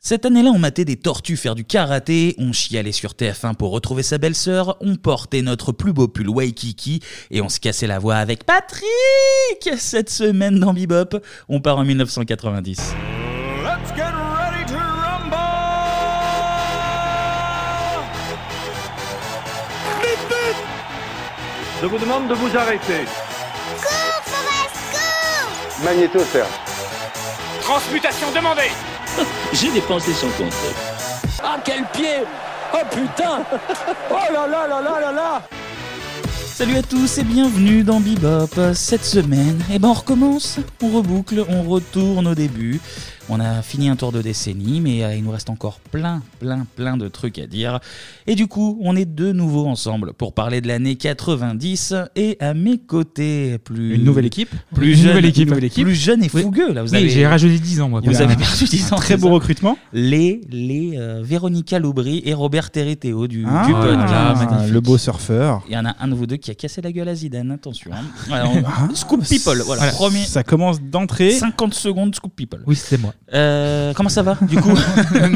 Cette année-là, on matait des tortues faire du karaté, on chialait sur TF1 pour retrouver sa belle-sœur, on portait notre plus beau pull Waikiki et on se cassait la voix avec Patrick Cette semaine dans Bebop, on part en 1990. Let's get ready to rumble! Vite, vite! Je vous demande de vous arrêter. Magnéto, Serge. Transmutation demandée! J'ai dépensé son compte. Ah, quel pied! Oh putain! Oh là là là là là là! Salut à tous et bienvenue dans Bebop. Cette semaine, eh ben on recommence, on reboucle, on retourne au début. On a fini un tour de décennie, mais euh, il nous reste encore plein, plein, plein de trucs à dire. Et du coup, on est de nouveau ensemble pour parler de l'année 90 et à mes côtés, plus Une nouvelle équipe plus Une jeune, nouvelle équipe. plus jeune et fougueux là. Vous Oui, avez j'ai rajouté 10 ans, moi. Vous Voilà. avez perdu 10 ans. Un Très c'est beau ça recrutement. les, les euh, Véronica Loubry et Robert Terreteo du, Ah, du podcast. ah, Hein Magnifique. le beau surfeur. Il y en a un de vous deux qui a cassé la gueule à Zidane, attention. hein. Voilà, on- Scoop People, voilà, Voilà. premier Ah, Ça commence d'entrée. 50 secondes Scoop People. Oui, c'était moi. Euh, comment ça va du coup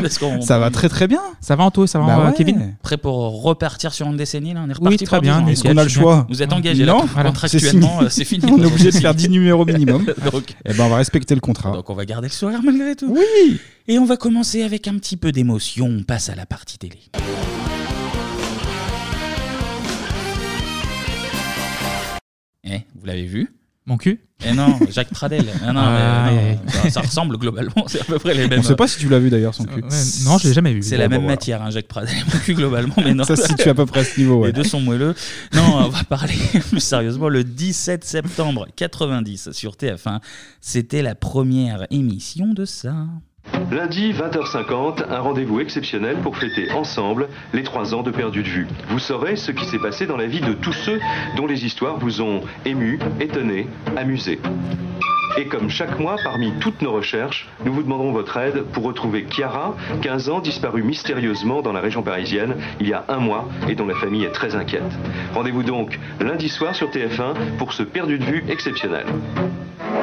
Parce qu'on- hein, Ça va très très bien. bah, Ça va, Anto Ça va, Bah euh, ouais. Kevin Prêt pour repartir sur une décennie là On est reparti très pour bien, 10 ans. mais Est-ce qu'on a le choix Vous êtes engagé là, Non, voilà, contractuellement, euh, c'est fini. On est obligé de faire 10 numéros minimum. Donc, Eh ben, on va respecter le contrat. donc on va garder le sourire malgré tout. Oui Et on va commencer avec un petit peu d'émotion. On passe à la partie télé. Eh, vous l'avez vu Mon cul Eh non, Jacques Pradel. Ah non, Ah, mais non, Bah, aïe, Ça, ça ressemble globalement, c'est à peu près les mêmes. On sait pas si tu l'as vu d'ailleurs, son Euh, cul. ouais, Non, je l'ai jamais vu. C'est la Bon, même bah, voilà. matière, hein, Jacques Pradel. Plus globalement, mais non. Ça se situe à peu près à ce niveau, ouais. Les deux sont moelleux. Non, on va parler plus sérieusement. Le 17 septembre 90 sur TF1, c'était la première émission de ça. Lundi 20h50, un rendez-vous exceptionnel pour fêter ensemble les trois ans de perdu de vue. Vous saurez ce qui s'est passé dans la vie de tous ceux dont les histoires vous ont ému, étonné, amusé. Et comme chaque mois, parmi toutes nos recherches, nous vous demanderons votre aide pour retrouver Chiara, 15 ans, disparue mystérieusement dans la région parisienne il y a un mois et dont la famille est très inquiète. Rendez-vous donc lundi soir sur TF1 pour ce perdu de vue exceptionnel.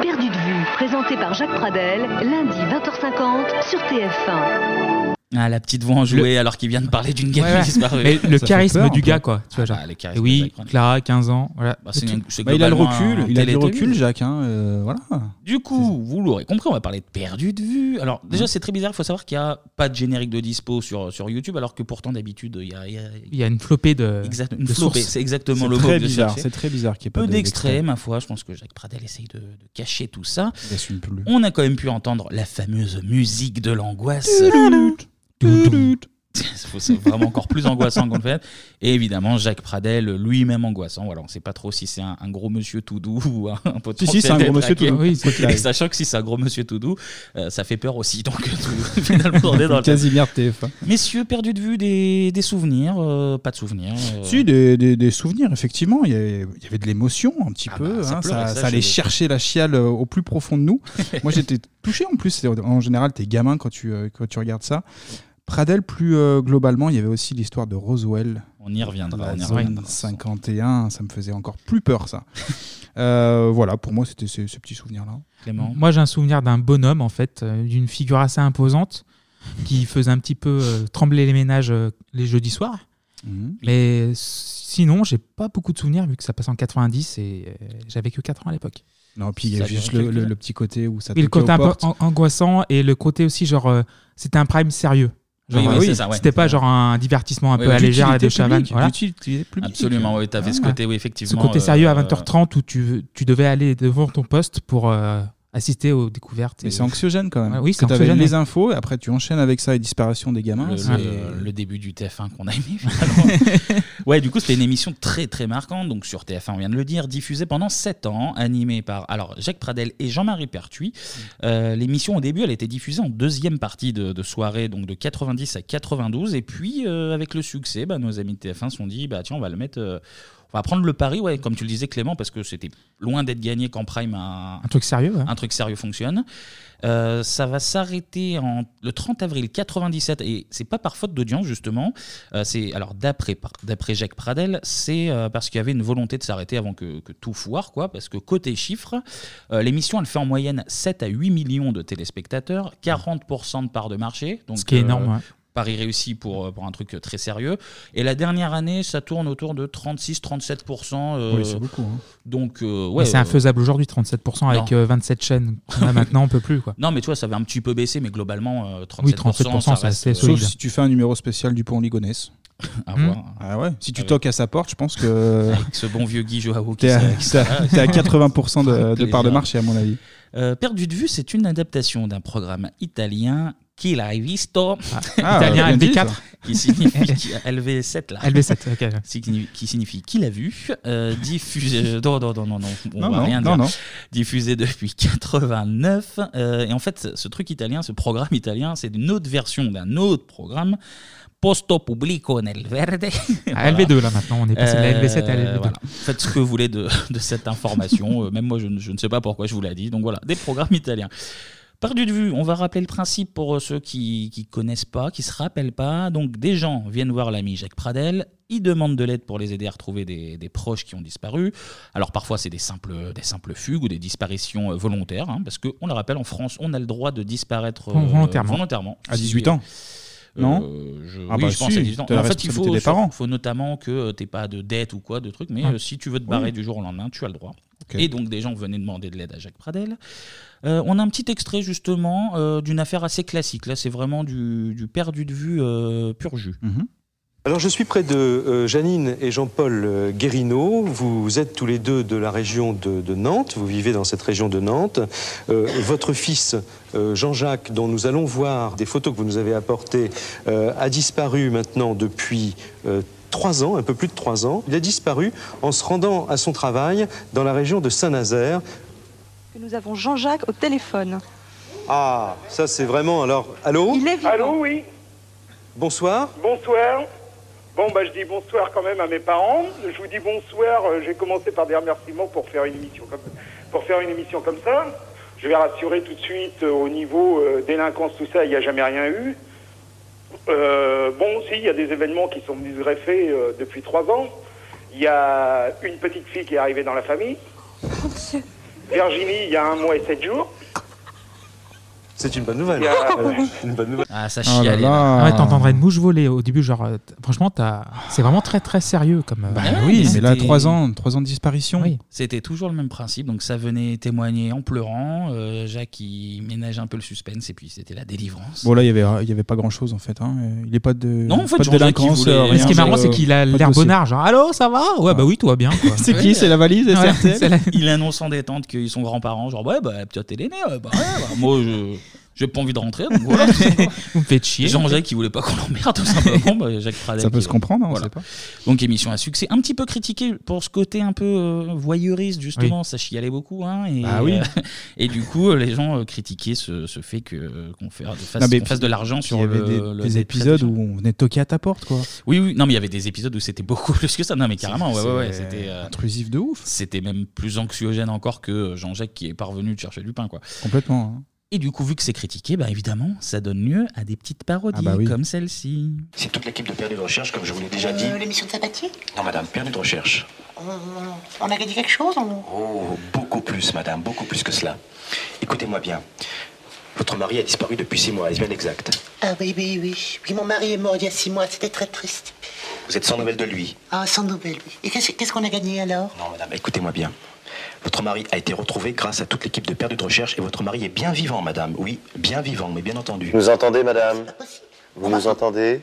Perdu de vue, présenté par Jacques Pradel, lundi 20h50 sur TF1. Ah, la petite voix enjouée alors qu'il vient de parler d'une gamine Ouais, ouais. disparue. Mais le fait charisme peur, un du peu. gars, quoi. Tu vois, genre. Ah, le charisme Et de oui, Jacques Pradel. Clara, 15 ans. Voilà. Bah, c'est Le une- truc. c'est Bah, il a le globalement recul, un il a du télétélé. recul, Jacques. hein, euh, voilà. Du coup, vous l'aurez compris, on va parler de perdu de vue. Alors, Mmh. déjà, c'est très bizarre, il faut savoir qu'il n'y a pas de générique de dispo sur, sur YouTube, alors que pourtant, d'habitude, il y a, il y a- Il y a une flopée de. exact- une de flopée. sources. C'est C'est exactement le mot très que je bizarre. cherchais. C'est très bizarre qu'il n'y ait pas Peu de- d'extraits, ma foi, je pense que Jacques Pradel essaye de, de cacher tout ça. Il assume plus. On a quand même pu entendre la fameuse musique de l'angoisse. Faut- c'est vraiment encore plus angoissant qu'on le fait. Et évidemment, Jacques Pradel, lui-même angoissant. Voilà, on ne sait pas trop si c'est un, un gros monsieur tout doux ou un, Si, si, c'est un gros monsieur tout doux. Oui, c'est Quoi qu'il Et arrive. sachant que si c'est un gros monsieur tout doux, euh, ça fait peur aussi. Donc, tout- finalement, on est dans le. Casimir TF1. Messieurs, perdu de vue des, des souvenirs euh, Pas de souvenirs euh, Si, des, des- des souvenirs, effectivement. Il y avait, il y avait de l'émotion, un petit Ah peu. bah, ça hein. pleurait, ça, ça, ça allait chez nous. chercher la chiale euh, au plus profond de nous. Moi, j'étais touché en plus. C'est- En général, t'es gamin quand tu, euh, quand tu regardes ça. Pradel, plus euh, globalement, il y avait aussi l'histoire de Roswell, On y reviendra. la on y zone reviendra. 51. Ça me faisait encore plus peur, ça. Euh, voilà, pour moi, c'était ce, ce petit souvenir-là. Clément. Moi, j'ai un souvenir d'un bonhomme, en fait, euh, d'une figure assez imposante qui faisait un petit peu euh, trembler les ménages euh, les jeudis soirs. Mhm. Mais sinon, j'ai pas beaucoup de souvenirs vu que ça passe en 90 et euh, j'avais que 4 ans à l'époque. Non, puis il y Ça avait juste vient le, le- quelque- le petit côté où ça Et le toquait côté aux un peu portes. an- angoissant et le côté aussi genre euh, c'était un prime sérieux. Oui, Genre, oui, euh, c'est ça, Ah ouais. C'était pas genre un divertissement un Oui, peu oui. à légère à D'utilité de Chavannes. publique, Voilà. d'utilité publique. Absolument, oui, t'avais ce Ah. côté, oui, Ce effectivement. côté euh, sérieux à euh, 20h30 où tu, tu devais aller devant ton poste pour euh, assister aux découvertes. Mais et- c'est anxiogène quand même. Ouais, Ah oui, Parce c'est que t'avais anxiogène, les infos, et après tu enchaînes avec ça et disparition des gamins. le, c'est- le- le début du TF1 qu'on a aimé finalement. ouais, du coup, c'était une émission très très marquante. Donc sur TF1, on vient de le dire, diffusée pendant 7 ans, animée par alors Jacques Pradel et Jean-Marie Pertuis. Euh, L'émission au début, elle était diffusée en deuxième partie de, de soirée, donc de 90 à 92. Et puis euh, avec le succès, bah, nos amis de TF1 se sont dit, bah tiens, on va le mettre. euh, On va prendre le pari, ouais, comme tu le disais Clément, parce que c'était loin d'être gagné quand Prime a Un truc sérieux, ouais. un truc sérieux fonctionne. Euh, ça va s'arrêter en, le 30 avril 97 et c'est pas par faute d'audience justement. Euh, c'est alors d'après par- d'après Jacques Pradel, c'est euh, parce qu'il y avait une volonté de s'arrêter avant que, que tout foire quoi. Parce que côté chiffres, euh, l'émission elle fait en moyenne 7 à 8 millions de téléspectateurs, 40% de part de marché. Donc, euh, Ce qui est énorme, ouais. Paris réussi pour, euh, pour un truc très sérieux. Et la dernière année, ça tourne autour de 36-37%. euh, Oui, c'est beaucoup, hein. Donc, euh, Mais ouais, c'est euh, infaisable aujourd'hui, 37% avec Non. euh, 27 chaînes. qu'on a maintenant, on peut plus. Quoi. Non, mais tu vois, ça avait un petit peu baissé, mais globalement, euh, 37%, Oui, 37%, ça reste, c'est assez euh, Sauf si tu fais un numéro spécial du pont Ligonnès. À Hmm. voir. Ah ouais Si tu Avec- toques à sa porte, je pense que Avec ce bon vieux Guy Joao qui Euh, Ah, t'es à, sera- qui t'es sera à- là. t'es à 80% de, de Ah, Plaisir. part de marché, à mon avis. Euh, Perdu de vue, c'est une adaptation d'un programme italien, Chi l'hai visto Ah, Italien bien dit, LV4. ça. qui signifie qui- LV7 là. LB7, ok. Signi- Qui signifie qui l'a vu, euh, diffusé. Non, non, non, non, non, on Non, va non, rien non, dire. non. Diffusé depuis 89. euh, et en fait, ce truc italien, ce programme italien, c'est une autre version d'un autre programme, Posto Pubblico nel Verde. À LB2, là, maintenant, on est passé de la LB7 à la Euh, LB2. voilà. Faites ce que vous voulez de, de cette information. Euh, Même moi, je, ne- je ne sais pas pourquoi je vous l'ai dit. Donc voilà, des programmes italiens. Perdu de vue, on va rappeler le principe pour euh, ceux qui ne connaissent pas, qui se rappellent pas. Donc des gens viennent voir l'ami Jacques Pradel, ils demandent de l'aide pour les aider à retrouver des, des proches qui ont disparu. Alors parfois c'est des simples, des simples fugues ou des disparitions euh, volontaires, hein, parce qu'on le rappelle, en France, on a le droit de disparaître euh, Volontairement. À Si, 18 ans. euh, Non je, Ah oui, bah je pense si, à 18 ans. t'as la En fait, il faut, responsabilité des sur- parents. faut notamment que tu pas de dette ou quoi, de trucs, mais Ah. euh, si tu veux te barrer du jour au lendemain, tu as le droit. Ok. Et donc, des gens venaient demander de l'aide à Jacques Pradel. Euh, on a un petit extrait justement euh, d'une affaire assez classique. Là, c'est vraiment du, du perdu de vue euh, pur jus. Mhm. Alors je suis près de euh, Janine et Jean-Paul euh, Guérineau. Vous êtes tous les deux de la région de, de Nantes. Vous vivez dans cette région de Nantes. Euh, votre fils euh, Jean-Jacques, dont nous allons voir des photos que vous nous avez apportées, euh, a disparu maintenant depuis euh, trois ans, un peu plus de trois ans. Il a disparu en se rendant à son travail dans la région de Saint-Nazaire. que nous avons Jean-Jacques au téléphone. Ah, ça c'est vraiment alors. Allô. Il est vivant. Allô, oui, Bonsoir. bonsoir. Bon, bah, je dis bonsoir quand même à mes parents. Je vous dis bonsoir. euh, J'ai commencé par des remerciements pour faire une émission comme, pour faire une émission comme ça. Je vais rassurer tout de suite euh, au niveau euh, délinquance, tout ça, il n'y a jamais rien eu. Euh, bon, si, il y a des événements qui sont venus se greffer euh, depuis trois ans. Il y a une petite fille qui est arrivée dans la famille. Virginie, il y a un mois et sept jours. C'est une bonne nouvelle. Il y a- Une bonne nouvelle. Ah, ça Ah là chialait. là. là. Ah ouais, t'entendrais une mouche voler au début, genre, euh, t- franchement, t'as- c'est vraiment très très sérieux comme. euh, Bah Ah ouais, oui, mais mais là, c'était- 3 ans, 3 ans de disparition. Oui. C'était toujours le même principe. Donc, ça venait témoigner en pleurant. Euh, Jacques, il ménage un peu le suspense et puis c'était la délivrance. Bon, là, il n'y avait, il y avait pas grand-chose, en fait. hein. Il n'est pas de, Non, en fait, pas de Jean-Jacques, délinquance. il voulait- euh, Ce Mais ce qui est rien, marrant, euh, c'est qu'il a pas de l'air dossier. bonnard, genre, allô, ça va Ouais, bah oui, tout va bien. quoi. C'est Ouais. qui C'est la valise Ouais, SRTL c'est la- il annonce en détente qu'ils sont grands-parents. Genre, ouais, bah, peut-être elle est née. ouais, bah, ouais, bah, moi, je. J'ai pas envie de rentrer, donc voilà. Vous me faites chier. Jean-Jacques, il voulait pas qu'on l'emmerde, tout simplement. Bah, Jacques Pradel. Ça peut qui- se comprendre, hein, Voilà. on sait pas. Donc, émission à succès. Un petit peu critiquée pour ce côté un peu euh, voyeuriste, justement. Ça chialait beaucoup. Hein, et, Ah oui. et du coup, euh, les gens euh, critiquaient ce, ce fait que, euh, qu'on fait- de fasse, Non, mais qu'on fasse de l'argent Puis sur Il y avait le- des, le- des le- épisodes où on venait toquer à ta porte, quoi. Oui, oui. Non, mais il y avait des épisodes où c'était beaucoup plus que ça. Non, mais carrément, ouais, C'est- ouais, ouais. c'est C'était. euh, Intrusif de ouf. c'était même plus anxiogène encore que euh, Jean-Jacques qui est parvenu de chercher du pain. Quoi. Complètement. hein. Et du coup, vu que c'est critiqué, bah, évidemment, ça donne lieu à des petites parodies Ah bah oui. comme celle-ci. C'est toute l'équipe de Perdu de Recherche, comme je vous l'ai déjà dit. L'émission de Sabatier Non, madame, Perdu de Recherche. on, on avait dit quelque chose on- Oh, beaucoup plus, madame, beaucoup plus que cela. Écoutez-moi bien. Votre mari a disparu depuis six mois, est-ce bien exact Ah oui, oui, oui. Oui, mon mari est mort il y a six mois, c'était très triste. Vous êtes sans nouvelles de lui Ah, sans nouvelles, oui. Et qu'est-ce qu'est-ce qu'on a gagné alors Non, madame, écoutez-moi bien. Votre mari a été retrouvé grâce à toute l'équipe de Perdu de Recherche et votre mari est bien vivant, madame. Oui, bien vivant, mais bien entendu. Vous nous entendez, madame Pas possible. Vous nous entendez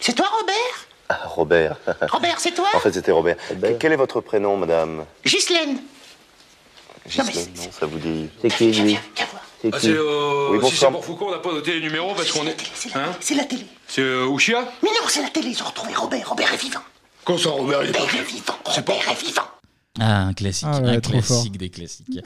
C'est toi, Robert Ah, Robert. Robert, c'est toi En fait, c'était Robert. Que- Quel est votre prénom, madame Ghislaine mais Ghislaine, c'est- non, ça vous dit Viens, viens, viens voir. qui euh, Oui, bonsoir. Foucault, on n'a pas noté les numéros parce qu'on C'est la, c'est la télé. C'est Ouchia Mais non, c'est la télé, ils ont retrouvé Robert. Robert est vivant. Qu'on s'en remet Robert est vivant. Robert est vivant. Ah, un classique, Ah ouais, un trop fort. classique des classiques.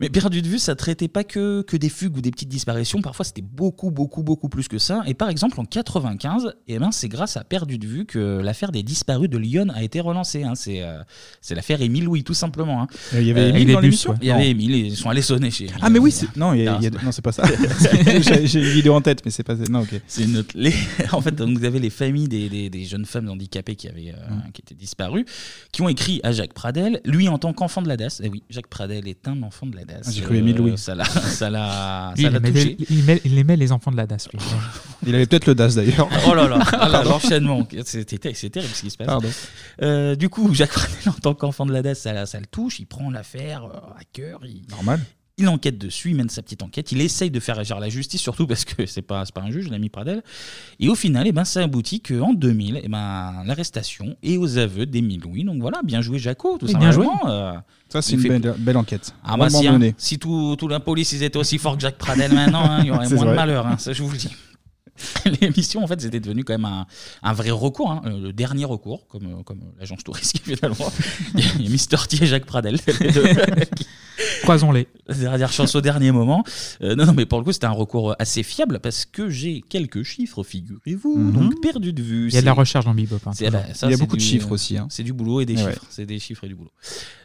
Mais perdu de vue, ça traitait pas que, que des fugues ou des petites disparitions. Parfois, c'était beaucoup, beaucoup, beaucoup plus que ça. Et par exemple, en 95, eh ben, c'est grâce à perdu de vue que l'affaire des disparus de Lyon a été relancée. hein. C'est euh, c'est l'affaire Émile Louis, tout simplement. hein. Euh, il y avait Euh, Émile avec dans les l'émission bus, ouais. Il y avait Non. Émile, ils sont allés sonner chez Ah, mais oui, c'est- non, il y a- il y a- non, c'est pas ça. J'ai- j'ai une vidéo en tête, mais c'est pas. Non, ok. C'est une autre- les- En fait, donc, vous avez les familles des, des- des jeunes femmes handicapées qui, avaient, euh, Mm. qui étaient disparues, qui ont écrit à Jacques Pradel, lui en tant qu'enfant de la DAS. Eh oui, Jacques Pradel est un enfant de la DAS. Ah, j'ai cru Émile Louis. Euh, Ça l'a ça l'a- Lui, ça il, l'a aimait touché. les, il aimait- il aimait les enfants de la DAS. lui. Il avait peut-être le DAS d'ailleurs. Oh là là, ah là, l'enchaînement, c'est ter- c'est terrible ce qui se passe. Pardon. Euh, du coup, Jacques Pradel, en tant qu'enfant de la DAS, ça, la- ça le touche, il prend l'affaire euh, à cœur. Il... Normal. Il enquête dessus, il mène sa petite enquête, il essaye de faire agir la justice, surtout parce que c'est pas, c'est pas un juge, l'ami Pradel. Et au final, eh ben, ça aboutit qu'en 2000, eh ben, à l'arrestation et aux aveux d'Émile Louis. Donc voilà, bien joué Jaco, tout Et bien simplement. joué. Euh, Ça, c'est il une fait- belle, belle enquête. Ah bah, Vraiment si, hein, menée. si tout, tout la police ils étaient aussi forts que Jacques Pradel maintenant, hein, il y aurait C'est moins de vrai. malheur, hein, ça je vous le dis. L'émission, en fait, c'était devenu quand même un, un vrai recours, hein, euh, le dernier recours, comme, euh, comme euh, l'agence touristique finalement. Il y a- Il y a Mister T et Jacques Pradel. les deux. Croisons-les. Dernière chance au dernier moment. Euh, non, non, mais pour le coup, c'était un recours assez fiable parce que j'ai quelques chiffres, figurez-vous. Mhm. Donc, perdu de vue. Il y a de la recherche dans Bebop, hein, C'est- ah bah, toujours. ça, Il y a c'est beaucoup de du- chiffres aussi, hein. C'est du boulot et des Ouais. chiffres. C'est des chiffres et du boulot.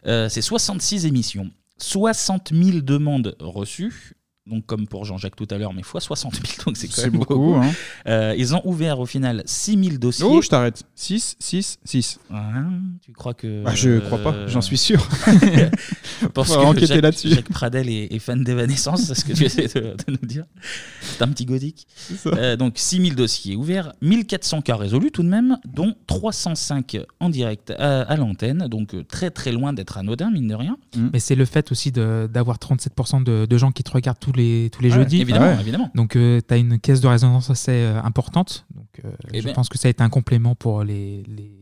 Euh, c'est 66 émissions, 60 000 demandes reçues. Donc, comme pour Jean-Jacques tout à l'heure, mais fois 60 000, donc c'est quand C'est même beaucoup. beaucoup, hein. Euh, ils ont ouvert au final 6 000 dossiers. Ah, Oh, je t'arrête. 6, 6, 6. tu crois que. euh, Ah, je crois pas, j'en suis sûr. Parce Faut que enquêter Jacques- là-dessus. Jacques Pradel est, est fan d'Evanescence, c'est ce que tu essaies de, de nous dire. C'est un petit godique. ça. Euh, donc 6000 dossiers ouverts, 1400 cas résolus tout de même, dont 305 en direct à, à l'antenne, donc euh, très très loin d'être anodin, mine de rien. Mais c'est le fait aussi de- d'avoir 37% de, de gens qui te regardent tous les, tous les Ah Ouais, jeudis. Ah évidemment, Ouais. évidemment. Donc tu as une caisse de résonance assez euh, importante. Donc euh, Eh je ben. pense que ça a été un complément pour les, les,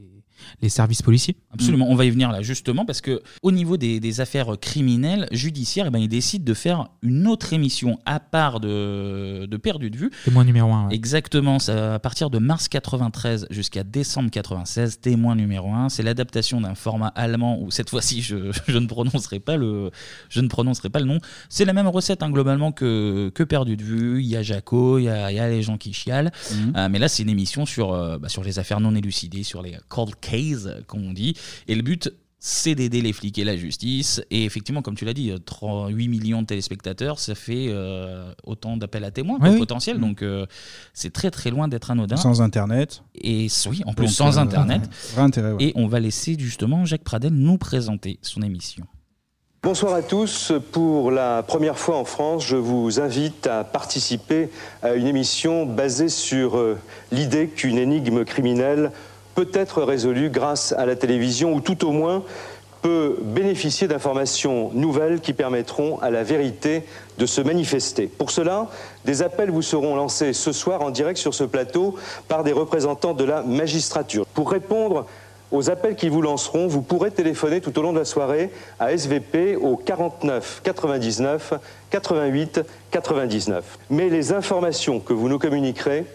les services policiers. Absolument, on va y venir là justement parce que au niveau des, des affaires criminelles, judiciaires, eh ben, ils décident de faire une autre émission à part de, de Perdu de vue. Témoin numéro 1. Exactement, ça, à partir de mars 93 jusqu'à décembre 96, témoin numéro 1, c'est l'adaptation d'un format allemand où cette fois-ci je, je ne prononcerai pas le je ne prononcerai pas le nom. C'est la même recette hein, globalement que que perdu de vue, il y a Jaco, il y a, il y a les gens qui chialent, Mhm. Euh, mais là c'est une émission sur euh, bah, sur les affaires non élucidées, sur les cold cases comme on dit et le but c'est d'aider les flics et la justice. Et effectivement, comme tu l'as dit, 8 millions de téléspectateurs, ça fait euh, autant d'appels à témoins Oui, quoi, oui. potentiels. Donc, euh, c'est très très loin d'être anodin. Mm. Sans Internet. Et oui, en plus Donc, sans euh, Internet. Vrai intérêt, ouais. Et on va laisser justement Jacques Pradel nous présenter son émission. Bonsoir à tous. Pour la première fois en France, je vous invite à participer à une émission basée sur euh, l'idée qu'une énigme criminelle peut être résolue grâce à la télévision ou tout au moins peut bénéficier d'informations nouvelles qui permettront à la vérité de se manifester. Pour cela, des appels vous seront lancés ce soir en direct sur ce plateau par des représentants de la magistrature. Pour répondre aux appels qui vous lanceront, vous pourrez téléphoner tout au long de la soirée à SVP au 49 99 88 99. Mais les informations que vous nous communiquerez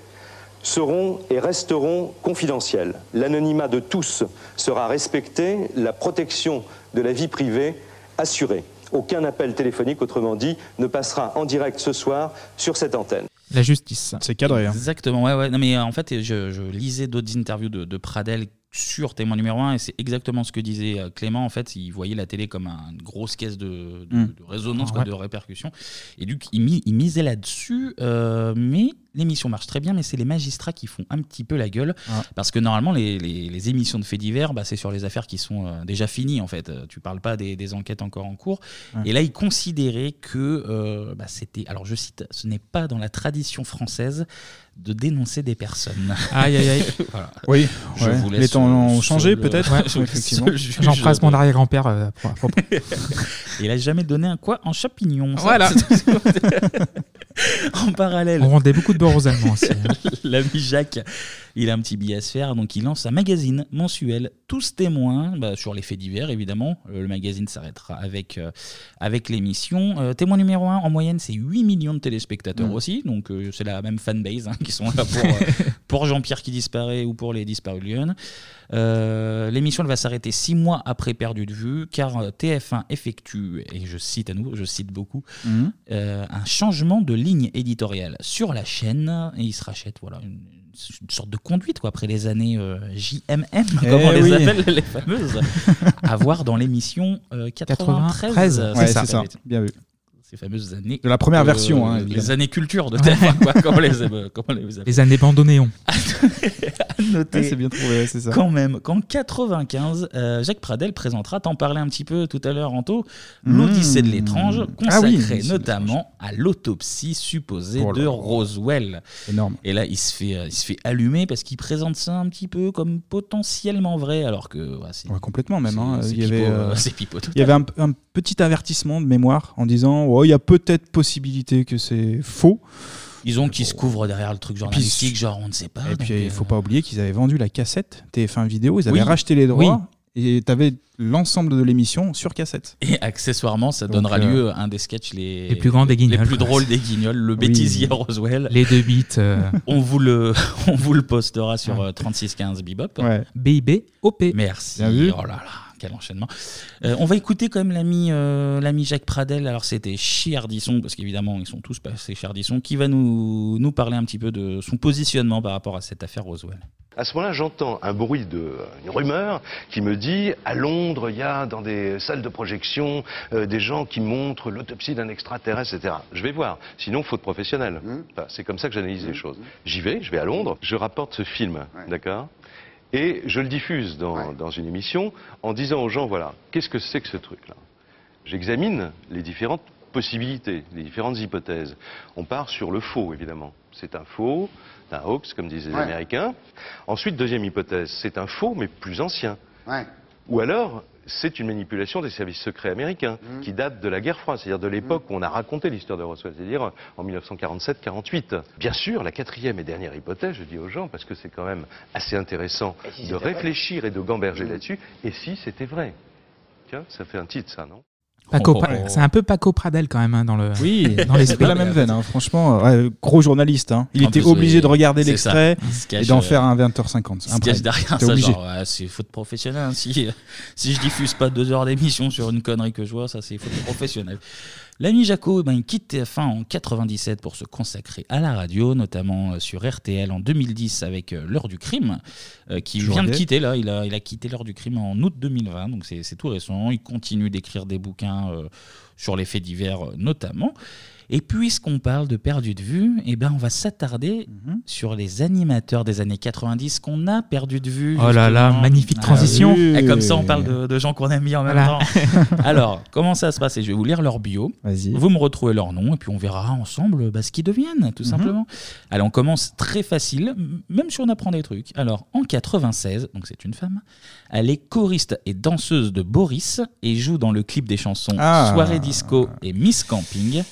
seront et resteront confidentielles. L'anonymat de tous sera respecté, la protection de la vie privée assurée. Aucun appel téléphonique, autrement dit, ne passera en direct ce soir sur cette antenne. La justice. C'est hein. cadré. Exactement, ouais, ouais. Non, mais euh, en fait, je, je lisais d'autres interviews de, de Pradel sur témoin numéro 1 et c'est exactement ce que disait euh, Clément. En fait, il voyait la télé comme un- une grosse caisse de, de- Mm. de résonance, quoi, Ouais. de répercussion. Et donc, il, mi- il misait là-dessus. euh, mais l'émission marche très bien, mais c'est les magistrats qui font un petit peu la gueule. Ouais. Parce que normalement, les, les- les émissions de faits divers, bah, c'est sur les affaires qui sont euh, déjà finies, en fait. Euh, Tu parles pas des, des enquêtes encore en cours. Ouais. Et là, ils considéraient que euh, bah, c'était. Alors, je cite, ce n'est pas dans la tradition française de dénoncer des personnes. Aïe, aïe, aïe. Voilà. Oui, Je ouais. vous laisse les temps le- ont changé seul, euh, peut-être. ouais, je vous laisse effectivement. seul juge J'embrasse mon de- arrière-grand-père. euh, pour- pour- Il a jamais donné un quoi en champignon. ça. Voilà. C'est- en parallèle. On vendait beaucoup de beurre aux Allemands aussi. hein. L'ami Jacques, il a un petit billet à se faire, donc il lance un magazine mensuel, tous témoins, bah, sur les faits divers évidemment. Euh, le magazine s'arrêtera avec, euh, avec l'émission. Euh, témoin numéro 1, en moyenne, c'est 8 millions de téléspectateurs Mm. aussi, donc euh, c'est la même fanbase hein, qui sont là pour, euh, pour Jean-Pierre qui disparaît ou pour les disparus de Lyon. Euh, L'émission elle va s'arrêter six mois après perdu de vue, car euh, TF1 effectue, et je cite à nouveau, je cite beaucoup, Mhm. euh, un changement de ligne éditoriale sur la chaîne et ils se rachètent voilà une, une sorte de conduite quoi après les années euh, JMM Eh comme on les oui. appelle les fameuses à voir dans l'émission euh, 93 93, euh, ouais, c'est ça. bien vu ces fameuses années euh, De la première version, hein, évidemment. les années culture de TF1 quoi, comme on les aime, euh, comme on les appelle Les années Bandonéon. à noter Ouais, c'est bien trouvé, ouais, c'est ça. quand même qu'en 95, euh, Jacques Pradel présentera, t'en parlais un petit peu tout à l'heure, Anto, l'Odyssée de l'étrange, Mmh. Ah oui, consacrée l'Odyssée de notamment à l'autopsie supposée Oh là de là. Roswell. Et là, il se fait, euh, il se fait allumer parce qu'il présente ça un petit peu comme potentiellement vrai, alors que ouais, c'est Ouais, complètement même. hein. c'est Il y avait, pipeau, euh, c'est pipeau total. il y avait un, un petit avertissement de mémoire en disant oh, il y a peut-être possibilité que c'est faux. Ils ont qui se couvrent derrière le truc journalistique, genre on ne sait pas. Et donc, puis euh, il faut pas oublier qu'ils avaient vendu la cassette TF1 vidéo, ils avaient Oui. racheté les droits et tu avais l'ensemble de l'émission sur cassette. Et accessoirement, ça Donc, donnera euh, lieu à un des sketchs les, les plus grands des guignols, les plus quoi. drôles des guignols, le Oui. bêtisier Roswell. Les deux bits. euh, On vous le, on vous le postera sur euh, 3615 Bebop. Ouais. BIB OP. Merci. Bien vu. Oh là là, quel enchaînement. Euh, on va écouter quand même l'ami euh, l'ami Jacques Pradel. Alors c'était chez Ardisson, parce qu'évidemment ils sont tous passés chez Ardisson, qui va nous, nous parler un petit peu de son positionnement par rapport à cette affaire Roswell. À ce moment-là, j'entends un bruit de euh, une rumeur qui me dit à Londres, il y a dans des salles de projection euh, des gens qui montrent l'autopsie d'un extraterrestre, etc. Je vais voir. Sinon, faute professionnelle. Hmm. Enfin, c'est comme ça que j'analyse les choses. J'y vais, je vais à Londres, je rapporte ce film, d'accord Et je le diffuse dans, dans une émission en disant aux gens voilà, qu'est-ce que c'est que ce truc-là J'examine les différentes possibilités, les différentes hypothèses. On part sur le faux, évidemment. C'est un faux, c'est un hoax, comme disent les Ouais. Américains. Ensuite, deuxième hypothèse, c'est un faux, mais plus ancien. Ouais. Ou alors, c'est une manipulation des services secrets américains, Mmh. qui date de la guerre froide, c'est-à-dire de l'époque où on a raconté l'histoire de Roswell, c'est-à-dire en 1947-48. Bien sûr, la quatrième et dernière hypothèse, je dis aux gens, parce que c'est quand même assez intéressant si de c'était vrai Mmh. réfléchir et de gamberger là-dessus, et si c'était vrai Tiens, ça fait un titre, ça, non Paco Oh, Pra- oh, oh. C'est un peu Paco Pradel quand même hein, dans euh, le. Oui, dans les c'est pas la même veine, hein. franchement. euh, ouais, gros journaliste, hein. il Ah, En était plus, obligé oui, de regarder c'est l'extrait ça. Il se et cache, d'en euh, faire un 20h50. Il se cache derrière ça, genre, euh, Oh, ouais, c'est faute professionnelle. hein. Si, euh, si je diffuse pas deux heures d'émission sur une connerie que je vois, ça c'est faute professionnelle. L'ami Jaco, eh ben, il quitte TF1 en 97 pour se consacrer à la radio, notamment euh, sur RTL en 2010 avec euh, L'heure du crime, euh, qui Toujours vient de gay. quitter là. Il a, il a quitté L'heure du crime en août 2020, donc c'est c'est tout récent. Il continue d'écrire des bouquins euh, sur les faits divers euh, notamment. Et puisqu'on parle de perdu de vue, eh ben on va s'attarder sur les animateurs des années 90 qu'on a perdu de vue. Oh là là, justement. magnifique transition. Et comme ça, on parle de, de gens qu'on aime bien en même Voilà. temps. Alors, comment ça se passe Et Je vais vous lire leur bio. Vous me retrouvez leur nom et puis on verra ensemble bah, ce qu'ils deviennent, tout Mhm. simplement. Allez, on commence très facile, m- même si on apprend des trucs. Alors, en 96, donc c'est une femme, elle est choriste et danseuse de Boris et joue dans le clip des chansons Ah. Soirée Disco et Miss Camping.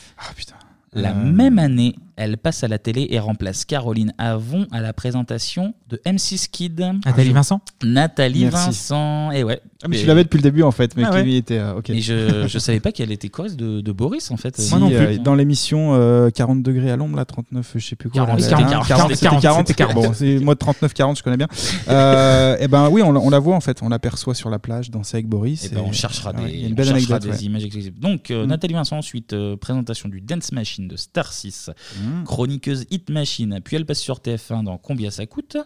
La Euh. même année, elle passe à la télé et remplace Caroline Avon à la présentation de M6 Kid. Nathalie Vincent Nathalie Merci. Vincent, et ouais. Ah, mais Et- tu l'avais depuis le début en fait, mais Ah qui ouais. lui était. euh, ok. Mais je, je savais pas qu'elle était choriste de, de Boris en fait. Si, euh, dans l'émission euh, 40 degrés à l'ombre, là, 39, je sais plus quoi. 40, là, c'était là, 40, 40, c'était c'était 40, 40, c'était 40. c'était Bon, c'est- moi, 39, 40, je connais bien. Euh, et ben oui, on, la- on la voit en fait, on l'aperçoit sur la plage danser avec Boris. Eh ben, on cherchera Ah ouais, des, il y a on une belle cherchera anecdote. des ouais. images exclusives. Donc, euh, Mm. Nathalie Vincent, ensuite, euh, présentation du Dance Machine de Star 6, Mm. chroniqueuse Hit Machine, puis elle passe sur TF1 dans Combien ça coûte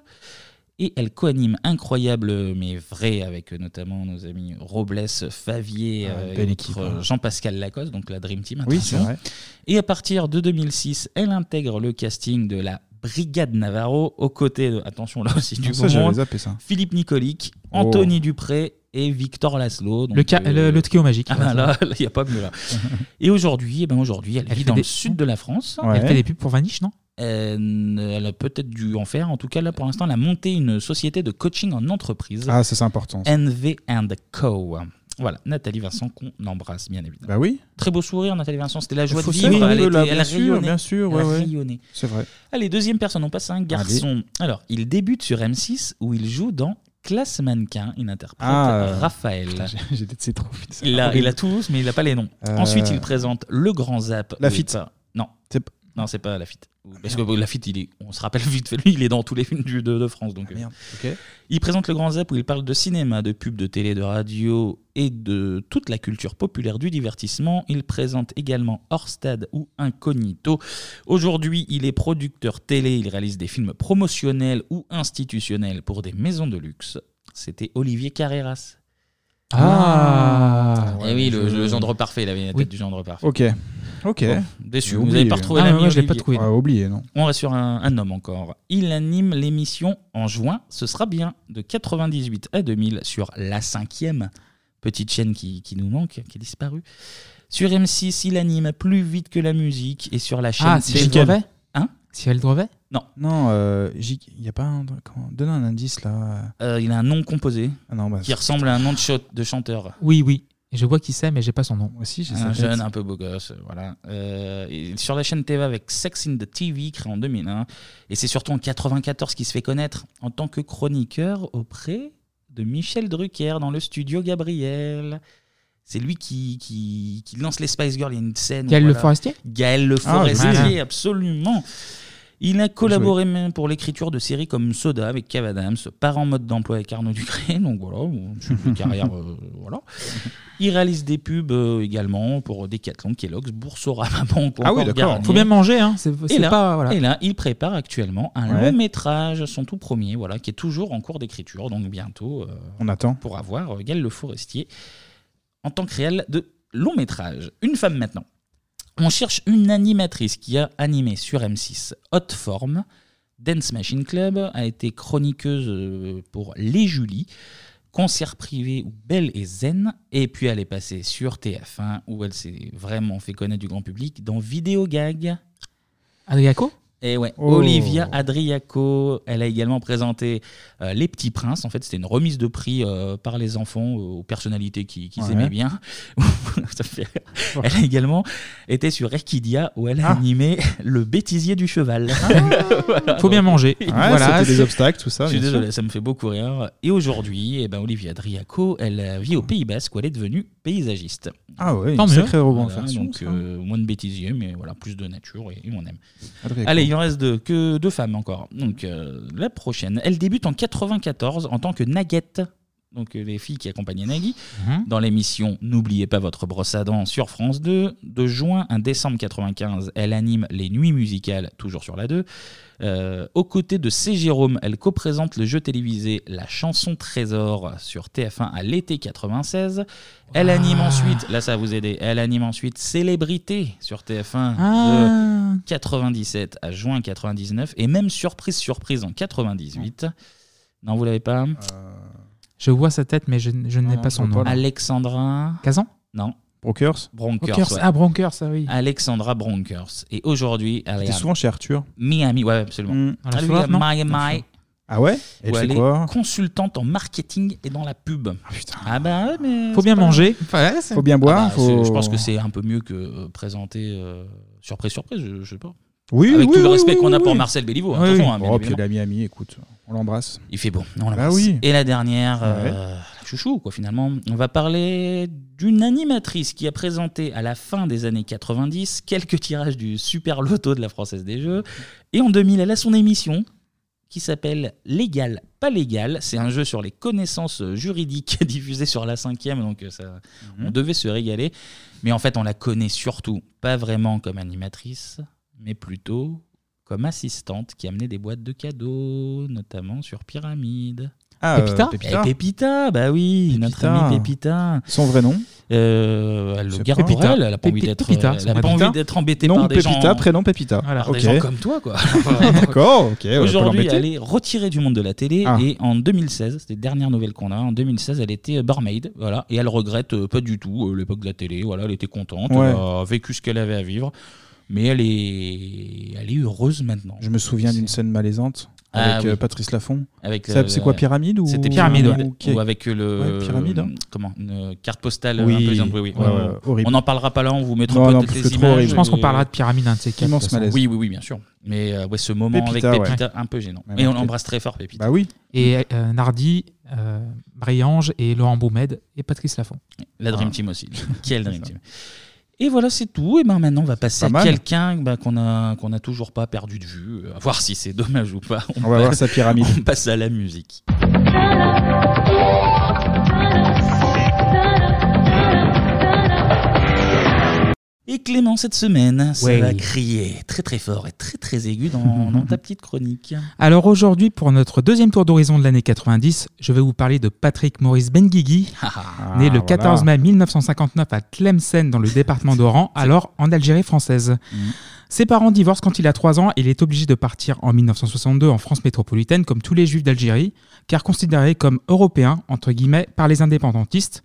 et elle co-anime Incroyable mais vrai avec euh, notamment nos amis Robles, Favier, Ah, euh, et belle autres, équipe, euh, hein. Jean-Pascal Lacoste, donc la Dream Team. Oui, c'est attention. vrai. Et à partir de 2006, elle intègre le casting de la Brigade Navarro aux côtés, de, attention là aussi du Ça, beau j'avais monde, zappé ça. Philippe Nicolic, Oh. Anthony Dupré et Victor Laszlo. donc, Le ca- le- le trio magique. Ah ben là, il n'y a pas mieux là. et aujourd'hui, eh ben aujourd'hui, elle, Elle vit fait dans des- le sud de la France. Ouais. Elle fait des pubs pour Vanish, non Euh, Elle a peut-être dû en faire. En tout cas, là, pour l'instant, elle a monté une société de coaching en entreprise. Ah, ça, c'est important, ça. NV Co. Voilà, Nathalie Vincent qu'on embrasse bien évidemment. Bah oui. Très beau sourire, Nathalie Vincent, c'était la joie de Faut saluer, vivre. elle, là, était- elle bien a sûr, rayonné. bien sûr, Elle a ouais, ouais. rayonné. C'est vrai. Allez, deuxième personne, on passe à un garçon. Alors, il débute sur M6 où il joue dans Classe Mannequin. Il interprète Ah, euh, Raphaël. putain, j'ai- j'ai des- c'est trop vite, c'est Il a, horrible. il a tous, mais il n'a pas les noms. Euh, Ensuite, il présente Le Grand Zap. La où il Fitte. part- Non. Non, c'est pas la Fitte. Parce que la Fitte, il est- on se rappelle vite fait, lui, il est dans tous les films du- de, de France. Ah, Donc, euh, Il présente le Grand Zap où il parle de cinéma, de pub, de télé, de radio et de toute la culture populaire du divertissement. Il présente également Hors Stade ou Incognito. Aujourd'hui, il est producteur télé. Il réalise des films promotionnels ou institutionnels pour des maisons de luxe. C'était Olivier Carreras. Ah. Eh oui, le, Je- le gendre parfait, il avait la tête Oui. du gendre parfait. Ok. Ok. Bon, déçu, vous n'avez pas retrouvé la l'ami Olivier. Ah, oublié, non. On reste sur un, un homme encore. Il anime l'émission en juin, ce sera bien, de 98 à 2000 sur La Cinquième, petite chaîne qui, qui nous manque, qui est disparue. Sur M6, il anime plus vite que la musique et sur la chaîne. Ah, Cyril TVL. Drevet Hein Cyril Drevet Non. Non, euh, J- il n'y a pas un. comment- Donne un indice là. Euh, il a un nom composé Ah non, bah, qui ressemble à un nom de, cho- de chanteur. Oui, oui. Je vois qui c'est, mais j'ai pas son nom. aussi, Un jeune, un peu beau gosse, euh, voilà. Euh, et sur la chaîne TV avec Sex in the TV, créé en 2001. Et c'est surtout en 94 qu'il se fait connaître en tant que chroniqueur auprès de Michel Drucker dans le studio Gabriel. C'est lui qui, qui, qui lance les Spice Girls. Il y a une scène. où, Gaël Le voilà. Forestier Gaël Le Ah, Forestier, voilà. absolument. Il a collaboré même pour l'écriture de séries comme Soda avec Kev Adams, Par en mode d'emploi avec Arnaud Ducré. Donc voilà, on suit une carrière. euh, voilà. Il réalise des pubs euh, également pour Decathlon, Kellogg's, Boursorama Banque. Ah oui, d'accord. Faut bien manger, hein, c'est- et, c'est là, pas- voilà. et là, il prépare actuellement un Ouais. long métrage, son tout premier, voilà, qui est toujours en cours d'écriture. Donc bientôt, euh, On attend. pour avoir euh, Gaël Le Forestier en tant que réel de long métrage. Une femme maintenant. On cherche une animatrice qui a animé sur M6 Haute Forme, Dance Machine Club, a été chroniqueuse euh, pour Les Julies, Concert privé ou Belle et Zen, et puis elle est passée sur TF1 où elle s'est vraiment fait connaître du grand public dans Vidéo Gag. Adriaco Et ouais, Oh. Olivia Adriaco, elle a également présenté euh, Les Petits Princes. En fait, c'était une remise de prix euh, par les enfants euh, aux personnalités qui- qu'ils Ouais. aimaient bien. Ça fait rire. Elle a également été sur Equidia où elle a animé Le bêtisier du cheval. Voilà, Faut bien donc- manger. Ouais, c'était des c'est- obstacles, tout ça, Je suis bien désolé, sûr. ça me fait beaucoup rire. Et aujourd'hui, eh ben, Olivia Adriaco, elle euh, vit au Pays Basque où elle est devenue paysagiste. Ah ouais, Tant une mieux. sacrée revendication, Donc, ça. euh, moins de bêtisier, mais voilà, plus de nature et, et on aime. Adriaco. Allez, il en reste deux, que deux femmes encore. Donc euh, la prochaine, elle débute en 94 en tant que naguette. Donc euh, les filles qui accompagnaient Nagui Mhm. dans l'émission N'oubliez pas votre brosse à dents sur France 2 de juin à décembre 95, elle anime les nuits musicales toujours sur la 2. Euh, aux côtés de C Jérôme, elle co-présente le jeu télévisé La chanson trésor sur TF1 à l'été 96. Elle anime ensuite, là ça va vous aider, elle anime ensuite Célébrité sur TF1 Ah. de 97 à juin 99 et même surprise surprise en 98. Non, vous l'avez pas Euh. Je vois sa tête, mais je, n- je n'ai Ah, pas son nom. Alexandra. Kazan Non. Bronkers Bronkers. Bronkers. ouais. Ah, Bronkers, ah oui. Alexandra Bronkers. Et aujourd'hui, elle est C'était à souvent chez Arthur. Miami, ouais, absolument. Mm. Dans la Elle est Floride, à non Miami. Ah ouais Et où tu elle fais est quoi consultante en marketing et dans la pub. Ah bah ouais, mais Faut c'est bien pas- manger. Enfin, ouais, c'est- Faut bien boire, Ah bah, c'est- faut- Je pense que c'est un peu mieux que euh, présenter euh, surprise surprise, je, je sais pas. Oui, Avec oui, tout le oui, respect oui, qu'on a oui, pour oui. Marcel Béliveau. Oui, attention, oui. hein, bien Oh, puis il évidemment. a mis ami, écoute, on l'embrasse. Il fait bon, on Bah l'embrasse. oui. Et la dernière, euh, Ouais. la chouchou, quoi, finalement. On va parler d'une animatrice qui a présenté à la fin des années 90 quelques tirages du Super Loto de la Française des Jeux. Et en 2000, elle a son émission qui s'appelle Légal, pas légal. C'est un jeu sur les connaissances juridiques diffusé sur la cinquième, donc euh, ça, Mhm. on devait se régaler. Mais en fait, on la connaît surtout, pas vraiment comme animatrice, mais plutôt comme assistante qui amenait des boîtes de cadeaux, notamment sur Pyramide. Ah, Pépita euh, Pépita. Eh, Pépita, bah oui, notre amie Pépita. Son vrai nom Euh, Elle le C'est garde pas- pour elle, elle a pas envie Pépi- d'être euh, Pépita, elle a son pas Pépita. envie d'être embêtée Non, par des Pépita, gens- hein. prénom Pépita. par des Ok. gens comme toi, quoi. D'accord, ok, ouais, on peut Aujourd'hui, l'embêter. elle est retirée du monde de la télé Ah. et en 2016, c'était les dernières nouvelles qu'on a, en 2016, elle était euh, barmaid, voilà, et elle regrette euh, pas du tout euh, l'époque de la télé, voilà, elle était contente, Ouais. elle a vécu ce qu'elle avait à vivre, mais elle est, elle est heureuse maintenant. Je me souviens d'une scène malaisante. Ah, avec oui. euh, Patrice Laffont. Avec, Ça, euh, c'est quoi, Pyramide ou... C'était Pyramide, ouais. ou- Ou avec euh, le. Ouais, Pyramide, hein. Comment Une euh, carte postale Oui. un peu exemple. Oui, oui. Ouais, ouais, horrible. On n'en parlera pas là, on vous mettra Non, pas non, toutes parce les que trop images. horrible. Je pense qu'on et- parlera de Pyramide intégrale. Immense de toute façon. Oui, oui, oui, bien sûr. Mais euh, ouais, ce moment Pépita, avec ouais. Pépita, un peu gênant. Ouais, Mais on marqué. l'embrasse très fort, Pépita. Bah Et euh, Nardi, euh, Marie-Ange et Laurent Boumed et Patrice Laffont. La Dream Voilà. Team aussi. Quelle Dream Team. Et voilà, c'est tout. Et ben maintenant, on va passer Pas à mal. quelqu'un bah, qu'on a qu'on a toujours pas perdu de vue. Euh, À voir si c'est dommage ou pas. On va voir sa pyramide. On passe à la musique. Et Clément, cette semaine, ça Ouais. va crier très très fort et très très aigu dans, dans ta petite chronique. Alors aujourd'hui, pour notre deuxième tour d'horizon de l'année 90, je vais vous parler de Patrick Maurice Benguigui, Ah, né le voilà. 14 mai 1959 à Tlemcen dans le département d'Oran, alors en Algérie française. Mm. Ses parents divorcent quand il a 3 ans et il est obligé de partir en 1962 en France métropolitaine comme tous les juifs d'Algérie, car considéré comme européen entre guillemets par les indépendantistes.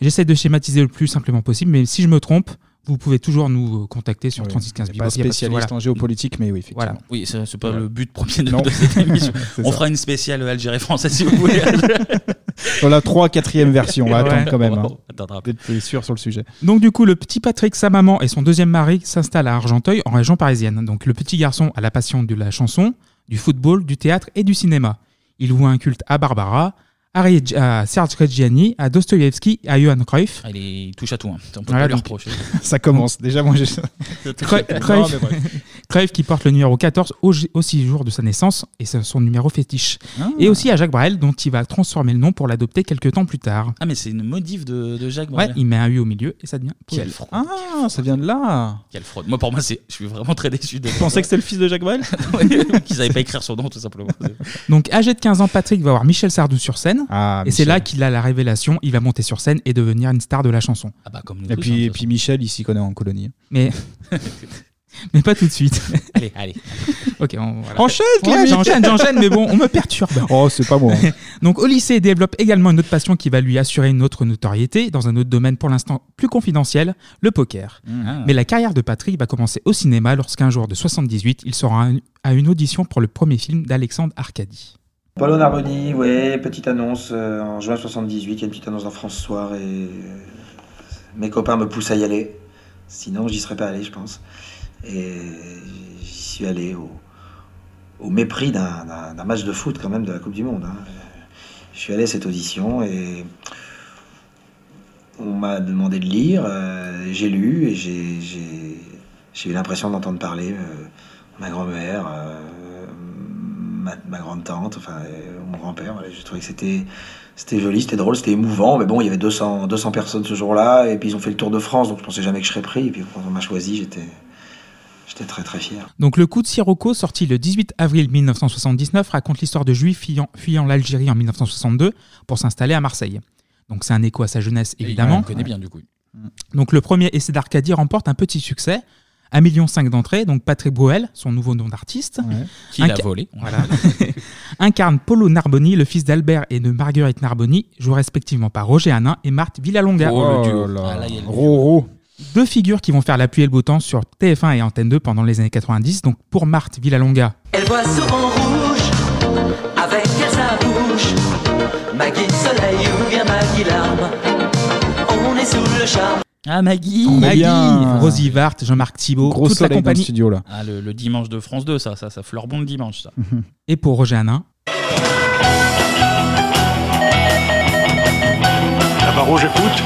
J'essaie de schématiser le plus simplement possible, mais si je me trompe, vous pouvez toujours nous euh, contacter sur Oui, 3615 on n'est pas spécialiste en géopolitique, mais oui, effectivement. Voilà. Oui, c'est c'est pas Voilà. le but premier de, Non. de cette émission. C'est On ça. fera une spéciale Algérie française si vous voulez. Dans la 3 4 version, on va Ouais. attendre quand même. On Hein. attendra. D'être plus sûr sur le sujet. Donc du coup, le petit Patrick, sa maman et son deuxième mari s'installent à Argenteuil en région parisienne. Donc le petit garçon a la passion de la chanson, du football, du théâtre et du cinéma. Il voue un culte à Barbara, à, Rie- à Serge Reggiani, à Dostoïevski, à Johann Cruyff. Ah, Il est- il touche à tout. hein. On peut Voilà, pas lui donc- reprocher. Ça commence. Déjà, moi, j'ai. Cruyff, Non, mais bref. Cruyff qui porte le numéro 14 au, aussi jour de sa naissance et c'est son numéro fétiche. Ah. Et aussi à Jacques Brel dont il va transformer le nom pour l'adopter quelques temps plus tard. Ah, mais c'est une modif de, de Jacques Ouais, Brel. il met un U au milieu et ça devient Quel Brel. fraude. Ah, ça vient de là. Quelle fraude. Moi, pour moi, c'est- je suis vraiment très déçu. De... Je pensais que c'était le fils de Jacques Brel Qu'ils n'avaient pas écrire son nom, tout simplement. Donc âgé de 15 ans, Patrick va voir Michel Sardou sur scène. et Ah, Michel. c'est là qu'il a la révélation, il va monter sur scène et devenir une star de la chanson. Ah bah comme Et puis, et puis Michel, il s'y connaît en colonie. Mais, mais pas tout de suite. Allez, allez. ok, on, voilà. Enchaîne, Ouais, Clémy. J'enchaîne, j'enchaîne, mais bon, on me perturbe. Oh, c'est pas moi. hein. Donc au lycée, il développe également une autre passion qui va lui assurer une autre notoriété dans un autre domaine pour l'instant plus confidentiel, le poker. Ah, Mmh. Mais la carrière de Patrick va commencer au cinéma lorsqu'un jour de 78, il sera à un- à une audition pour le premier film d'Alexandre Arcadie. Paolo Narboni, ouais, petite annonce euh, en juin 78, il y a une petite annonce dans France ce Soir et euh, mes copains me poussent à y aller. Sinon, j'y serais pas allé, je pense. Et j'y suis allé au, au mépris d'un- d'un d'un match de foot quand même de la Coupe du Monde. hein. Je suis allé à cette audition et on m'a demandé de lire. euh, j'ai lu et j'ai- j'ai j'ai eu l'impression d'entendre parler euh, ma grand-mère. euh, ma, ma grande tante, enfin euh, mon grand-père. voilà, J'ai trouvé que c'était c'était joli, c'était drôle, c'était émouvant. Mais bon, il y avait 200, 200 personnes ce jour-là, et puis ils ont fait le tour de France, donc je pensais jamais que je serais pris. Et puis quand on m'a choisi, j'étais j'étais très très fier. Donc le coup de Sirocco, sorti le 18 avril 1979, raconte l'histoire de Juifs fuyant, fuyant l'Algérie en 1962 pour s'installer à Marseille. Donc c'est un écho à sa jeunesse évidemment. on le connaît bien, hein, du coup. Donc le premier essai d'Arcadie remporte un petit succès. 1,5 million d'entrées, donc Patrick Bruel, son nouveau nom d'artiste. Qui l'a Inca- volé. Voilà. Incarne Polo Narboni, le fils d'Albert et de Marguerite Narboni, joués respectivement par Roger Hanin et Marthe Villalonga. Oh, là Ah, là. Roro. Deux figures qui vont faire la pluie et le beau temps sur TF1 et Antenne 2 pendant les années 90. Donc pour Marthe Villalonga, Elle voit souvent rouge, avec elle sa bouche. Maggie Soleil ou bien Maggie Larme, on est sous le charme. Ah, Maggie. Maggie, Rosy Vart, Jean-Marc Thibault, Gros toute la soleil dans le compagnie. studio, là. Ah, le, le dimanche de France 2, ça, ça, ça fleure bon le dimanche, ça. Et pour Roger Hanin, Navarro, j'écoute.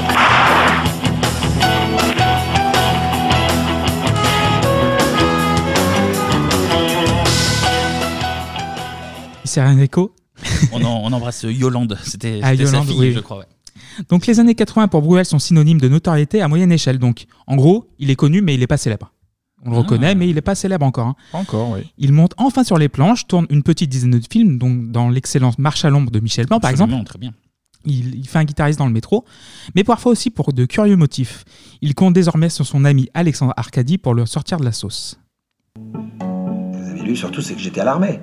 c'est un écho. on, en- on embrasse euh, Yolande. C'était Ah, c'était sa Yolande, fille, oui. je crois. ouais. Donc les années 80 pour Bruel sont synonymes de notoriété à moyenne échelle. Donc en gros, il est connu mais il n'est pas célèbre. On le Ah. reconnaît mais il n'est pas célèbre encore. hein. Encore, oui. Il monte enfin sur les planches, tourne une petite dizaine de films, donc dans l'excellente Marche à l'ombre de Michel Blanc par Absolument, exemple. Très bien. Il, il fait un guitariste dans le métro, mais parfois aussi pour de curieux motifs. Il compte désormais sur son ami Alexandre Arcadie pour le sortir de la sauce. Vous avez lu surtout, c'est que j'étais à l'armée.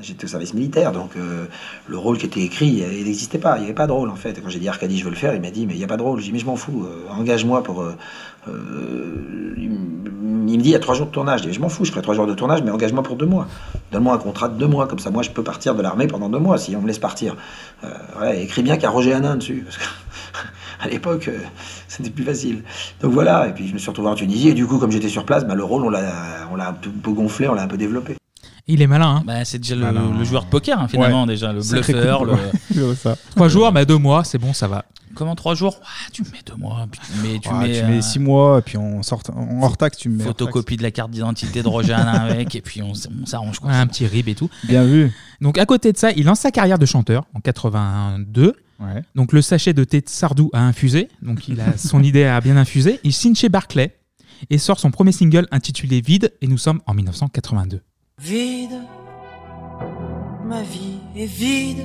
J'étais au service militaire, donc euh, le rôle qui était écrit, euh, il il n'existait pas. Il n'y avait pas de rôle en fait. Quand j'ai dit Arcadie, je veux le faire, il m'a dit mais il n'y a pas de rôle. J'ai dit mais je m'en fous, euh, engage-moi pour. euh, euh, il m- il me dit il y a trois jours de tournage. Je dis mais je m'en fous, je ferai trois jours de tournage, mais engage-moi pour deux mois. Donne-moi un contrat de deux mois, comme ça moi je peux partir de l'armée pendant deux mois si on me laisse partir. Euh, voilà, et écris bien qu'il y a Roger Hanin dessus. parce que à l'époque, euh, c'était plus facile. Donc voilà, et puis je me suis retrouvé en Tunisie, et du coup, comme j'étais sur place, bah, le rôle, on l'a on l'a un peu peu gonflé, on l'a un peu développé. Il est malin. Hein. Bah, c'est déjà le, le joueur de poker, hein, finalement, Ouais. déjà, le Sacré bluffeur. coup de le- poing. Trois jours, mais deux mois, c'est bon, ça va. Comment trois jours Ah, Tu me mets deux mois, puis tu mets, tu Ah, mets, tu euh, mets 6 mois, et puis en, sort, en hors taxe, tu me mets. hors taxe. photocopie de la carte d'identité de Roger Alain avec, et puis on, s- on s'arrange. quoi. Ouais, un petit rib et tout. Bien vu. Donc à côté de ça, il lance sa carrière de chanteur en 82. Ouais. Donc le sachet de thé de Sardou a infusé, donc il a son idée a bien infusé. Il signe chez Barclay et sort son premier single intitulé Vide et nous sommes en 1982. Vide, ma vie est vide.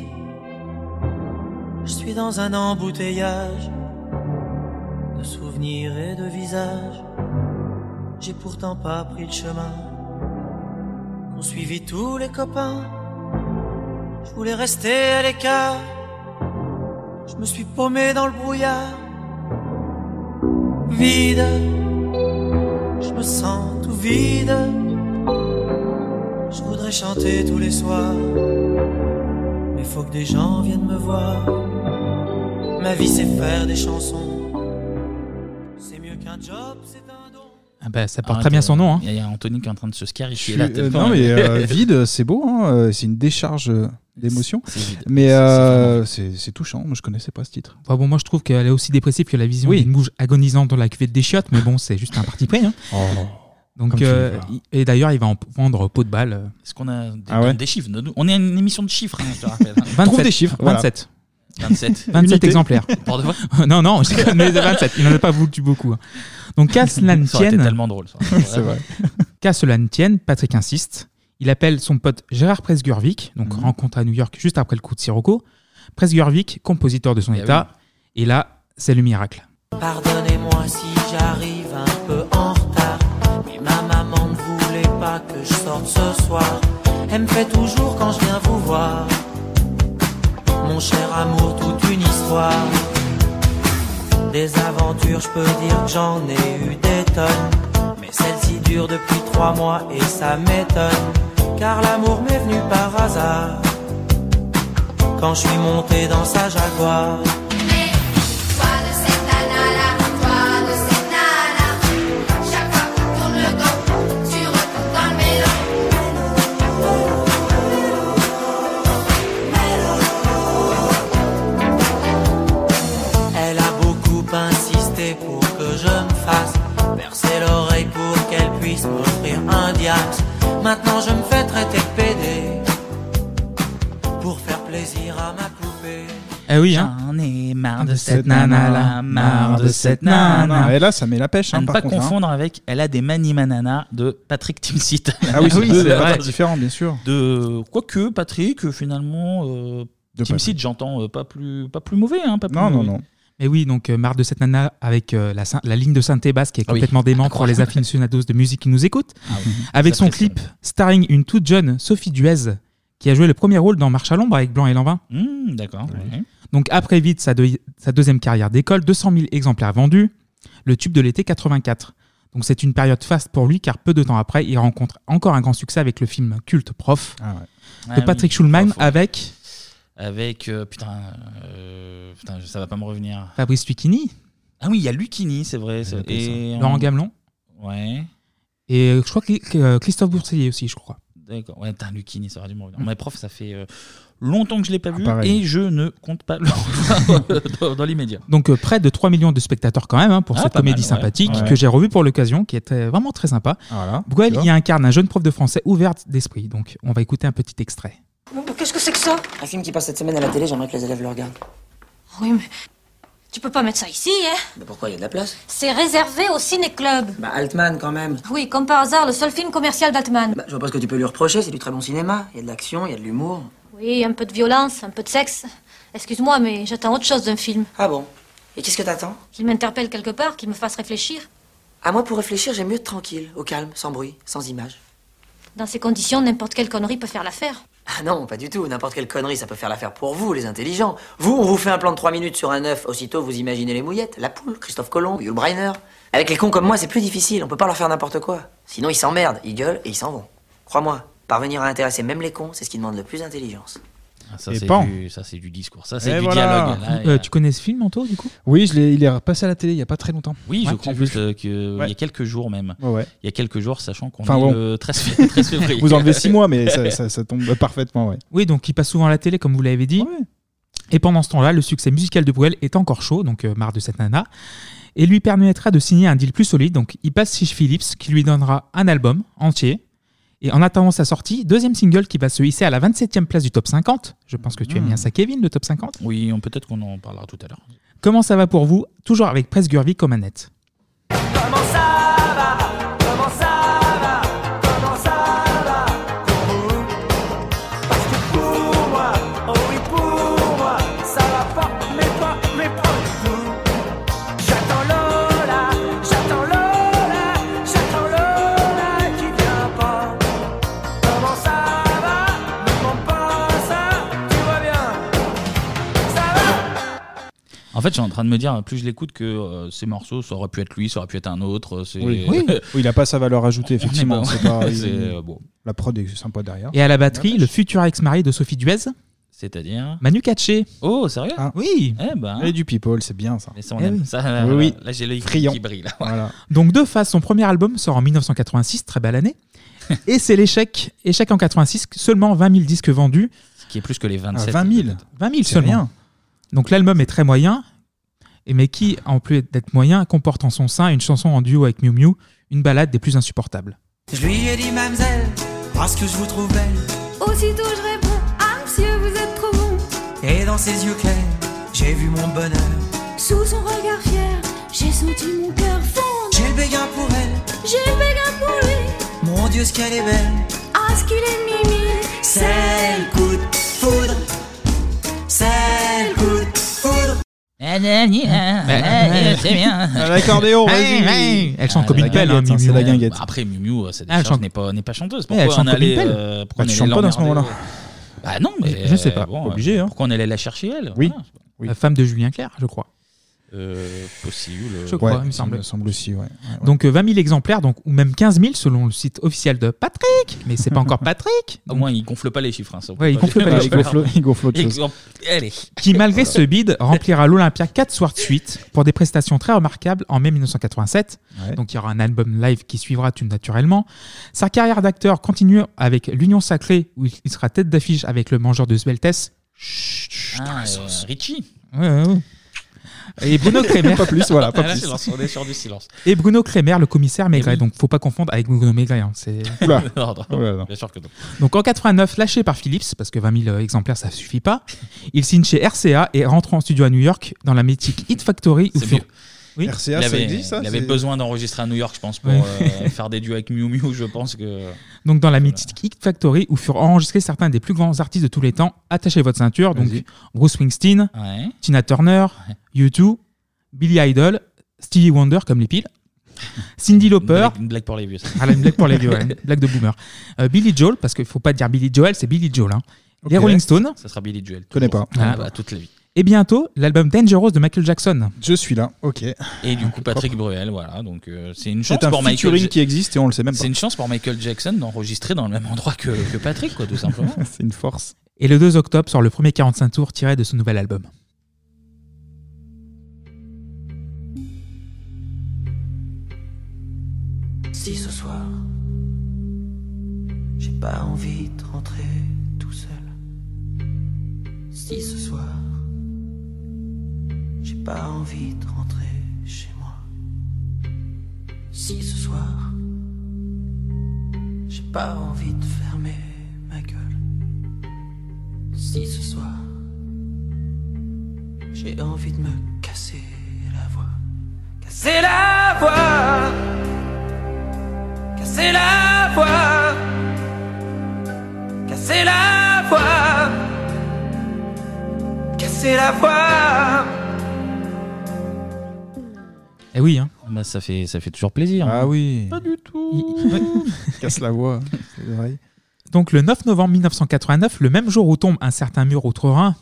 Je suis dans un embouteillage de souvenirs et de visages. J'ai pourtant pas pris le chemin qu'ont suivi tous les copains. Je voulais rester à l'écart. Je me suis paumé dans le brouillard. Vide, je me sens tout vide. Je voudrais chanter tous les soirs, mais faut que des gens viennent me voir. Ma vie c'est faire des chansons. C'est mieux qu'un job, c'est un don. Ah bah, ça porte Arrête, très bien son nom. hein. Il y a- il y a Anthony qui est en train de se scarifier Tu- là. euh, non, mais euh, vide, c'est beau, hein, euh, c'est une décharge euh, d'émotion. C'est vide. Mais euh, c'est c'est touchant, moi je connaissais pas ce titre. Enfin, bon, moi je trouve qu'elle est aussi dépressive que la vision Oui. d'une mouche agonisante dans la cuvette des chiottes, mais bon, c'est juste un parti pris. hein. Oh, Donc, comme tu euh, les vois. il- et d'ailleurs, il va en p- vendre au pot de balle. euh, Est-ce qu'on a des, Ah ouais des chiffres nous- On est une émission de chiffres, hein, je te rappelle. 27. Trouve des chiffres, voilà. 27. 27. 27 exemplaires. Pour de vrai non, non, je déconne, mais 27. Il n'en a pas voulu beaucoup. hein. Donc, qu'à cela ne Ça aurait été tienne. tellement drôle, ça. C'est vrai. Qu'à cela ne tienne, Patrick insiste. Il appelle son pote Gérard Presgurvic, donc Mhm. rencontre à New York juste après le coup de Sirocco. Presgurvic, compositeur de son Eh état. Et là, c'est le miracle. Pardonnez-moi si j'arrive un peu en retard. Mais ma maman ne voulait pas que je sorte ce soir. Elle me fait toujours quand je viens vous voir. Mon cher amour, toute une histoire. Des aventures, je peux dire que j'en ai eu des tonnes. Mais celle-ci dure depuis trois mois et ça m'étonne. Car l'amour m'est venu par hasard. Quand je suis monté dans sa jaguar. Elle a beaucoup insisté pour que je me fasse percer l'oreille pour qu'elle puisse m'offrir un diams. Maintenant je me fais traiter de PD pour faire plaisir à ma poupée. Eh oui, hein. J'en ai marre de cette nana là, marre de cette nana. Et là, ça met la pêche, À hein, ne par pas contre, hein. confondre avec Elle a des mani manana de Patrick Timsit. Ah oui, c'est deux vrai. avatars différents, bien sûr. De quoique Patrick, euh, finalement, euh, Timsit, j'entends euh, pas plus pas plus mauvais, hein, pas plus mauvais. Mais oui, donc euh, marre de cette nana avec euh, la, syn- la ligne de synthé basse qui est Ah oui. Ah complètement dément pour les aficionados de musique qui nous écoutent. oui. Avec son clip starring une toute jeune Sophie Duez qui a joué le premier rôle dans Marche à l'ombre avec Blanc et Lanvin. Hmm, D'accord. ouais. Donc après vite sa, deuxi- sa deuxième carrière d'école, 200 000 exemplaires vendus, le tube de l'été 84. Donc c'est une période faste pour lui car peu de temps après, il rencontre encore un grand succès avec le film culte Prof Ah de oui, Patrick Schulman avec Avec euh, putain, euh, putain, ça va pas me revenir. Fabrice Lucchini, Ah oui, il y a Lucini, c'est vrai. c'est- Et Laurent en- Gamelon Ouais. et euh, je crois que euh, Christophe Boursier aussi, je crois. D'accord. Ouais, putain, Lucini, ça aurait dû me revenir. Mes profs, ça fait euh, longtemps que je l'ai pas vu Ah, pareil. et je ne compte pas le revoir dans, dans l'immédiat. Donc euh, près de 3 millions de spectateurs quand même hein, pour Ah, cette pas mal, comédie ouais. sympathique Ouais. que j'ai revue pour l'occasion, qui était vraiment très sympa. Voilà, Gwen tu vois. y incarne un jeune prof de français ouvert d'esprit. Donc on va écouter un petit extrait. Qu'est-ce que c'est que ça Un film qui passe cette semaine à la télé, j'aimerais que les élèves le regardent. Oui, mais tu peux pas mettre ça ici, hein Mais pourquoi il y a de la place C'est réservé au ciné-club. Bah Altman quand même. Oui, comme par hasard, le seul film commercial d'Altman. Bah, je vois pas ce que tu peux lui reprocher, c'est du très bon cinéma. Il y a de l'action, il y a de l'humour. Oui, un peu de violence, un peu de sexe. Excuse-moi, mais j'attends autre chose d'un film. Ah bon Et qu'est-ce que t'attends Qu'il m'interpelle quelque part, qu'il me fasse réfléchir. À moi pour réfléchir, j'aime mieux être tranquille, au calme, sans bruit, sans image. Dans ces conditions, n'importe quelle connerie peut faire l'affaire. Ah non, pas du tout. N'importe quelle connerie, ça peut faire l'affaire pour vous, les intelligents. Vous, on vous fait un plan de 3 minutes sur un œuf. Aussitôt, vous imaginez les mouillettes, la poule, Christophe Colomb, Yul Brynner. Avec les cons comme moi, c'est plus difficile. On peut pas leur faire n'importe quoi. Sinon, ils s'emmerdent, ils gueulent et ils s'en vont. Crois-moi, parvenir à intéresser même les cons, c'est ce qui demande le plus d'intelligence. Ah, ça, Et c'est pan. du, ça, c'est du discours. Ça, c'est Et du voilà. dialogue. Là, il y a- Euh, tu connais ce film, Anto, du coup Oui, je l'ai- il est repassé à la télé il n'y a pas très longtemps. Oui, je Ouais, crois en j'ai plus vu. euh, que il y a quelques jours même. Ouais, ouais. Il y a quelques jours, sachant qu'on Enfin, est bon. le 13, fé- 13 février. Vous enlevez 6 mois, mais ça, ça- ça tombe parfaitement, ouais. Oui, donc il passe souvent à la télé, comme vous l'avez dit. Et pendant ce temps-là, le succès musical de Bruel est encore chaud, donc euh, marre de cette nana, et lui permettra de signer un deal plus solide. Donc il passe chez Philips, qui lui donnera un album entier. Et en attendant sa sortie, deuxième single qui va se hisser à la 27e place du top 50. Je pense que tu aimes bien ça, Kevin, le top 50. Hmm. Oui, on- peut-être qu'on en parlera tout à l'heure. Comment ça va pour vous Toujours avec Presse Gurvy comme Annette. Comment ça va Comment ça va Comment ça va pour vous Parce que pour moi, oh oui pour moi, ça va pas, mais pas, mais pas du tout. J'attends Lola, j'attends Lola, j'attends Lola qui vient pas. Comment ça va Ne demande pas ça, tu vois bien. Ça va En fait, je suis en train de me dire, plus je l'écoute, que euh, ces morceaux, ça aurait pu être lui, ça aurait pu être un autre. euh, c'est- Oui. Oui, il n'a pas sa valeur ajoutée, effectivement. bon. C'est pas- il- C'est, euh, bon. La prod est sympa Ah. derrière. Et à la batterie, le futur ex-mari de Sophie Duez, C'est-à-dire Manu Katché. Ah. Oh, sérieux Oui Eh ben. Et du people, c'est bien ça. Ça, on Eh aime. oui. Ça, Oui, là, là, oui. là, j'ai l'œil Friand. qui brille. là. Donc de face, son premier album sort en 1986, très belle année. et c'est l'échec. Échec en 86, seulement 20 000 disques vendus. Ce qui est plus que les Ah, 27. 20 000 20 000 seulement. rien. Donc l'album est très moyen, et mais qui, en plus d'être moyen, comporte en son sein une chanson en duo avec Miu Miu, une balade des plus insupportables. Je lui ai dit, mademoiselle, parce que je vous trouve belle. Aussitôt je réponds Ah monsieur vous êtes trop bon Et dans ses yeux clairs, j'ai vu mon bonheur. Sous son regard fier J'ai senti mon cœur fondre J'ai le béguin pour elle J'ai le béguin pour lui Mon Dieu, ce qu'elle est belle. Ah ce qu'il est mimi C'est le coup de foudre. C'est le coup de foudre. Ah, c'est bien. Ah, l'accordéon, vas-y. Elle Ah, chante comme une pelle, hein, Miu Miu. Bah, Après, Miu Miu, euh, c'est des Ah, elle charges, chante- n'est pas, n'est pas chanteuse. Pourquoi Mais elle chante on comme allait, une pelle. euh, pourquoi Bah, tu on chantes allait pas dans ce l'emmerder, moment-là. euh Bah non, mais. Je- je sais pas, bon, pas euh, obligé, hein. Pourquoi on allait la chercher, elle Oui. Voilà. La femme de Julien Clerc, je crois. Euh, possible. Je crois, Ouais. il me semble. aussi, ouais. Donc euh, 20 000 exemplaires, donc, ou même 15 000 selon le site officiel de Patrick, mais c'est pas encore Patrick. Au moins, il gonfle pas les chiffres. Hein, ça, on Ouais, peut il pas gonfle dire. pas les chiffres. Il gonfle autre chose. Exemple- Allez. qui malgré ce bid remplira l'Olympia 4 soirs de suite pour des prestations très remarquables en mai 1987. Ouais. Donc il y aura un album live qui suivra tout naturellement. Sa carrière d'acteur continue avec l'Union Sacrée où il sera tête d'affiche avec le mangeur de Sveltes. Ah, euh, Richie. Ouais, ouais, ouais. Et Bruno Kremer. Pas plus, voilà, pas Ah, là, plus. silence, on est sur du silence. Et Bruno Kremer, le commissaire Eh Maigret. oui. Donc faut pas confondre avec Bruno Maigret. hein, c'est- Oula. Non, non, bien sûr que non. Donc en 89, lâché par Philips, parce que 20 000 exemplaires ça suffit pas, il signe chez RCA et rentre en studio à New York dans la mythique Hit Factory. où furent- Oui. il avait, il avait besoin d'enregistrer à New York, je pense, pour Ouais. euh, faire des duos avec Miu Miu. Je pense que. Donc dans la mythique Hit Factory où furent enregistrés certains des plus grands artistes de tous les temps. Attachez votre ceinture, donc Bruce Springsteen, Ouais. Tina Turner, U2, Billy Idol, Stevie Wonder comme les piles, Cindy Lauper, Une blague pour les vieux. ça. Ah, là, une blague pour les vieux, ouais, une blague de boomer. Euh, Billy Joel, parce qu'il faut pas dire Billy Joel, c'est Billy Joel. hein. Les Ok. Rolling Stones. Ça sera Billy Joel. Connais toujours. pas. Ah, bah, toute la vie. Et bientôt, l'album Dangerous de Michael Jackson. Je suis là, ok. Et du coup, Patrick Bruel, voilà. Donc, euh, c'est une chance C'est un pour Michael. featuring Ja- qui existe et on le sait même pas. C'est une chance pour Michael Jackson d'enregistrer dans le même endroit que, que Patrick, quoi, tout simplement. C'est une force. Et le 2 octobre sort le premier 45 tours tiré de ce nouvel album. Si ce soir, j'ai pas envie de rentrer tout seul. Si ce soir, j'ai pas envie de rentrer chez moi. Si ce soir, j'ai pas envie de fermer ma gueule. Si ce soir, j'ai envie de me casser la voix. Casser la voix! Casser la voix Casser la voix Casser la voix Eh oui, hein. Bah, ça, fait, ça fait toujours plaisir. Ah oui. Pas du tout. Casse la voix. c'est vrai. Donc le 9 novembre 1989, le même jour où tombe un certain mur au Rhin.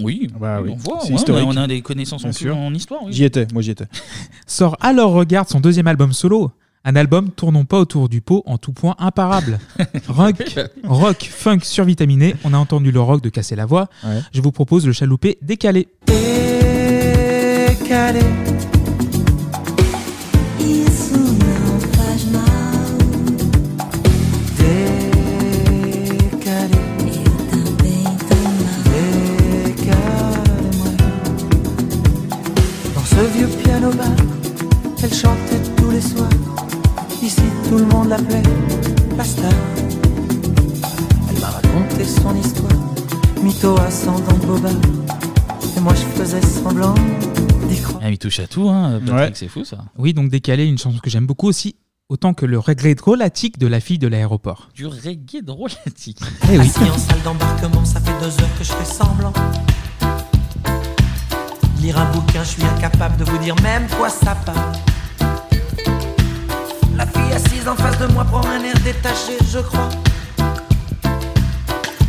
Oui, Bah oui. on voit, C'est ouais, on a- historique. on a des connaissances en, Bien plus- sûr. en histoire. oui. J'y étais, moi j'y étais. Sort alors regarde son deuxième album solo. Un album tournons pas autour du pot en tout point imparable. rock, rock, funk survitaminé. On a entendu le rock de casser la voix. Je vous propose le chaloupé décalé. Décalé. Isso não faz mal. Décalé. Eu também tô mal. Dans ce vieux piano bar, elle chantait tous les soirs. Ici, tout le monde l'appelait la star. Elle m'a raconté son histoire, mytho ascendant bobard. Et moi, je faisais semblant d'y croire. Ah, il touche à tout, hein, Patrick, c'est fou ça. Oui, donc décalé, une chanson que j'aime beaucoup aussi. Autant que le regret drôlatique de la fille de l'aéroport. Du reggae drôlatique. Eh oui. Assis en salle d'embarquement, ça fait deux heures que je fais semblant. Lire un bouquin, je suis incapable de vous dire même quoi ça parle. La fille assise en face de moi prend un air détaché, je crois.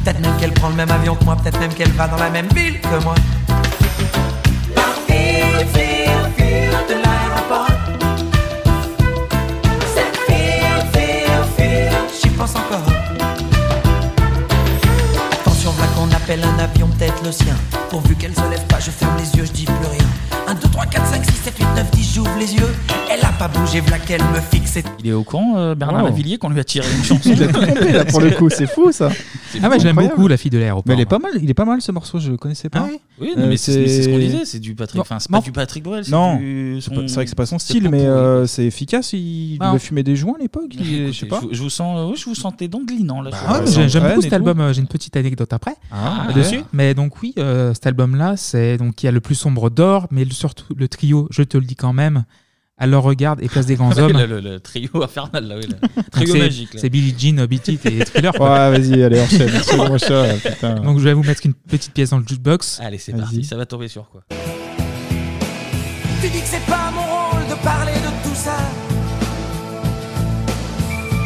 Peut-être même qu'elle prend le même avion que moi, peut-être même qu'elle va dans la même ville que moi. La fille, fille, fille de l'aéroport. Cette fille, fille, fille, j'y pense encore. Attention, voilà qu'on appelle un avion, peut-être le sien. Pourvu qu'elle se lève pas, je ferme les yeux, je dis plus rien. 1, 2, 3, 4, 5, 6, 7, 8, 9, 10, j'ouvre les yeux. Elle a pas bougé, voilà qu'elle me fixe. et- Il est au courant, euh, Bernard Wow. Lavillier, qu'on lui a tiré une chanson. Il a trompé, là, pour le coup, c'est fou ça. C'est Ah ouais, fou. je l'aime Incroyable. beaucoup, la fille de l'aéroport. Mais il est pas mal, il est pas mal ce morceau, je le connaissais pas. Ah Oui, non, Euh, mais c'est mais c'est ce qu'on disait, c'est du Patrick. Enfin, c'est pas non. du Patrick Bruel. Non, du- c'est son- pas- c'est vrai que c'est pas son c'est style, pas mais pour- euh, c'est efficace. Il Bah, devait fumer des joints à l'époque, il- Écoutez, je sais pas. Bah vous- Je vous sens, euh, oui, je vous sentais donc glinant là. Ah ouais, mais j'ai- j'aime beaucoup cet album, euh, j'ai une petite anecdote après Ah, euh, dessus. ouais. Mais donc oui, euh, cet album-là, c'est donc il y a le plus sombre d'or, mais le- surtout le trio, je te le dis quand même, à leur regard et place des grands hommes. Ah le, le- le trio infernal là, oui, le Donc, trio c'est- magique. là. C'est Billie Jean, Beat It et Thriller. Ouais, quoi. vas-y, allez, enchaîne, c'est bon, ça, putain. Donc je vais vous mettre une petite pièce dans le jukebox. Allez, c'est parti, ça va tomber sur quoi Tu dis que c'est pas mon rôle de parler de tout ça.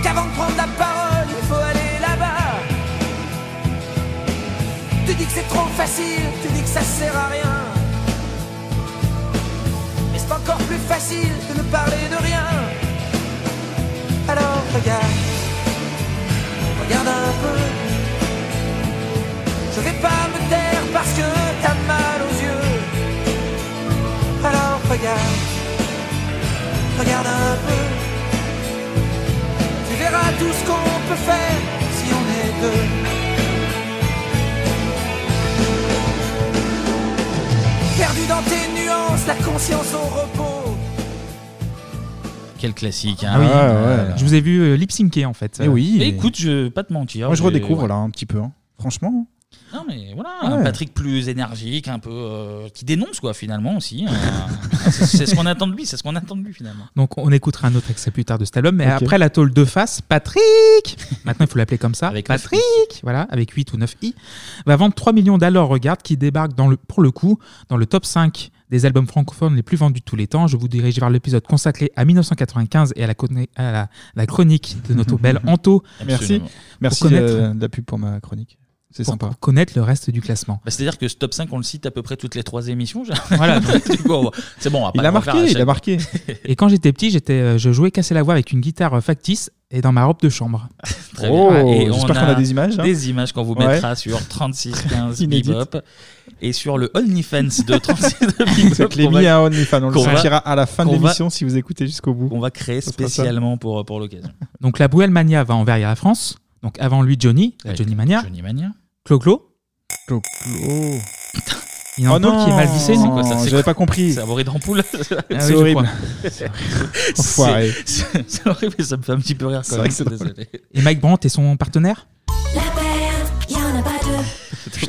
Qu'avant de prendre la parole, il faut aller là-bas. Tu dis que c'est trop facile, tu dis que ça sert à rien. Mais c'est encore plus facile de ne parler de rien. Alors regarde, regarde un peu. Je vais pas me taire parce que t'as mal aux yeux. Alors regarde, regarde un peu. Tu verras tout ce qu'on peut faire si on est deux. Perdu dans tes nuances, la conscience au repos. Quel classique. hein. Ah oui, Ah, euh, ouais. je vous ai vu euh, lip-syncer en fait. Eh oui, Mais mais- écoute, je vais pas te mentir, Moi, je j'ai- redécouvre ouais. là un petit peu, hein. franchement. Ah Non mais voilà, Ouais. Ah un Patrick plus énergique, un peu euh, qui dénonce quoi finalement aussi. hein. c'est c'est ce qu'on attend de lui, c'est ce qu'on attend de lui finalement. Donc on écoutera un autre extrait plus tard de cet album, mais Ok. après la tôle de face, Patrick, maintenant il faut l'appeler comme ça, Patrick, voilà, avec 8 ou 9 i, va vendre 3 millions d'alors regarde qui débarque dans le, pour le coup dans le top 5 des albums francophones les plus vendus de tous les temps. Je vous dirige vers l'épisode consacré à 1995 et à la, conna- à la- la chronique de notre belle Anto. Merci, Pour merci de, connaître- de la pub pour ma chronique. C'est pour- sympa. pour connaître le reste du classement. Bah, C'est-à-dire que ce top 5, on le cite à peu près toutes les trois émissions. j'ai- Voilà. Du coup, on va- c'est bon, on va pas Il a le refaire marqué, à il chaque- a marqué. Et quand j'étais petit, j'étais, euh, je jouais casser la voix avec une guitare euh, factice et dans ma robe de chambre. Très bien. Et Oh, on j'espère qu'on a des images, hein. Des images qu'on vous Ouais. mettra sur 3615 Inédite. Bebop et sur le OnlyFans de 3615 Donc, les qu'on va- mis à OnlyFans, on le qu'on va- sortira à la fin de qu'on va- l'émission si vous écoutez jusqu'au bout. On va créer Ça sera ça. spécialement pour, pour l'occasion. Donc la Bouelle Mania va envahir la France. Donc avant lui Johnny, la Johnny Mania. Johnny Mania. Clo-Clo. Il y en a Oh un autre qui est mal vissé. non, j'avais pas compris. C'est abori d'ampoule. oui, je horrible. crois. C'est C'est- Enfoiré. C'est c'est horrible, mais ça me fait un petit peu rire C'est quand vrai même. que c'est drôle. Désolé. Et Mike Brandt est son partenaire La terre, y'en a pas deux.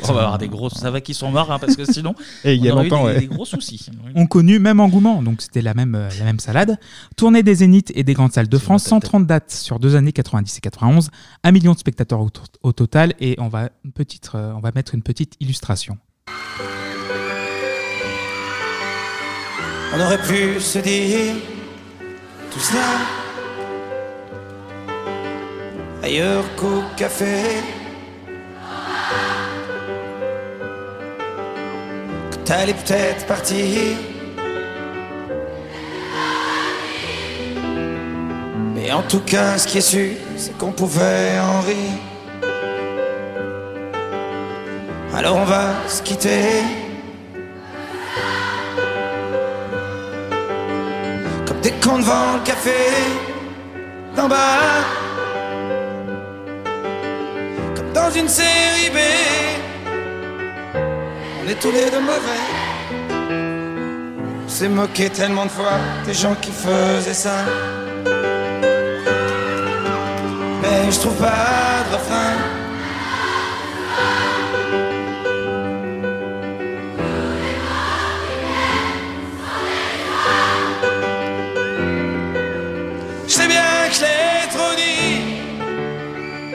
On va avoir des gros. Ça va qu'ils sont morts, hein, parce que sinon, Et il y a on aurait eu longtemps, des, ouais. des gros soucis. ont connu même engouement, donc c'était la même, euh, la même salade. Tournée des Zéniths et des grandes salles de France, 130 dates sur deux années 90 et 91, un million de spectateurs au, to- au total, et on va, une petite, euh, on va mettre une petite illustration. On aurait pu se dire tout cela. ailleurs qu'au café. Que t'allais peut-être partir. Mais en tout cas, ce qui est sûr, c'est qu'on pouvait en rire. Alors on va se quitter. Comme des cons devant le café d'en bas. Comme dans une série B. On est tous les deux mauvais. On s'est moqué tellement de fois des gens qui faisaient ça. Mais je trouve pas de refrain. Je sais bien que je l'ai trop dit.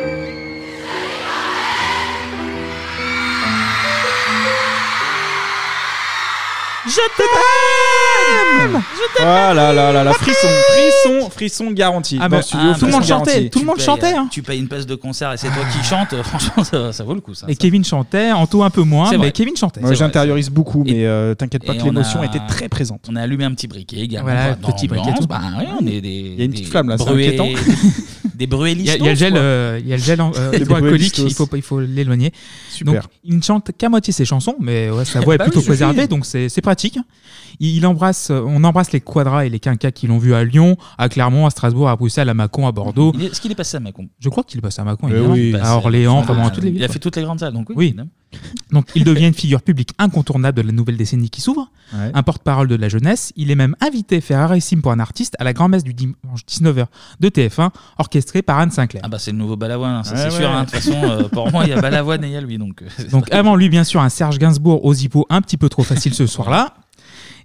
Je t'aime Ah là là là là, frisson, frisson, frisson garanti. Ah Dans bah, le studio, ah, frisson bah, garanti. tu payes- hein. Tu payes une place de concert et c'est toi qui chantes, franchement, ça, ça vaut le coup. Ah, Ça, Et Kevin chantait, Anto un peu moins, Hein, C'est mais vrai. Kevin chantait. Moi, C'est vrai, J'intériorise beaucoup, mais euh, t'inquiète pas Et que on l'émotion a- était très présente. On a allumé un petit briquet également. Voilà, dans petit l'ambiance. briquet, tout. Bah, ouais, on est des, Il y a une petite flamme, là, c'est inquiétant. Des brûlés Il y a, il y a le gel, euh, il y a le gel en- euh, Des hydroalcoolique, brûlistos. il faut, pas- il faut l'éloigner. Super. Donc, il ne chante qu'à moitié ses chansons, mais ouais, sa voix est Bah oui, plutôt suffit. préservée, donc c'est c'est pratique. Il, il embrasse, euh, on embrasse les quadras et les quinquas qui l'ont vu à Lyon, à Clermont, à Strasbourg, à Bruxelles, à Mâcon, à Bordeaux. Il est- Est-ce qu'il est passé à Macon Je crois qu'il est passé à Euh, Macon, Mais évidemment. Euh, oui. hein, à Orléans, Ah, vraiment à toutes les villes. Il a quoi. fait toutes les grandes salles, donc oui. Oui. évidemment. Donc il devient une figure publique incontournable de la nouvelle décennie qui s'ouvre, Ouais. un porte-parole de la jeunesse. Il est même invité à faire un récime pour un artiste à la grand-messe du dimanche 19h de TF1, orchestrée par Anne Sinclair. Ah bah c'est le nouveau Balavoine, hein, ça Ouais, c'est ouais. sûr. hein. De toute façon, euh, pour moi, il y a Balavoine et il y a lui. Donc, euh, Donc avant lui, bien sûr, un Serge Gainsbourg aux hippos un petit peu trop facile ce soir-là.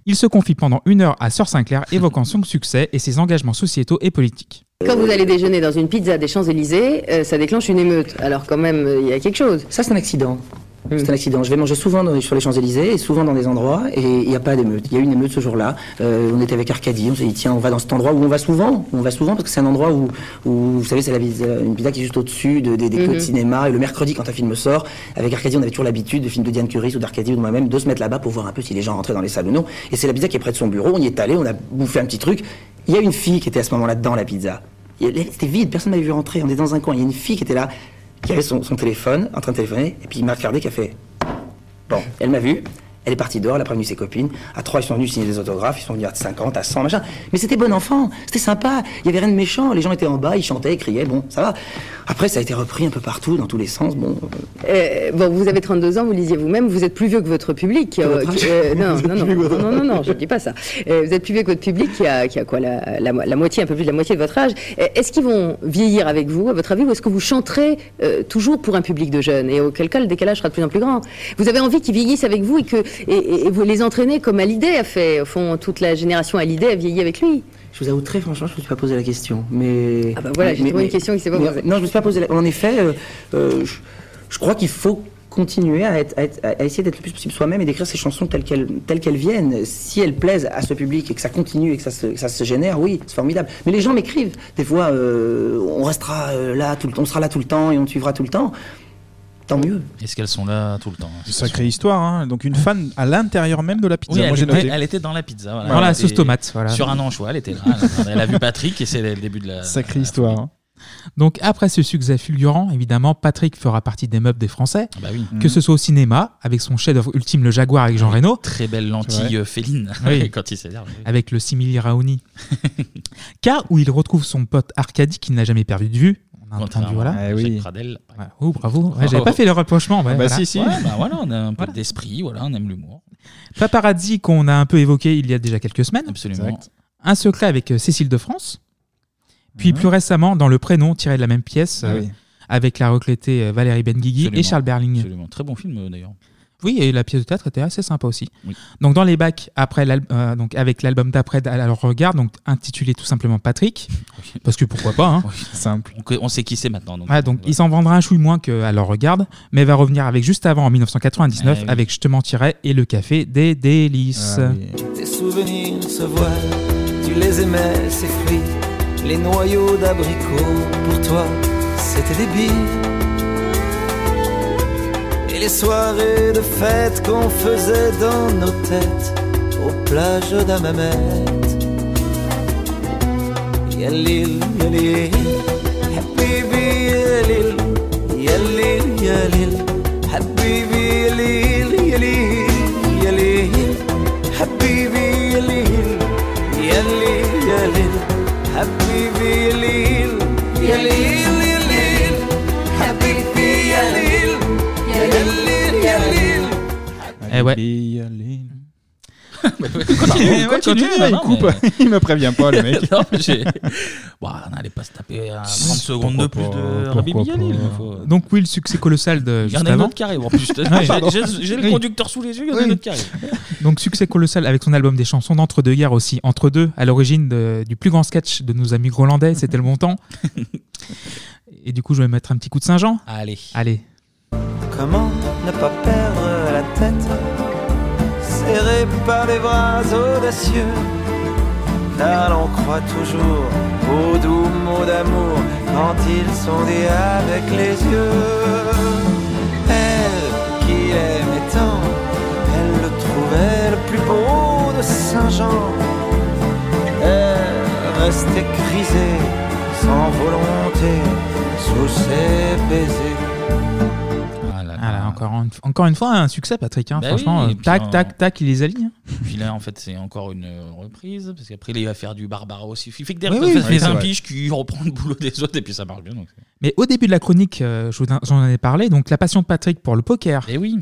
Il se confie pendant une heure à Sœur Sinclair, évoquant son succès et ses engagements sociétaux et politiques. Quand vous allez déjeuner dans une pizza des Champs-Élysées, euh, ça déclenche une émeute. Alors quand même, euh, il y a quelque chose. Ça, c'est un accident. C'est un accident. Je vais manger souvent dans- sur les Champs-Élysées et souvent dans des endroits et il n'y a pas d'émeute. Il y a eu une émeute ce jour-là. Euh, on était avec Arcadie, on s'est dit tiens, on va dans cet endroit où on va souvent. On va souvent parce que c'est un endroit où, où, vous savez, c'est la pizza- une pizza qui est juste au-dessus de- des, des codes Mhm. cinéma. Et le mercredi, quand un film sort, avec Arcadie, on avait toujours l'habitude, le film de Diane Curis ou d'Arcadie ou de moi-même, de se mettre là-bas pour voir un peu si les gens rentraient dans les salles ou non. Et c'est la pizza qui est près de son bureau. On y est allé, on a bouffé un petit truc. Il y a une fille qui était à ce moment-là dedans la pizza. Il y a- C'était vide, personne m'avait vu rentrer. On était dans un coin. Il y a une fille qui était là qui avait son, son téléphone, en train de téléphoner, et puis il m'a regardé, qui a fait Bon, elle m'a vu, elle est partie dehors, elle a prévenu ses copines. À trois, ils sont venus signer des autographes, ils sont venus à 50, à 100, machin. Mais c'était bon enfant, c'était sympa, il y avait rien de méchant, les gens étaient en bas, ils chantaient, ils criaient, bon, ça va. Après, ça a été repris un peu partout, dans tous les sens, bon. euh, Euh, bon, vous avez 32 ans, vous lisiez vous-même, vous êtes plus vieux que votre public. Que votre âge. euh, non, Vous êtes non, non, plus vieux que non, votre non, non, non, je ne dis pas ça. Euh, vous êtes plus vieux que votre public qui a, qui a quoi, la, la mo- la moitié, un peu plus de la moitié de votre âge. Euh, Est-ce qu'ils vont vieillir avec vous, à votre avis, ou est-ce que vous chanterez euh, toujours pour un public de jeunes Et auquel cas, le décalage sera de plus en plus grand. Vous avez envie qu'ils vieillissent avec vous et que et, et- et vous les entraînez comme Hallyday a fait. Au fond, toute la génération Hallyday a vieilli avec lui. Je vous avoue très franchement, je ne me suis pas posé la question, mais... Ah bah voilà, j'ai mais- trouvé une mais- question qui s'est pas mais- posée. Non, je ne me suis pas posé la... En effet, euh, euh, je, je crois qu'il faut continuer à, être- à être- à essayer d'être le plus possible soi-même et d'écrire ses chansons telles qu'elles, telles qu'elles viennent. Si elles plaisent à ce public et que ça continue et que ça se, que ça se génère, oui, c'est formidable. Mais les gens m'écrivent. Des fois, euh, on restera euh, là, tout le, on sera là tout le temps et on te suivra tout le temps. Tant mieux. Est-ce qu'elles sont là tout le temps hein, Une sacrée histoire, hein. donc une fan à l'intérieur même de la pizza. Oui, Moi, elle, j'ai était, noté. elle était dans la pizza. Voilà. Dans la Elle était sauce tomate, voilà. Sur un anchois, elle était là. Elle a vu Patrick et c'est le début de la. Sacrée histoire. hein. Donc après ce succès fulgurant, évidemment, Patrick fera partie des meubles des Français, bah oui. que Mhm. ce soit au cinéma, avec son chef-d'œuvre ultime Le Jaguar avec Jean Reno. Très belle lentille euh, féline Oui. quand il s'énerve. avec le simili Raoni. Cas où il retrouve son pote Arcadie qu'il n'a jamais perdu de vue. On a entendu, voilà. Ah, Contrairement à Jacques Pradel. Ouais. Oh, Ah, bravo. Ouais, J'avais pas fait le rapprochement. ouais, voilà. Ouais, bah voilà, on a un peu d'esprit, voilà, on aime l'humour. Paparazzi qu'on a un peu évoqué il y a déjà quelques semaines. Absolument. Exact. Un secret avec euh, Cécile de France. Puis plus récemment, dans le prénom tiré de la même pièce, Mmh. Ah euh, oui. avec la reclétée euh, Valérie Benguigui et Absolument. Charles Berling. Absolument. Très bon film euh, d'ailleurs. Oui, et la pièce de théâtre était assez sympa aussi. Oui. Donc dans les bacs après l'al- euh, donc avec l'album d'après à leur regard, donc intitulé tout simplement Patrick, parce que pourquoi pas. Hein. Simple. On, co- on sait qui c'est maintenant. Donc. Ah, Ouais, donc il s'en vendra un chouille moins que à leur regard, mais va revenir avec juste avant en 1999 Ah oui. Ah avec Je te mentirais et le café des délices. Tes souvenirs se voilent, tu les aimais, ces fruits, les noyaux d'abricots. Pour toi, c'était débile. Et les soirées de fête qu'on faisait dans nos têtes aux plages d'Hammamet. يا الليل يا ليل حبيبي يا ليل يا ليل يا ليل حبيبي يا ليل يا ليل يا ليل حبيبي يا ليل يا ليل يا ليل حبيبي يا ليل يا ليل يا ليل حبيبي يا ليل يا ليل يا ليل Eh ouais. Continue, Pardon, continue, continue, bah il non, coupe. mais- Il me prévient pas, le mec. Non, mais j'ai- Bon, on n'allait pas se taper à 30 secondes de plus de Rabbi Bialil. faut- Donc oui, le succès colossal de. Il y en juste a un avant. autre qui arrive, en plus, je te- Ouais. j'ai- j'ai- j'ai le Oui. conducteur sous les yeux, il y en a un Oui. autre qui arrive. Donc succès colossal avec son album des chansons d'entre-deux-guerres aussi. Entre deux, à l'origine de- du plus grand sketch de nos amis groenlandais, c'était le bon temps. Et du coup, je vais mettre un petit coup de Saint-Jean. Allez. Allez. Comment ne pas perdre la tête Serré par des bras audacieux Car l'on croit toujours aux doux mots d'amour Quand ils sont dits avec les yeux Elle qui aimait tant Elle le trouvait le plus beau de Saint-Jean Elle restait crisée sans volonté Sous ses baisers Ah là, encore, une, encore une fois, un succès, Patrick. hein. Bah Franchement, oui, euh, et puis tac, on- tac, tac, il les hein. aligne. Puis là, en fait, c'est encore une euh, reprise, parce qu'après, il va faire du Barbara aussi. Il fait que des Oui, reprises, oui, fait oui, des c'est vrai. impiches qui reprend le boulot des autres, et puis ça marche bien. donc c'est- Mais au début de la chronique, euh, je vous- j'en ai parlé, donc la passion de Patrick pour le poker. Et Eh oui.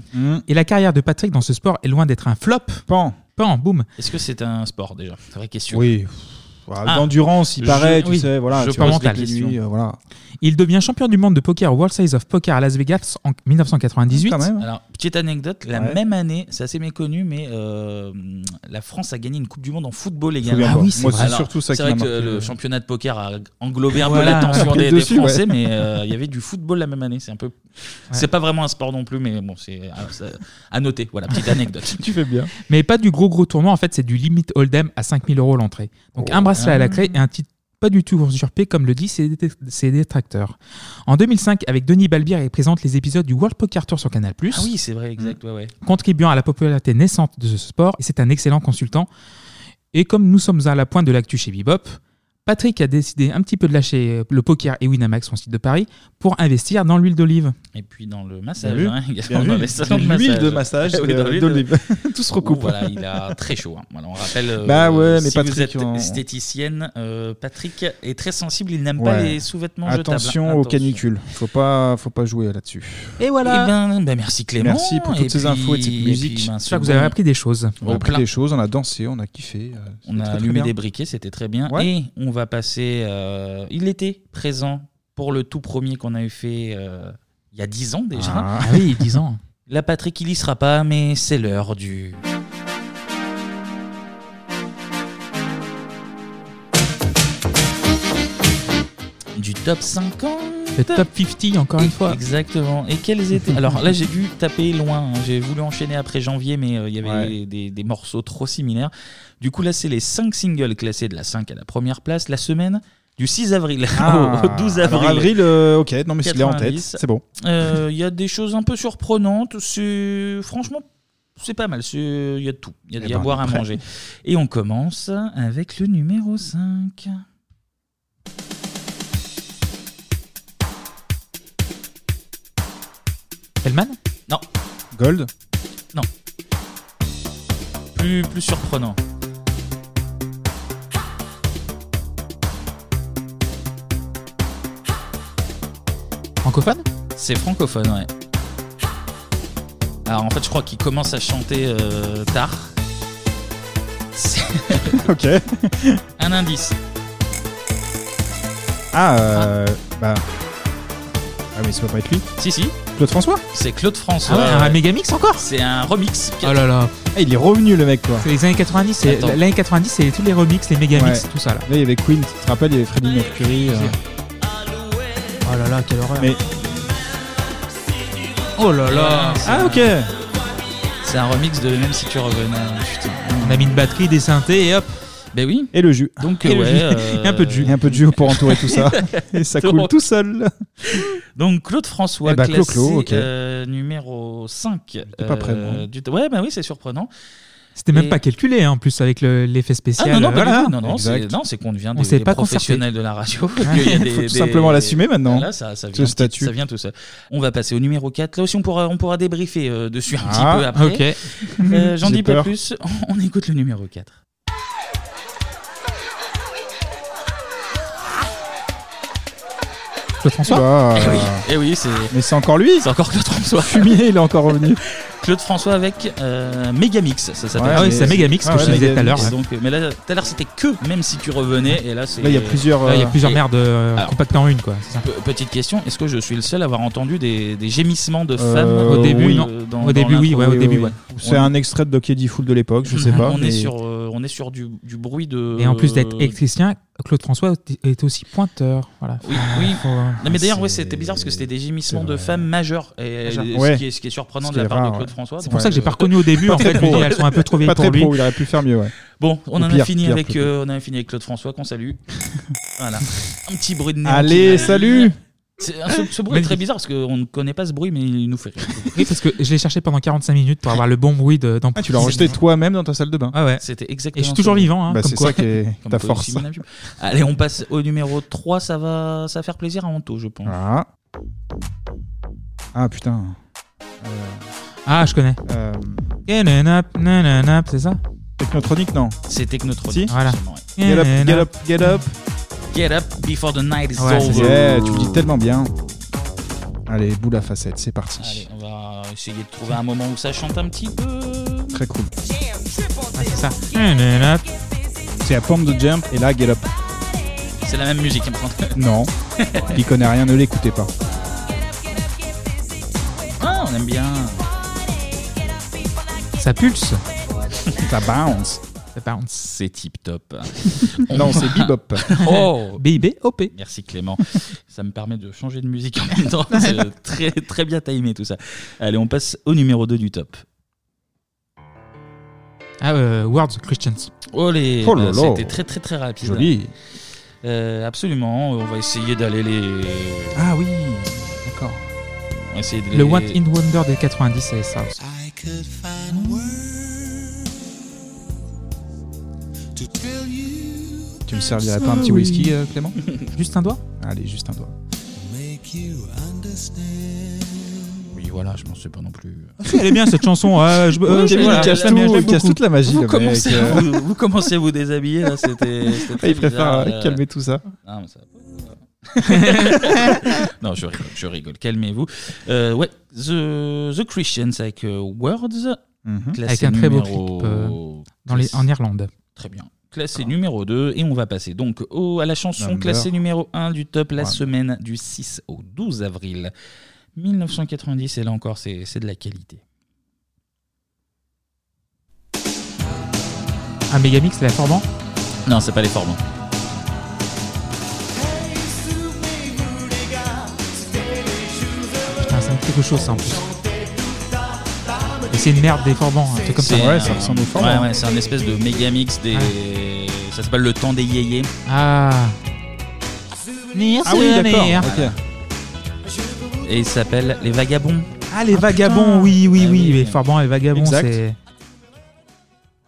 Et la carrière de Patrick dans ce sport est loin d'être un flop. Pan. Pan, boum. Est-ce que c'est un sport déjà C'est vraie question. Ah. Oui. Ah, D'endurance, il paraît, tu sais, voilà, Ah. je tu restes mental. les pieds nus, euh, voilà. Il devient champion du monde de poker au World Series of Poker à Las Vegas en 1998. Ah, Alors, petite anecdote, la Ouais. même année, c'est assez méconnu, mais euh, la France a gagné une Coupe du Monde en football également. Souviens-toi. Ah oui, c'est Moi, vrai. c'est Alors, surtout ça qui c'est vrai m'a que marqué, le ouais. championnat de poker a englobé un Voilà, peu l'attention a pris le des, des dessus, Français, ouais. mais euh, il y avait du football la même année. C'est un peu. C'est pas vraiment un sport non plus, mais bon, c'est à, ça- à noter. Voilà, petite anecdote. tu fais bien. Mais pas du gros gros tournoi, en fait, c'est du limit hold'em à 5000 euros l'entrée. Donc Oh. un bracelet à la clé et un titre pas du tout usurpé, comme le disent ses, dé- ses détracteurs. En 2005, avec Denis Balbir, il présente les épisodes du World Poker Tour sur Canal+. Ah oui, c'est vrai, exact. Ouais, ouais. contribuant à la popularité naissante de ce sport, et c'est un excellent consultant. Et comme nous sommes à la pointe de l'actu chez Bebop, Patrick a décidé un petit peu de lâcher euh, le poker et Winamax, son site de Paris, pour investir dans l'huile d'olive. Et puis dans le massage, Bien vu, hein, bien également vu. dans les salons de L'huile massage. de massage, Eh oui, euh, dans l'huile d'olive. de- Tout se recoupe. Ouh, voilà, il a très chaud. hein. Voilà, on rappelle, euh, Bah ouais, mais si Patrick, vous êtes hein. on- esthéticienne, euh, Patrick est très sensible, il n'aime pas Ouais. les sous-vêtements jetables. hein. Attention aux canicules. Faut pas, faut pas jouer là-dessus. Et voilà. Eh ben, ben, merci Clément. Merci pour toutes Et ces puis- infos et cette et musique. puis, ben, ce J'espère que vous avez bon- appris des choses. On a Au appris plein. des choses, on a dansé, on a kiffé. euh, On a c'était très, très allumé bien. des briquets, c'était très bien. Ouais. Et on va passer. euh, il était présent pour le tout premier qu'on avait fait euh, il y a 10 ans déjà. Ah. Ah oui, 10 ans. La Patrick, il y sera pas, mais c'est l'heure du. Du top 50. Le top 50, encore une fois. Exactement. Et quels étaient. Alors là, j'ai dû taper loin. hein. J'ai voulu enchaîner après janvier, mais euh, il y avait des, des- des morceaux trop similaires. Du coup, là, c'est les 5 singles classés de la 5 à la première place la semaine du 6 avril Ah, au 12 avril. alors avril, euh, ok, non, mais c'est là en tête, 90. c'est bon. Euh, Il y a des choses un peu surprenantes. C'est franchement. C'est pas mal, c'est- il y a de tout. Il y a, Eh il y a à ben, boire, à prêt. manger. Et on commence avec le numéro 5. Hellman Non. Gold Non. Plus, plus surprenant. Francophone C'est francophone, ouais. Alors en fait, je crois qu'il commence à chanter euh, tard. C'est- Ok. Un indice. Ah, euh, bah. Ah, mais ça peut pas être lui. Si, si. Claude François C'est Claude François. Ah ouais, un Megamix encore C'est un remix. Oh là là. Ah, il est revenu, le mec, quoi. C'est les années 90, c'est Attends. l'année 90, c'est tous les remix, les méga mix, Ouais. tout ça là. il y avait Queen, tu te rappelles, il y avait Freddie Mercury. euh. Oh là là, quelle horreur. Mais Oh là là. Ah, ok. C'est un remix de Même si tu revenais. Putain. On a mis une batterie, des synthés et hop. Ben oui. Et le jus. Donc, Et le ouais, jus. euh, Et un peu de jus. Et un peu de jus pour entourer tout ça. Et ça coule tout seul. Donc Claude François, Eh bah, ben, classé, Clo-Clo, ok. euh, numéro 5. pas prêt, moi. du t- Ouais, ben oui, c'est surprenant. C'était même Et- pas calculé hein, en plus avec le- l'effet Ah spécial. non, non, pas euh, voilà. du tout. non, non, c'est- non, c'est qu'on devient On des, s'est des pas professionnels de la radio. Ouais. Il y a Faut des- tout des- simplement l'assumer maintenant. Là, ça, ça Ce vient, tout- statut. ça vient tout seul. On va passer au numéro 4. Là aussi, on pourra, on pourra débriefer euh, dessus un Ah, petit peu après. ok. Euh, J'en J'ai dis pas peur. plus. On, on écoute le numéro 4. Claude François Bah, Eh oui, eh oui, c'est. Oh Mais c'est encore lui C'est encore Claude François. Fumier, il est encore revenu. Claude François avec euh, Megamix, ça s'appelle. Ouais, Ah oui, mais- c'est Megamix, Ah comme je te disais tout à Megamix, l'heure, ouais. donc, euh, Mais là, tout à l'heure, c'était que, même si tu revenais, et là, c'est. Là, il y a plusieurs, Là, il y a euh, plusieurs et- merdes, euh, Alors, compactées en une, quoi, c'est ça pe- Petite question, est-ce que je suis le seul à avoir entendu des, des gémissements de Euh, femmes oui. euh, non. dans- dans l'intro C'est On- un extrait de Donkey D. Fool de l'époque, je sais pas. On mais- est sur, euh, on est sur du, du bruit de. Et en plus d'être Euh. électricien, Claude François est aussi pointeur. Voilà. Oui, oui. Faut- euh, Non, mais Ah, d'ailleurs, ouais, c'était bizarre parce que c'était des gémissements de femmes majeures, et, Majeures. et Ouais. ce, qui est, ce qui est surprenant Ce de qui la est part rare, de Claude ouais. François. C'est pour donc, ça que j'ai euh, pas reconnu au début, en fait, je me dis, elles sont un peu trop vieilles Pas très pour lui. pro, il aurait pu faire mieux, ouais. Bon, on Ou en a pire, fini pire, avec, plutôt. euh, on a fini avec Claude François qu'on salue. voilà, un petit bruit de nez. Allez, qui- salut C'est- Ce, ce bruit est très bizarre parce qu'on ne connaît pas ce bruit, mais il nous fait rire. Oui, parce que je l'ai cherché pendant 45 minutes pour avoir le bon bruit de- d'en Ah, tu l'as enregistré toi-même dans ta salle de bain. Ah ouais. C'était Et exactement. je suis toujours ce bruit. vivant. Hein, Bah, comme c'est quoi. ça qui est Comme ta toi, force. Simon Abib. Allez, on passe au numéro 3, ça va, ça va faire plaisir à Anto, je pense. Ah. Ah putain. Ah, je connais. Euh... Nananap, nananap, c'est ça Technotronic, non C'est Technotronic. Si Voilà. Get up, get up, get up. Get up before the night is Ouais, over. yeah, tu le dis tellement bien. Allez, boule à facette, c'est parti. Allez, on va essayer de trouver un moment où ça chante un petit peu. Très cool. Ah, c'est ça. Nananap. C'est à Pump the Jump et là, Get Up. C'est la même musique, hein, il me semble. Non, il connaît rien, ne l'écoutez pas. Ah, on aime bien. Ça pulse. Ça bounce. Ça bounce. C'est tip top. Non, c'est bebop. Oh B-I-B-O-P. Merci Clément. ça me permet de changer de musique en même temps. C'est très, très bien timé tout ça. Allez, on passe au numéro 2 du top. Ah, euh, Words Christians. Olé, Oh là bah, là. c'était très très très rapide. hein. Joli. Euh, absolument, on va essayer d'aller les. Ah oui, d'accord. On va essayer de les- Le What in Wonder des 90, c'est ça aussi. Ah, Tu me servirais pas un petit whisky, euh, Clément Juste un doigt Allez, juste un doigt. Oui, voilà, je m'en sais pas non plus. euh. Ah, Elle est bien cette chanson. Ah, je, euh, Ouais, je- Kevin, voilà, il cache je l'aime bien, tout, je l'aime il casse beaucoup. toute la magie, Vous le commencez, mec, à euh. vous, vous commencez à vous déshabiller là, c'était. c'était très Il préfère bizarre, euh, euh. calmer tout ça. Ah, mais ça va pas. non, je rigole, je rigole. Calmez-vous. Euh, ouais, The, The Christians avec euh, Words, Avec classé un très beau clip numéro- euh, dans les, en Irlande. Très bien. Classé numéro 2, et on va passer donc au, à la chanson Number. classée numéro 1 du top la Ouais. semaine du 6 au 12 avril 1990. Et là encore, c'est c'est de la qualité. Un Ah, Megamix, c'est la Forban Non, c'est pas les formants. Putain, ça me fait quelque chose ça en plus. Et c'est une merde des Forbans, un truc comme ça. un- Ouais, ouais, c'est un espèce de méga mix des. Ça s'appelle le temps des yéyés. Ah. Ah oui, d'accord, ok. Et il s'appelle Les Vagabonds. ah Ah, les vagabonds, oui, oui, oui, Les Forbans et les vagabonds, Exact. c'est.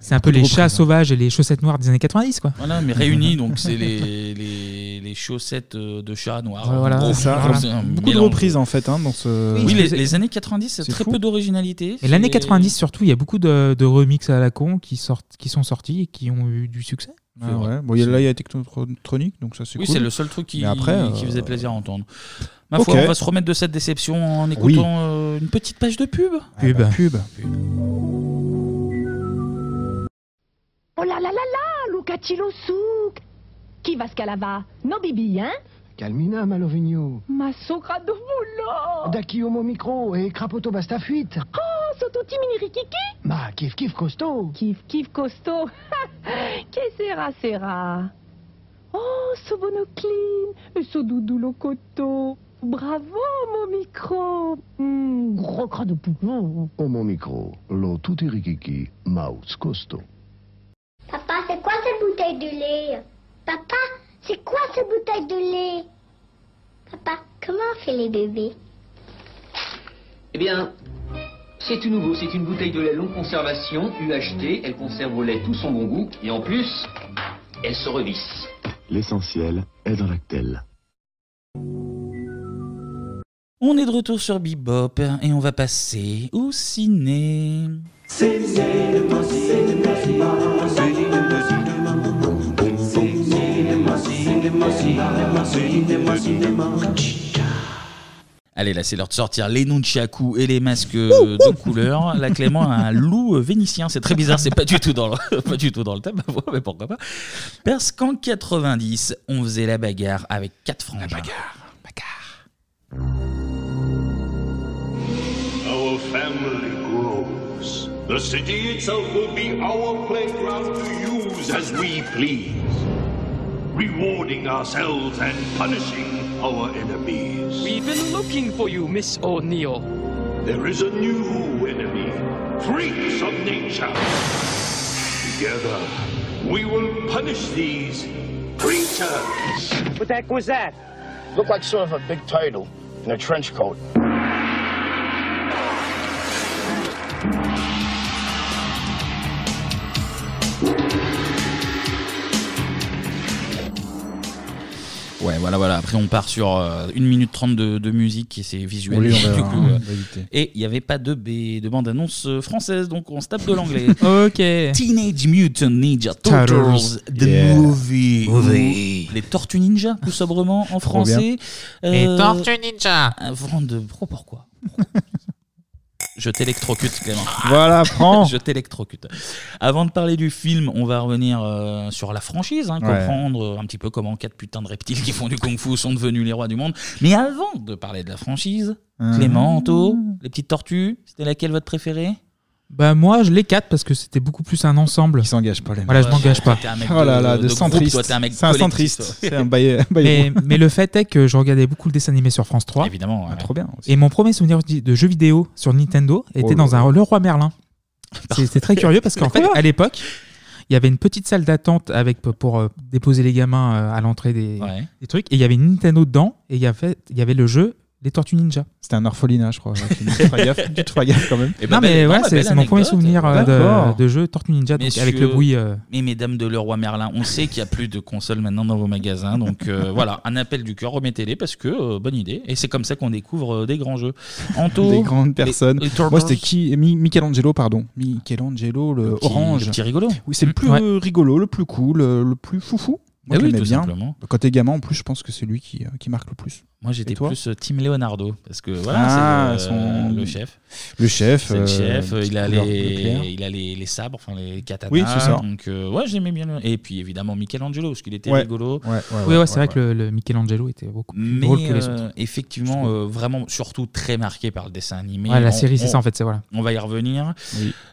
C'est un peu les chats sauvages et les chaussettes noires des années 90, quoi. Voilà, mais réunis, donc c'est les, les, les chaussettes euh, de chat noir. Ouais, voilà, En gros, c'est ça. c'est Voilà. un Beaucoup de mélange. reprises en fait hein, dans ce. Oui, les, les années 90, c'est C'est très fou. peu d'originalité. Et l'année C'est- 90, surtout, il y a beaucoup de, de remix à la con qui, sortent, qui sont sortis et qui ont eu du succès. Ah ouais. Bon, il y a- là il y a Technotronic, donc ça c'est Oui, cool. c'est le seul truc qui, Mais après, qui euh, faisait plaisir à entendre. Ma Ok. foi, on va se remettre de cette déception en Oui. écoutant euh, une petite page de pub. Pub. Ah, bah, pub. Oh là là là là, Lucacilo souk Qui va scalava No bibi, hein Calmina, Malovigno. Ma socra de volo Daki homo micro et crapoto basta fuite. Oh, sototi minirikiki Ma, kiff kiff costaud. Kiff kiff costaud Que sera sera Oh, so bonocline Et so doudou coteau Bravo, mon micro Hmm, Gros cra de poupon Homo micro, lo tutti rikiki, mouse costaud. Papa, c'est quoi cette bouteille de Papa, c'est quoi cette bouteille de lait Papa, comment on fait les bébés Eh bien, c'est tout nouveau. C'est une bouteille de lait longue conservation, UHT. Elle conserve au lait tout son bon goût. Et en plus, elle se revisse. L'essentiel est dans l'actel. On est de retour sur Bebop et on va passer au ciné. Allez, là, c'est l'heure de sortir les nunchaku et les masques euh, de couleur. Là, Clément a un loup euh, vénitien. C'est très bizarre, c'est pas du tout dans le, pas du tout dans le thème, mais pourquoi pas. Parce qu'en 90, on faisait la bagarre avec quatre frangins. La bagarre. Our family grows. The city itself will be our playground to use as we please, rewarding ourselves and punishing our enemies. We've been looking for you, Miss O'Neill. There is a new enemy, freaks of nature. Together, we will punish these creatures. What the heck was that? Looked like sort of a big turtle in a trench coat. Ouais, voilà, voilà. Après, on part sur euh, 1 minute 30 de, de musique et c'est visuel. Oui, on va- Du coup, on euh, va éviter. et il n'y avait pas de, B, de bande-annonce euh, française, donc on se tape de l'anglais. ok. Teenage Mutant Ninja Turtles, Turtles. The Yeah. movie. Movie. Les Tortues Ninja, tout sobrement, en français. Les Tortues Ninja. Avant de. Pro, pourquoi Je t'électrocute, Clément. Voilà, prends. Je t'électrocute. Avant de parler du film, on va revenir euh, sur la franchise, hein, Ouais. comprendre euh, un petit peu comment quatre putains de reptiles qui font du kung-fu sont devenus les rois du monde. Mais avant de parler de la franchise, Hum. Clément, Anto, les petites tortues, c'était laquelle votre préférée Bah moi je les quatre parce que c'était beaucoup plus un ensemble. Ils s'engagent pas les Voilà, je mecs. m'engage pas. Toi, t'es un mec Oh là de- là, de de groupe, centriste. toi, t'es un mec C'est un collectif, centriste. toi. C'est un bail- un bail mais, groupe. mais le fait est que je regardais beaucoup le dessin animé sur France 3. Évidemment. Ah, trop bien. Et mon premier souvenir de jeu vidéo sur Nintendo était Oh là dans un Le Roi Merlin. C'est c'est très curieux parce qu'en fait à l'époque il y avait une petite salle d'attente avec pour euh, déposer les gamins euh, à l'entrée des, des trucs et il y avait une Nintendo dedans et il y avait il y avait le jeu Les Tortues Ninja. C'était un orphelinat, je crois. Tu feras gaffe, tu feras gaffe quand même. Eh ben, non, belle- mais non, ouais, bah, c'est belle c'est mon premier anecdote. souvenir euh, D'accord. de, de jeu Tortue Ninja donc, avec le Messieurs bruit. euh, Et mesdames de Leroy Merlin, on sait qu'il n'y a plus de consoles maintenant dans vos magasins. Donc euh, voilà, un appel du cœur, remettez-les parce que euh, bonne idée. Et c'est comme ça qu'on découvre euh, des grands jeux. Anto, des grandes personnes. les- les Turtles. Moi, c'était qui Mi- Michelangelo, pardon. Michelangelo, le, petit- orange. le petit rigolo. Oui, c'est le Mm, plus ouais. euh, rigolo, le plus cool, euh, le plus foufou. Moi, Eh je oui, l'aimais tout bien. simplement. Quand t'es gamin, en plus, je pense que c'est lui qui, euh, qui marque le plus. Moi j'étais Et toi plus euh, Team Leonardo parce que voilà, Ah, c'est le, euh, son- le chef. Le chef, C'est le euh, chef, petite il a, couleur les, bleu clair. il a les, les sabres, enfin les katanas. Oui, c'est ça. Donc euh, ouais, j'aimais bien. le- Et puis évidemment Michelangelo parce qu'il était Ouais. rigolo. oui, ouais, c'est vrai que le, le Michelangelo était beaucoup plus Mais drôle que les euh, autres. effectivement, euh, vraiment surtout très marqué par le dessin animé. Ouais, la On- série, c'est on- ça, en fait, c'est voilà. On va y revenir.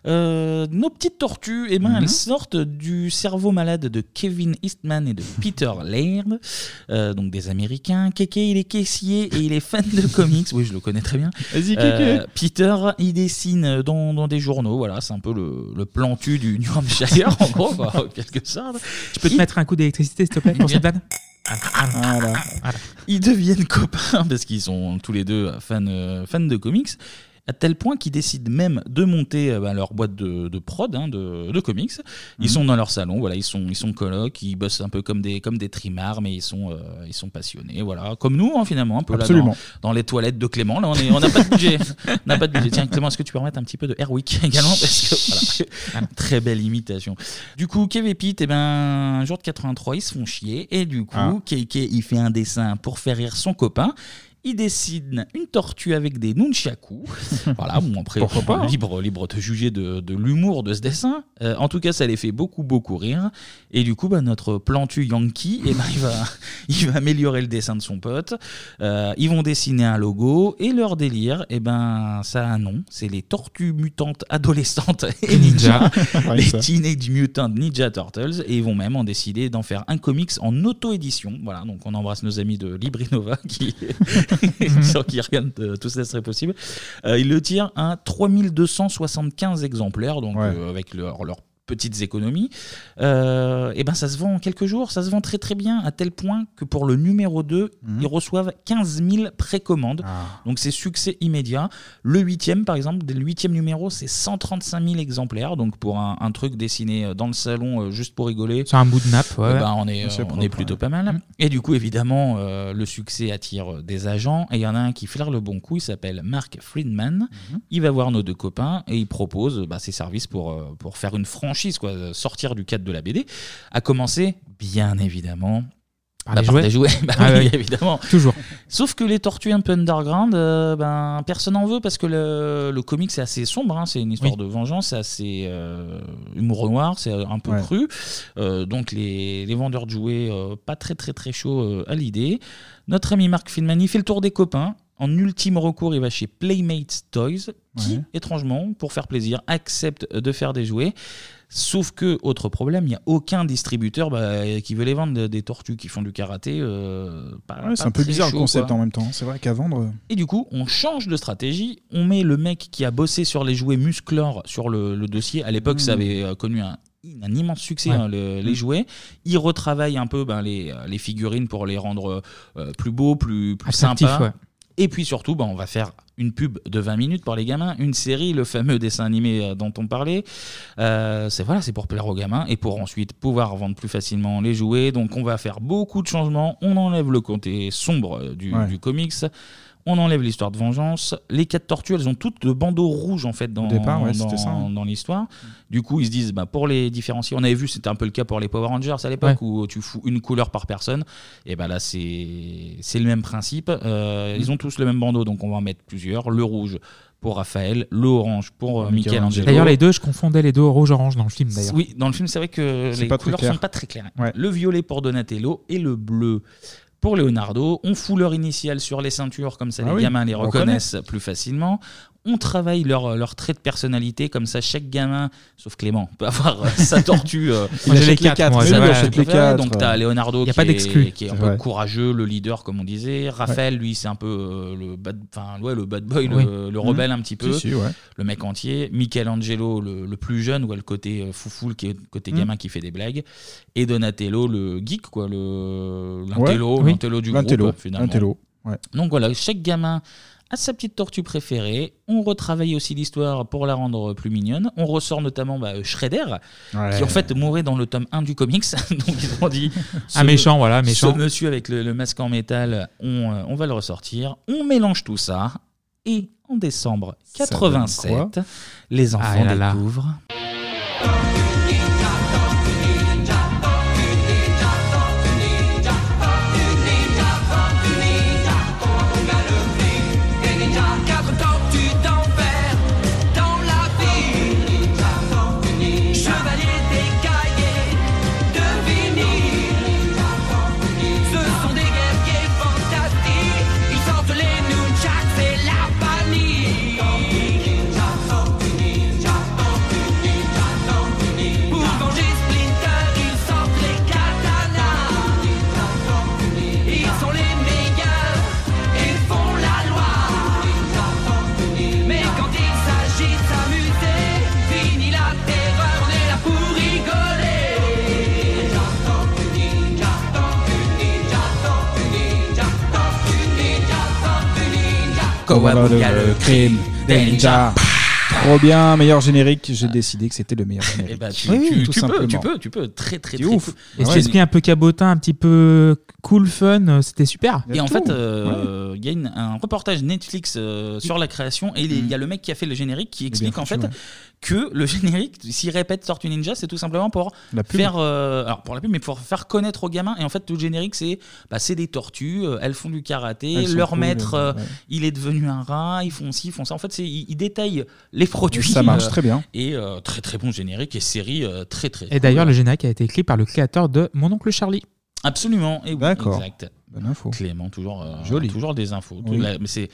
Euh, nos petites tortues, eh ben, Mhm. elles sortent du cerveau malade de Kevin Eastman et de Peter Laird, euh, donc des Américains. Keke, il est caissier et il est fan de comics. Oui, je le connais très bien. Euh, Vas-y, Keke. Peter, il dessine dans, dans des journaux. Voilà, c'est un peu le, le plantu du New Hampshire, en gros, quoi, en quelque sorte. Je peux te mettre un coup d'électricité, s'il te plaît, pour cette vanne Ils deviennent copains parce qu'ils sont tous les deux fans, euh, fans de comics, à tel point qu'ils décident même de monter euh, bah, leur boîte de, de prod hein, de, de comics. Ils sont dans leur salon, voilà, ils sont, ils sont colocs, ils bossent un peu comme des, comme des trimards, mais ils sont, euh, ils sont passionnés, voilà, comme nous hein, finalement, un peu là, Absolument. dans, dans les toilettes de Clément. Là, on est- on n'a pas de budget. On n'a pas de budget. Tiens, Clément, est-ce que tu peux remettre un petit peu de Airwick également parce que, voilà, Très belle imitation. Du coup, Kev et Pete, eh ben, un jour de 83, ils se font chier. Et du coup, Ah. Keke, il fait un dessin pour faire rire son copain. Il dessine une tortue avec des nunchaku. voilà, bon, après, Pourquoi pas, hein. libre, libre de juger de, de l'humour de ce dessin. Euh, en tout cas, ça les fait beaucoup, beaucoup rire. Et du coup, bah, notre plantu Yankee, eh ben, il, va, il va améliorer le dessin de son pote. Euh, ils vont dessiner un logo. Et leur délire, eh ben, ça a un nom. C'est les tortues mutantes adolescentes et ninjas. Rien que les ça. Teenage Mutant Ninja Turtles. Et ils vont même en décider d'en faire un comics en auto-édition. Voilà, donc on embrasse nos amis de Librinova qui, sans qu'ils regardent euh, tout ça serait possible. hein, Euh, ils le tirent à 3275 exemplaires, donc euh, avec leur, leur petites économies, euh, et ben ça se vend en quelques jours, ça se vend très très bien, à tel point que pour le numéro 2, Mhm. ils reçoivent 15 000 précommandes. Ah. Donc c'est succès immédiat. Le huitième, par exemple, le huitième numéro, c'est 135 000 exemplaires. Donc pour un, un truc dessiné dans le salon euh, juste pour rigoler. Sur un bout de nappe, ouais. eh ben, on est, C'est euh, on est propre, plutôt pas mal. Et du coup, évidemment, euh, le succès attire des agents. Et il y en a un qui flaire le bon coup, il s'appelle Mark Friedman. Il va voir nos deux copains et il propose bah, ses services pour, euh, pour faire une franchise, quoi, euh, sortir du cadre de la BD. À commencer, bien évidemment, Par bah, les par jouets. les Bah Ah oui, ouais. évidemment. Toujours. Sauf que les tortues un peu underground, euh, ben, personne n'en veut parce que le, le comic c'est assez sombre, hein, c'est une histoire de vengeance, c'est assez euh, humour noir, c'est un peu Ouais. cru. Euh, donc les, les vendeurs de jouets, euh, pas très très très chaud euh, à l'idée. Notre ami Marc Filman, il fait le tour des copains. En ultime recours, il va chez Playmates Toys, qui, étrangement, pour faire plaisir, accepte de faire des jouets. Sauf que, autre problème, il n'y a aucun distributeur bah, qui veut les vendre des- des tortues qui font du karaté. euh, pas- Ouais, c'est pas un peu très bizarre chaud, le concept hein. quoi. en même temps. C'est vrai qu'à vendre. euh, Et du coup, on change de stratégie. On met le mec qui a bossé sur les jouets Musclor sur le, le dossier. À l'époque, Mmh. ça avait euh, connu un, un immense succès, Ouais. hein, le- Mmh. les jouets. Il retravaille un peu ben, les, euh, les figurines pour les rendre euh, plus beaux, plus, plus Attractifs, sympas. ouais. Et puis surtout, ben, on va faire une pub de 20 minutes pour les gamins, une série, le fameux dessin animé euh, dont on parlait. Euh, c'est voilà, c'est pour plaire aux gamins et pour ensuite pouvoir vendre plus facilement les jouets. Donc on va faire beaucoup de changements. On enlève le côté sombre euh, du, Ouais. du comics. On enlève l'histoire de vengeance. Les quatre tortues, elles ont toutes de bandeaux rouges en fait dans, Au départ, ouais, dans, c'était ça, hein. dans l'histoire. Du coup, ils se disent, bah, pour les différencier, on avait vu, c'était un peu le cas pour les Power Rangers à l'époque où tu fous une couleur par personne. Et ben là, c'est c'est le même principe. Euh, Ils ont tous le même bandeau, donc on va en mettre plusieurs. Le rouge pour Raphaël, le orange pour euh, Michelangelo. D'ailleurs, les deux, je confondais les deux rouge-orange dans le film, d'ailleurs. Oui, dans le film, c'est vrai que C'est les pas très couleurs clair. sont pas très claires. Ouais. Le violet pour Donatello et le bleu pour Leonardo. On fout leur initiale sur les ceintures, comme ça Ah les oui, gamins les on reconnaissent plus facilement. On travaille leur, euh, leur trait de personnalité, comme ça chaque gamin, sauf Clément, peut avoir euh, sa tortue. euh, Moi, j'ai les quatre, moi, mais ça oui, va, on achète les les quatre. quatre, Donc t'as ouais. Leonardo Y a qui, pas est, d'exclus. qui est un C'est peu vrai. courageux, le leader, comme on disait. Raphaël, lui, c'est un peu euh, le, bad, enfin, ouais, le bad boy, le- Oui. le, Mhm. rebelle un petit peu Si, si, ouais. le mec entier, Michelangelo le, le plus jeune, ouais, le côté euh, foufoule, qui est le côté Mm. gamin qui fait des blagues, et Donatello le geek, quoi, le l'intello, Ouais, oui. l'intello du L'intello, groupe finalement. l'intello, ouais. Donc voilà, chaque gamin a sa petite tortue préférée. On retravaille aussi l'histoire pour la rendre plus mignonne. On ressort notamment bah, euh, Shredder, Ouais. qui en fait mourait dans le tome 1 du comics. Donc ils ont dit Un méchant, voilà, méchant. ce monsieur avec le, le masque en métal, on, euh, on va le ressortir. On mélange tout ça. Et en décembre Ça donne quoi 87, les enfants Ah là là. découvrent. Quatre tortues d'enfer dans la ville. Chevalier des cahiers de vinyle. Ce sont des guerriers fantastiques. Ils sortent les nunchaks et la panique. Pour venger Splinter, ils sortent les katanas. Ils sont les meilleurs et font la loi. Mais quand il s'agit de s'amuser, fini la terreur, on est là pour rigoler. Kowabuya, Voilà le crime des ninjas. Ah. Trop bien, meilleur générique. J'ai décidé que c'était le meilleur générique. Eh ben, tu, Oui, tu- tout tu peux, simplement. tu peux, tu peux, très très C'est très ouf. cool. Et Ouais. cet esprit un peu cabotin, un petit peu cool, fun, euh, c'était super. Et en fait, euh, il y a une- un reportage Netflix euh, sur la création et il est- il y a le mec qui a fait le générique Eh qui explique en fait foutu, ouais. que le générique, s'il répète Tortue Ninja, c'est tout simplement pour La pub. faire, euh, alors pour la pub, mais pour faire connaître aux gamins. Et en fait, tout le générique, c'est bah, c'est des tortues, euh, elles font du karaté, Elles sont leur cool, maître, euh, ouais. il est devenu un rat, ils font ci, ils font ça. En fait, c'est ils, ils détaillent les produits. Ça marche très bien. Et euh, très très bon générique et série euh, très très. Et d'ailleurs, le générique a été écrit par le créateur de Mon oncle Charlie. Absolument. Et oui, D'accord. Exact. Bonne info. Clément, toujours, euh, Joli. toujours des infos. Oui. La- mais c'est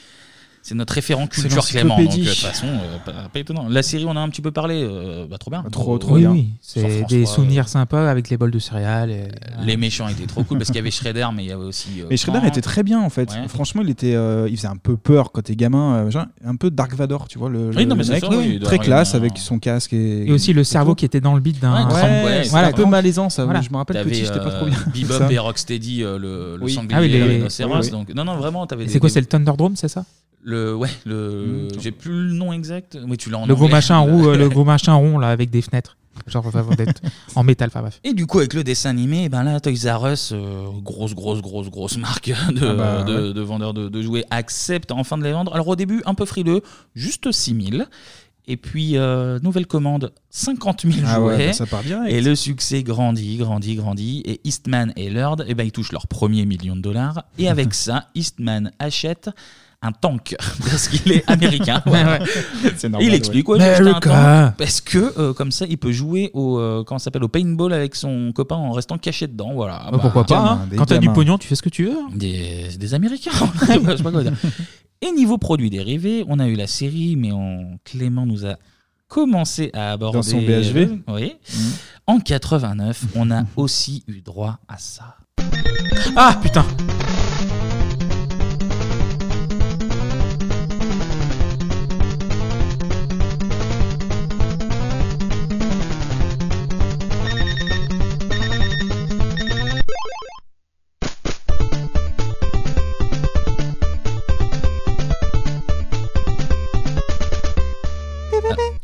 C'est notre référent C'est culture Clément. Donc, euh, de l'encyclopédie. toute façon, euh, pas, pas étonnant. La série, on en a un petit peu parlé. euh, bah, trop bien. Trop, Euh, trop bien. sur C'est France des 3, souvenirs sympas avec les bols de céréales. et- euh, Les méchants étaient trop cool parce qu'il y avait Shredder, mais il y avait aussi. euh, Mais Shredder Kang. était très bien en fait. Franchement, il était, euh, il faisait un peu peur quand t'es gamin, euh, genre, un peu Dark Vador, tu vois le, Oui, le non, mais c'est mec, sûr, oui, il doit très avoir classe une- avec son casque et, Et aussi le cerveau qui était dans le bide d'un. Ouais, crank. ouais, c'était un peu malaisant, ça, je me rappelle T'avais, petit, j'étais pas trop euh, bien. Bebop Ça. et Rocksteady, euh, le, le Oui. sanglier, Ah oui, le les- rhinocéros. oui, oui. Donc, non, non, vraiment, t'avais Et des- C'est quoi, des- c'est le Thunderdrome, c'est ça le ouais le j'ai plus le nom exact mais tu l'as en Le gros anglais. machin roux, euh, le gros machin rond là avec des fenêtres, genre enfin, d'être en métal, enfin bref. et du coup avec le dessin animé eh ben là Toys R Us euh, grosse grosse grosse grosse marque de, Ah bah, de, ouais. de vendeurs de, de jouets accepte enfin de les vendre alors au début un peu frileux juste 6000 et puis euh, nouvelle commande 50 000 Ah ouais, jouets bah, ça part direct. et le succès grandit grandit grandit et Eastman et Lord eh ben ils touchent leur premier million de dollars et avec ça Eastman achète un tank parce qu'il est américain voilà. Ouais, C'est normal, il ouais. explique ouais, j'ai acheté un America. tank parce que euh, comme ça il peut jouer au euh, comment ça s'appelle au paintball avec son copain en restant caché dedans voilà Ah Bah, pourquoi pas hein. Quand t'as du pognon, tu fais ce que tu veux. hein. des, des Américains. Je sais pas quoi dire. Et niveau produits dérivés, on a eu la série, mais on, Clément nous a commencé à aborder. Dans son BHV. Oui. Mm. En 89, on a aussi eu droit à ça. Ah putain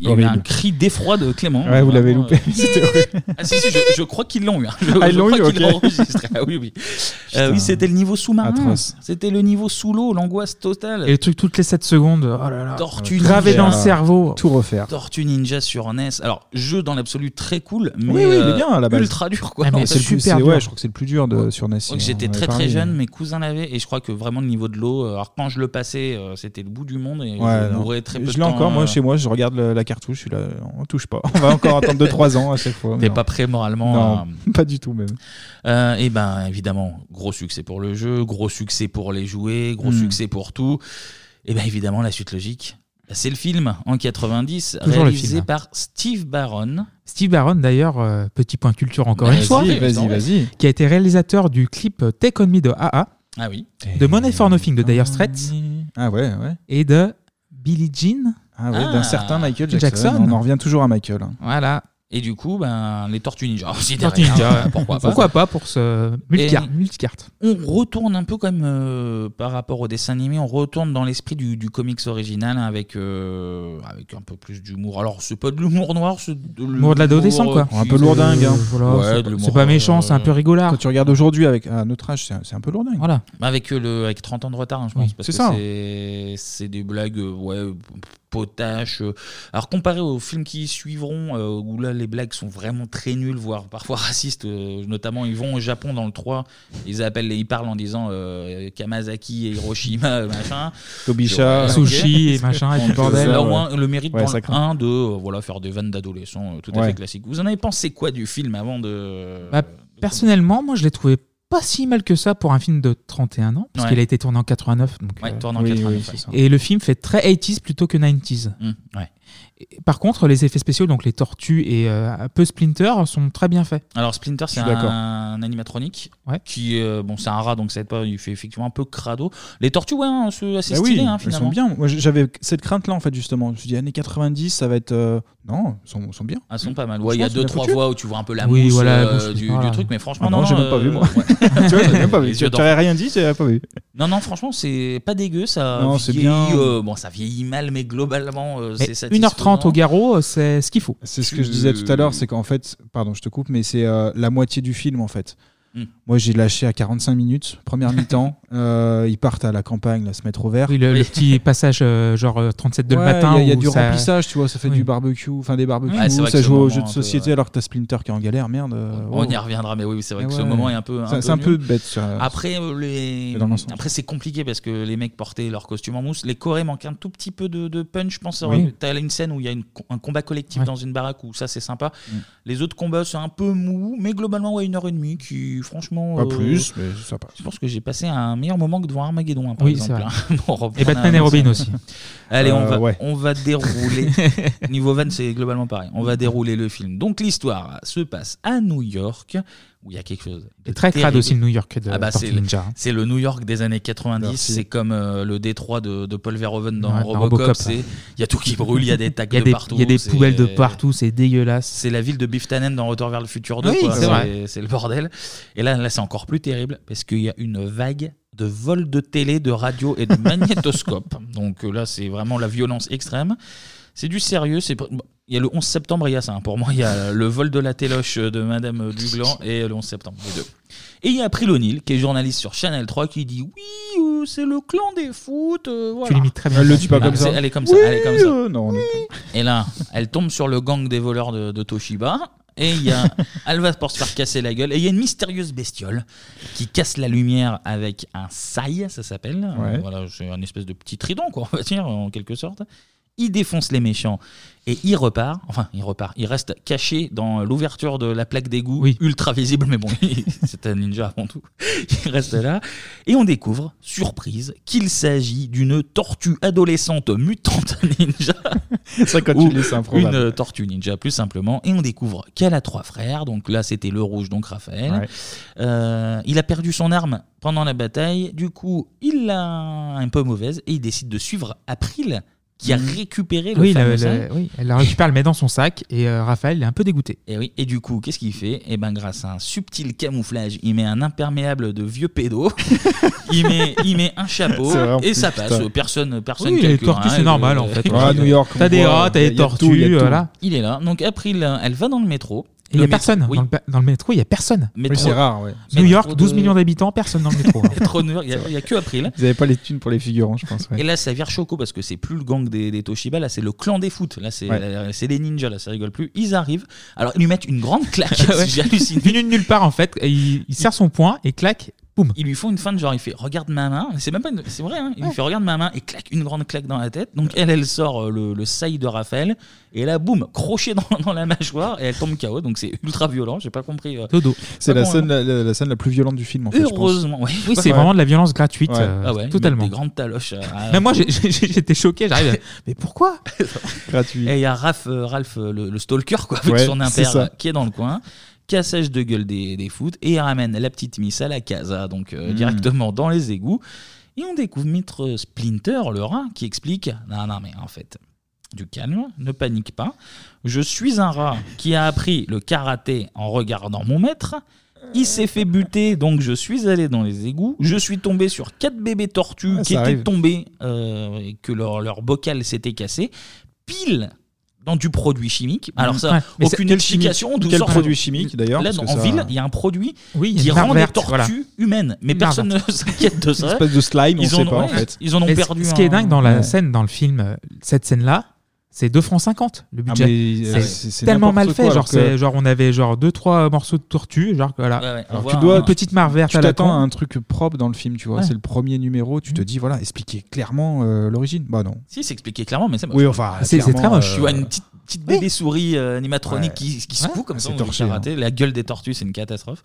Il y a eu Horrible. un cri d'effroi de Clément. Ouais, vous l'avez Vraiment, loupé. euh, C'était horrible. Ah si, si, je, je crois qu'ils l'ont eu. hein. Je, Ah, ils je l'ont crois eu, qu'ils ok. l'ont enregistré. Ah oui, oui. Euh, Putain. oui, c'était le niveau sous-marin. Atroce. C'était le niveau sous l'eau, l'angoisse totale. Et le truc toutes les 7 secondes, oh là là, Tortue gravé Ninja. dans le cerveau. Tout refaire. Tortue Ninja sur NES. Alors, jeu dans l'absolu très cool, Oui, mais oui, il euh, est bien à la base. ultra dur quoi. Ah, mais En fait, c'est le plus- c'est- Ouais, je crois que c'est le plus dur de, sur NES. euh, Donc, j'étais très très jeune, mes cousins l'avaient et je crois que vraiment le niveau de l'eau. euh, Alors quand je le passais, euh, c'était le bout du monde et Ouais, je non. mourais très peu. je de l'ai temps, encore, moi, euh, chez moi, je regarde le- la cartouche, je suis là, on touche pas. On va encore attendre 2-3 ans à chaque fois. T'es Non. pas prêt moralement. Non, à- pas du tout même. Euh, et ben évidemment, gros succès pour le jeu, gros succès pour les jouets, gros Hmm. succès pour tout. Et ben évidemment, la suite logique, bah, c'est le film en 90, Toujours le réalisé film. par Steve Barron. Steve Barron, d'ailleurs, euh, petit point culture encore Vas-y, une fois, vas-y, vas-y. qui a été réalisateur du clip Take On Me de AA, Ah oui. de Money for Nothing de Dire Straits, Ah ouais, ouais. et de Billie Jean. Ah ouais, d'un certain Michael Jackson. On en revient toujours à Michael. hein. Voilà. Et du coup, ben les Tortues Ninja aussi Tortue derrière. Ninja, ouais. hein, Pourquoi pas pour ce multicarte Et- multicarte. on retourne un peu comme euh, par rapport au dessin animé, on retourne dans l'esprit du, du comics original hein, avec, euh, avec un peu plus d'humour. Alors, c'est pas de l'humour noir, c'est de Humour de l'adolescent, quoi. euh, Un peu lourdingue. hein. Euh, voilà, c'est pas- c'est pas euh, méchant, c'est un peu rigolard. Quand tu regardes aujourd'hui avec à notre âge, c'est un- c'est un peu lourdingue. Voilà. Bah, Avec, euh, le, avec 30 ans de retard, hein, je pense. Oui, parce c'est que ça. c'est- C'est des blagues, euh, ouais, potaches. euh. Alors, comparé aux films qui suivront, euh, où là, les blagues sont vraiment très nulles, voire parfois racistes, euh, notamment, ils vont au Japon dans le 3, ils, appellent, ils parlent en disant euh, Kamazaki et Hiroshima, machin. Tobisha, Ouais, Sushi ok. et machin, et puis Donc, bordel. là, Ouais. au moins, le mérite Ouais, dans ça le craint. 1 de euh, voilà, faire des vannes d'adolescents euh, tout à Ouais. fait classiques. Vous en avez pensé quoi du film avant de. Bah, personnellement, moi, je l'ai trouvé pas si mal que ça pour un film de 31 ans, parce Ouais. qu'il a été tourné en 89. Donc, Ouais, euh, tourné en Oui, 89, oui, ouais. c'est ça. Et le film fait très 80s plutôt que 90s. Mm, ouais. Et par contre, les effets spéciaux, donc les tortues et euh, un peu Splinter, sont très bien faits. Alors Splinter, c'est Je suis d'accord. un animatronique qui, euh, bon, c'est un rat, donc ça aide pas. Il fait effectivement un peu crado. Les tortues, ouais, hein, c'est assez Bah oui, stylé, hein, elles finalement. sont bien. Moi, j'avais cette crainte-là, en fait, justement. Je me suis dit, années 90, ça va être. euh, Non, elles sont, elles sont bien. Elles sont pas mal. Ouais, il y Franchement, a c'est deux bien trois foutu. voix où tu vois un peu la Oui, mousse voilà, euh, la mousse, du, voilà. du truc, mais franchement, euh, Ah non, j'ai même pas vu, moi. Tu vois, j'ai même pas vu. Tu- tu aurais rien dit, j'aurais pas vu. Non, non, franchement, c'est pas dégueu. Ça Non, c'est vieillit. bien. euh, bon, ça vieillit mal, mais globalement, euh, Mais c'est satisfaisant. 1h30 au garrot, euh, c'est ce qu'il faut. C'est ce que je disais tout à l'heure, c'est qu'en fait, pardon, je te coupe, mais c'est euh, la moitié du film en fait. Mm. Moi, j'ai lâché à 45 minutes, première mi-temps. Euh, ils partent à la campagne, là, se mettre au vert. Oui, le, le petit passage, euh, genre euh, 37 de Ouais, le matin. Il y a, il y a où du ça- remplissage, tu vois, ça fait Oui. du barbecue, enfin des barbecues, Ouais, c'est vrai que ça ce joue moment aux jeux un de peu, société alors que t'as Splinter qui est en galère, merde. euh, On y wow. reviendra, mais oui, c'est vrai Ah que ce ouais. moment est un peu. C'est- C'est un peu nul. bête. ça. Après, euh, les... Mais dans l'ensemble. Après c'est compliqué parce que les mecs portaient leur costume en mousse. Les Corées manquent un tout petit peu de, de punch, je pense. Oui. T'as une scène où il y a une co- un combat collectif Ouais. dans une baraque où ça, c'est sympa. Mm. Les autres combats, c'est un peu mou, mais globalement, ouais, une heure et demie qui, franchement. Pas euh, plus, mais ça passe. Je pense que j'ai passé un meilleur moment que devant Armageddon, hein, par Oui, c'est exemple. vrai. hein. On reprend Et Batman un- et Robin aussi. Allez, on Euh, va, ouais. on va dérouler. Niveau van, c'est globalement pareil. On va dérouler le film. Donc l'histoire se passe à New York, où il y a quelque chose. de Et très crade terrible. Ah bah, aussi, le New York de Tortue c'est le- Ninja. C'est le New York des années 90. Merci. C'est comme euh, le Détroit de, de Paul Verhoeven dans Ouais, dans Robocop. Robocop. hein. c'est- Il y a tout qui brûle, il y a des tacs Il y a de des- partout. Il y a des c'est- poubelles de partout, c'est dégueulasse. c'est la ville de Biff Tannen dans Retour vers le futur 2. Oui, quoi. c'est C'est- vrai. C'est le bordel. Et là, là c'est encore plus terrible parce qu'il y a une vague de vols de télé, de radio et de magnétoscope. Donc euh, là, c'est vraiment la violence extrême. C'est du sérieux. C'est pr- bon, il y a le 11 septembre, il y a ça. hein. Pour moi, il y a le vol de la téloche de Madame Duglan et le 11 septembre, les deux. Et il y a April O'Neill, qui est journaliste sur Channel 3, qui dit oui, euh, c'est le clan des foot. euh, voilà. Tu l'imites très bien. Elle le dit pas Ah, comme ça. c'est- Elle est comme ça. Oui, elle est comme ça. euh, non, on est- Et là, elle tombe sur le gang des voleurs de, de Toshiba. Et il y a, elle va pour se faire casser la gueule. Et il y a une mystérieuse bestiole qui casse la lumière avec un saï, ça s'appelle. Ouais. Euh, Voilà, c'est un espèce de petit trident, quoi, on va dire, en quelque sorte. Il défonce les méchants et il repart. Enfin, il repart. Il reste caché dans l'ouverture de la plaque d'égout, ultra visible, mais bon, c'est un ninja avant tout. Il reste là. Et on découvre, surprise, qu'il s'agit d'une tortue adolescente mutante ninja. Ça, quand Ou tu lis, c'est improbable. Une euh, tortue ninja, plus simplement. Et on découvre qu'elle a trois frères. Donc là, c'était le rouge, donc Raphaël. Ouais. Euh, il a perdu son arme pendant la bataille. Du coup, il l'a un peu mauvaise et il décide de suivre April, qui a Mm. Mhm. récupéré le Oui, la- fameux la- sac. oui, elle la récupère, elle le met dans son sac et euh, Raphaël il est un peu dégoûté. Et Eh oui, et du coup, qu'est-ce qu'il fait Et ben, grâce à un subtil camouflage, il met un imperméable de vieux pédo, il met, il met un chapeau C'est vrai, en et ça plus, passe. putain. Personne, personne. Oui, les calcule tortues, rien, c'est et normal, le- en fait. Ouais, à New York, on T'as des voit, rats, il y t'as a- des il y a tout, il y a tortues, tout. voilà. euh, Il est là. Donc April, euh, elle va dans le métro. Et il n'y Le a métro- personne oui. dans, le, dans le métro, il n'y a personne. Métro- Oui, c'est rare, ouais. New York, Métro 12 de- millions d'habitants, personne dans le métro. hein. Métro de New York, il n'y a que April. Ils n'avaient pas les thunes pour les figurants, je pense. ouais. Et là, ça vire choco parce que c'est plus le gang des, des Toshiba, là, c'est le clan des foot. Là, c'est Ouais. là, c'est des ninjas, là, ça rigole plus. Ils arrivent. Alors, ils lui mettent une grande claque. si j'hallucine. Venu de nulle part, en fait. Et il, il serre son poing et claque, boum. Ils lui font une fin de genre, il fait regarde ma main, c'est même pas, une- c'est vrai, hein. il lui fait regarde ma main et claque une grande claque dans la tête. Donc elle, elle sort euh, le, le saï de Raphaël et là, boum, crochet dans, dans la mâchoire et elle tombe KO. Donc c'est ultra violent, j'ai pas compris. euh, C'est pas la, con, scène, la, hein. la- la scène la plus violente du film, en fait. je pense. Heureusement, oui. Oui, c'est Ouais. vraiment de la violence gratuite, Ouais. euh, Ah ouais, ils totalement. mettent Des grandes taloches. euh, Même moi, j'ai- j'ai- j'étais choqué, j'arrive. à- Mais pourquoi Et il y a Raph, euh, Ralph, euh, le, le stalker, quoi, avec Ouais, son c'est impère ça. euh, qui est dans le coin, cassage de gueule des, des foot, et il ramène la petite Miss à la casa, donc euh, Mm. directement dans les égouts. Et on découvre Mitre Splinter, le rat, qui explique Non, non, mais en fait, du calme, ne panique pas. Je suis un rat qui a appris le karaté en regardant mon maître. Il s'est fait buter, donc je suis allé dans les égouts. Je suis tombé sur quatre bébés tortues Ah, qui ça étaient arrive. tombés euh, et que leur, leur bocal s'était cassé, pile dans du produit chimique. Alors ça, Mmh. Ouais, mais c'est- aucune quel chimique- explication. d'où quel sort- produit chimique, d'ailleurs, Là, parce dans- que en ça- ville, il y a un produit Oui, il y a qui une barre rend verte, les tortues voilà. humaines, mais Une barre personne ne s'inquiète de ça. Une espèce de slime, on ils en sait ont- pas, en ouais, fait. Ils en ont Et c- perdu. Ce qui est un- dingue dans la Ouais. scène, dans le film, euh, cette scène-là, c'est 2 francs 50 le budget. mais, euh, c'est- c'est c'est tellement n'importe mal quoi, fait. alors genre, que- c'est- genre, on avait genre 2-3 morceaux de tortue. Genre, voilà. Ouais, ouais, on Alors, voit tu un- dois un- une petite mare verte Tu à la t'attends à con. un truc propre dans le film, tu vois. Ouais. Mmh. C'est le premier numéro, tu te dis, voilà, expliquez clairement euh, l'origine. Bah non. Si, c'est expliqué clairement, mais ça Oui, enfin, C'est- c'est clairement, très moche. Tu vois une euh, petite, petite bébé souris euh, animatronique Ouais. qui, qui se Ouais. fout comme ça, C'est on torché, hein. raté. La gueule des tortues, c'est une catastrophe.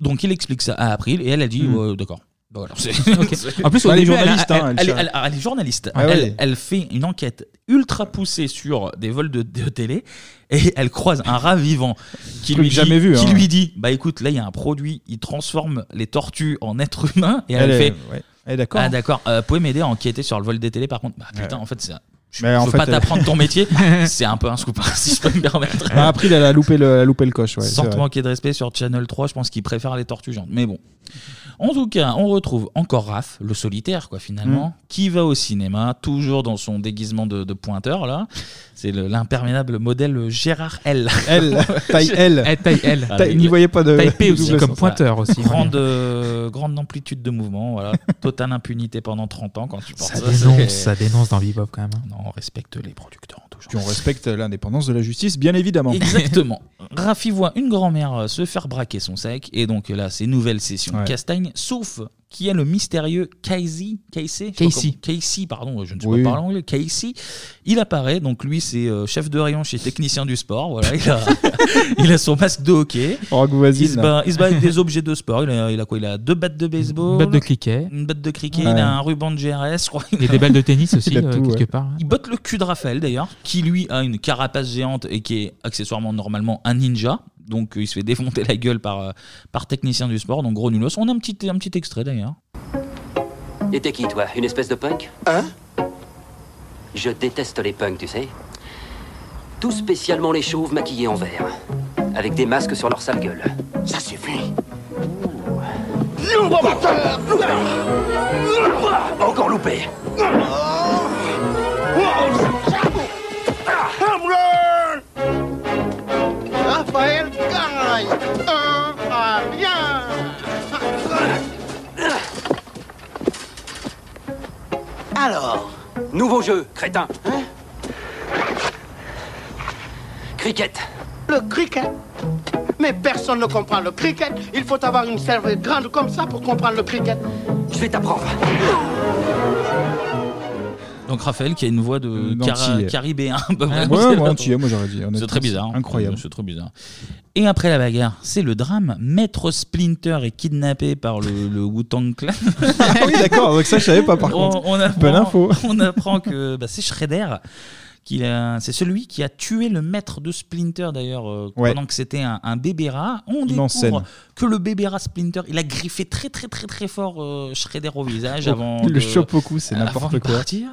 Donc il explique ça à April et elle a dit Hmm. Mhm. ouais, d'accord. Bon, alors, c'est- Ok. c'est- En plus, au elle est début, elle a- journaliste, elle- hein, elle- elle, elle- elle- elle est journaliste. Ah Ouais, elle, ouais. elle fait une enquête ultra poussée sur des vols de, de télé et elle croise un rat vivant qui Truc lui dit, jamais vu, qui hein. lui dit bah écoute là il y a un produit il transforme les tortues en êtres humains et Elle elle, est- fait ouais. Elle est d'accord. ah d'accord euh, pouvez m'aider à enquêter sur le vol des télé par contre bah putain Ouais. en fait c'est je Mais en veux fait, pas elle- t'apprendre ton métier, c'est un peu un scoop, hein, si je peux me permettre. Bah, après, elle a loupé le, elle a loupé le coche. Ouais, c'est Sans te vrai. manquer de respect sur Channel 3, je pense qu'ils préfèrent les tortues géantes. Mais bon. En tout cas, on retrouve encore Raph, le solitaire, quoi, finalement, Mm. qui va au cinéma, toujours dans son déguisement de, de pointeur, là. C'est le- l'imperméable modèle Gérard L. L, taille L. Eh, taille L. Taille- n'y voyez pas de- Taille P aussi, double comme sens. pointeur aussi. Grande, euh, grande amplitude de mouvement, voilà. Totale impunité pendant 30 ans quand tu penses Ça dénonce, c'est- ça dénonce dans Bebop quand même. hein. Non, on respecte les producteurs. Puis on respecte l'indépendance de la justice, bien évidemment. Exactement. Rafi voit une grand-mère euh, se faire braquer son sac, et donc là, euh, c'est nouvelle session Ouais. de castagne, sauf qui est le mystérieux Casey. Casey je sais pas Casey. comment- Casey, pardon, je ne sais Oui. pas parler anglais. Casey, il apparaît. Donc lui, c'est euh, chef de rayon chez Technicien du Sport. Voilà, il a, il a son masque de hockey. il, se bat, il se bat avec des objets de sport. Il a, il a quoi Il a deux battes de baseball. Batte de cricket. Une batte de cricket. Ouais. Il a un ruban de GRS, je crois. Il Et a- des balles de tennis aussi, Il a euh, tout, quelque ouais. part. Il botte le cul de Raphaël, d'ailleurs, qui lui a une carapace géante et qui est accessoirement normalement un ninja. Donc euh, il se fait défoncer la gueule par, euh, par technicien du sport. Donc gros nulos. On a un petit, un petit extrait d'ailleurs. Et t'es qui, toi Une espèce de punk Hein Je déteste les punks, tu sais. Tout spécialement les chauves maquillés en vert, avec des masques sur leur sale gueule. Ça suffit Ah, bah, Encore loupé. Raphaël Garay, un à bien. Alors Nouveau jeu, crétin Hein Cricket Le cricket. Mais personne ne comprend le cricket. Il faut avoir une cervelle grande comme ça pour comprendre le cricket. Je vais t'apprendre. Donc Raphaël qui a une voix de cara- d'antillais. caribéen. Euh, Bah, Ouais, vraiment, c'est ouais, la- antillais, moi, j'aurais dit, honnêtement, C'est très bizarre. c'est incroyable. C'est trop bizarre. Et après la bagarre, c'est le drame. Maître Splinter est kidnappé par le, le Wu-Tang Clan. oui, d'accord, donc ça, je savais pas, par On- contre. On, apprend, Bonne info. on apprend que bah, c'est Shredder. qu'il a- C'est celui qui a tué le maître de Splinter d'ailleurs euh, Ouais. pendant que c'était un, un bébé rat. On Une découvre scène. que le bébé rat Splinter, il a griffé très très très très fort euh, Shredder au visage Oh, avant. il le de- chope au cou, c'est avant n'importe de quoi. partir.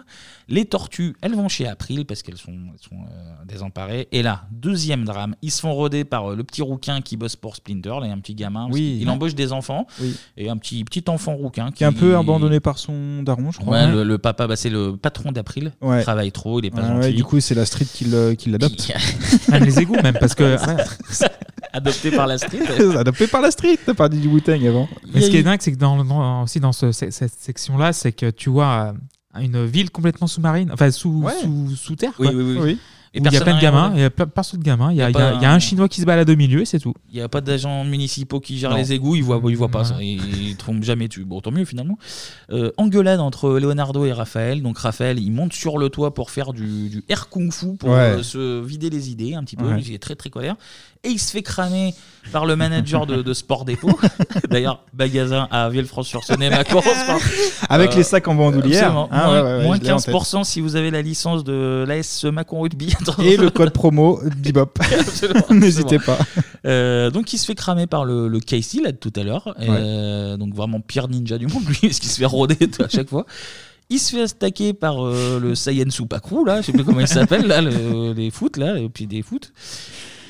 Les tortues, elles vont chez April parce qu'elles sont, elles sont euh, désemparées. Et là, deuxième drame, ils se font roder par euh, le petit rouquin qui bosse pour Splinter. Là, il y a un petit gamin. parce Oui. qu'il- Il embauche des enfants. Oui. Et un petit, petit enfant rouquin qui, Qui est un peu abandonné par son daron, je crois. Ouais, le, le papa, bah, c'est le patron d'April. Ouais. Il travaille trop, il est pas Ouais, ouais, gentil. du coup, c'est la street qui le- qui l'adopte. Même Ah, les égouts, même, parce que- Adopté par la street. Adopté par la street, t'as pas dit du Wu-Tang avant. Mais ce qui est dingue, c'est que dans, dans- aussi dans ce- ce- cette section-là, c'est que tu vois euh, une ville complètement sous-marine, enfin sous, sous, sous terre. Oui, quoi. oui, oui. Oui. Et Où il y a personne plein de n'a gamins, rien il y a plein, personne de gamins, il y a, Il y a il y a- pas il y a un- un chinois qui se balade au milieu et c'est tout. Il n'y a pas d'agents municipaux qui gèrent Non. les égouts, ils voient, ils voient pas Ouais. ça, ils, ils trompent jamais dessus. Bon, tant mieux finalement. Euh, engueulade entre Leonardo et Raphaël. Donc Raphaël, il monte sur le toit pour faire du, du air kung fu pour Ouais. euh, se vider les idées un petit peu. Ouais. Il est très très colère. Et il se fait cramer par le manager de, de Sport Dépôt. D'ailleurs, Bagazin à Villefranche-sur-Saône et Macron. Avec les sacs en bandoulière, Euh, absolument. hein, moins, ouais, ouais, ouais, moins je l'ai en tête. 15% si vous avez la licence de l'AS Macon Rugby. Et le code promo, Bibop. Absolument, N'hésitez absolument. pas. Euh, donc il se fait cramer par le, le Casey là de tout à l'heure. Euh, donc vraiment pire ninja du monde lui, parce qu'il se fait rôder à chaque fois. Il se fait attaquer par euh, le Saiyan Supaku là, je sais plus comment il s'appelle là, le- les foot là, et puis des foot.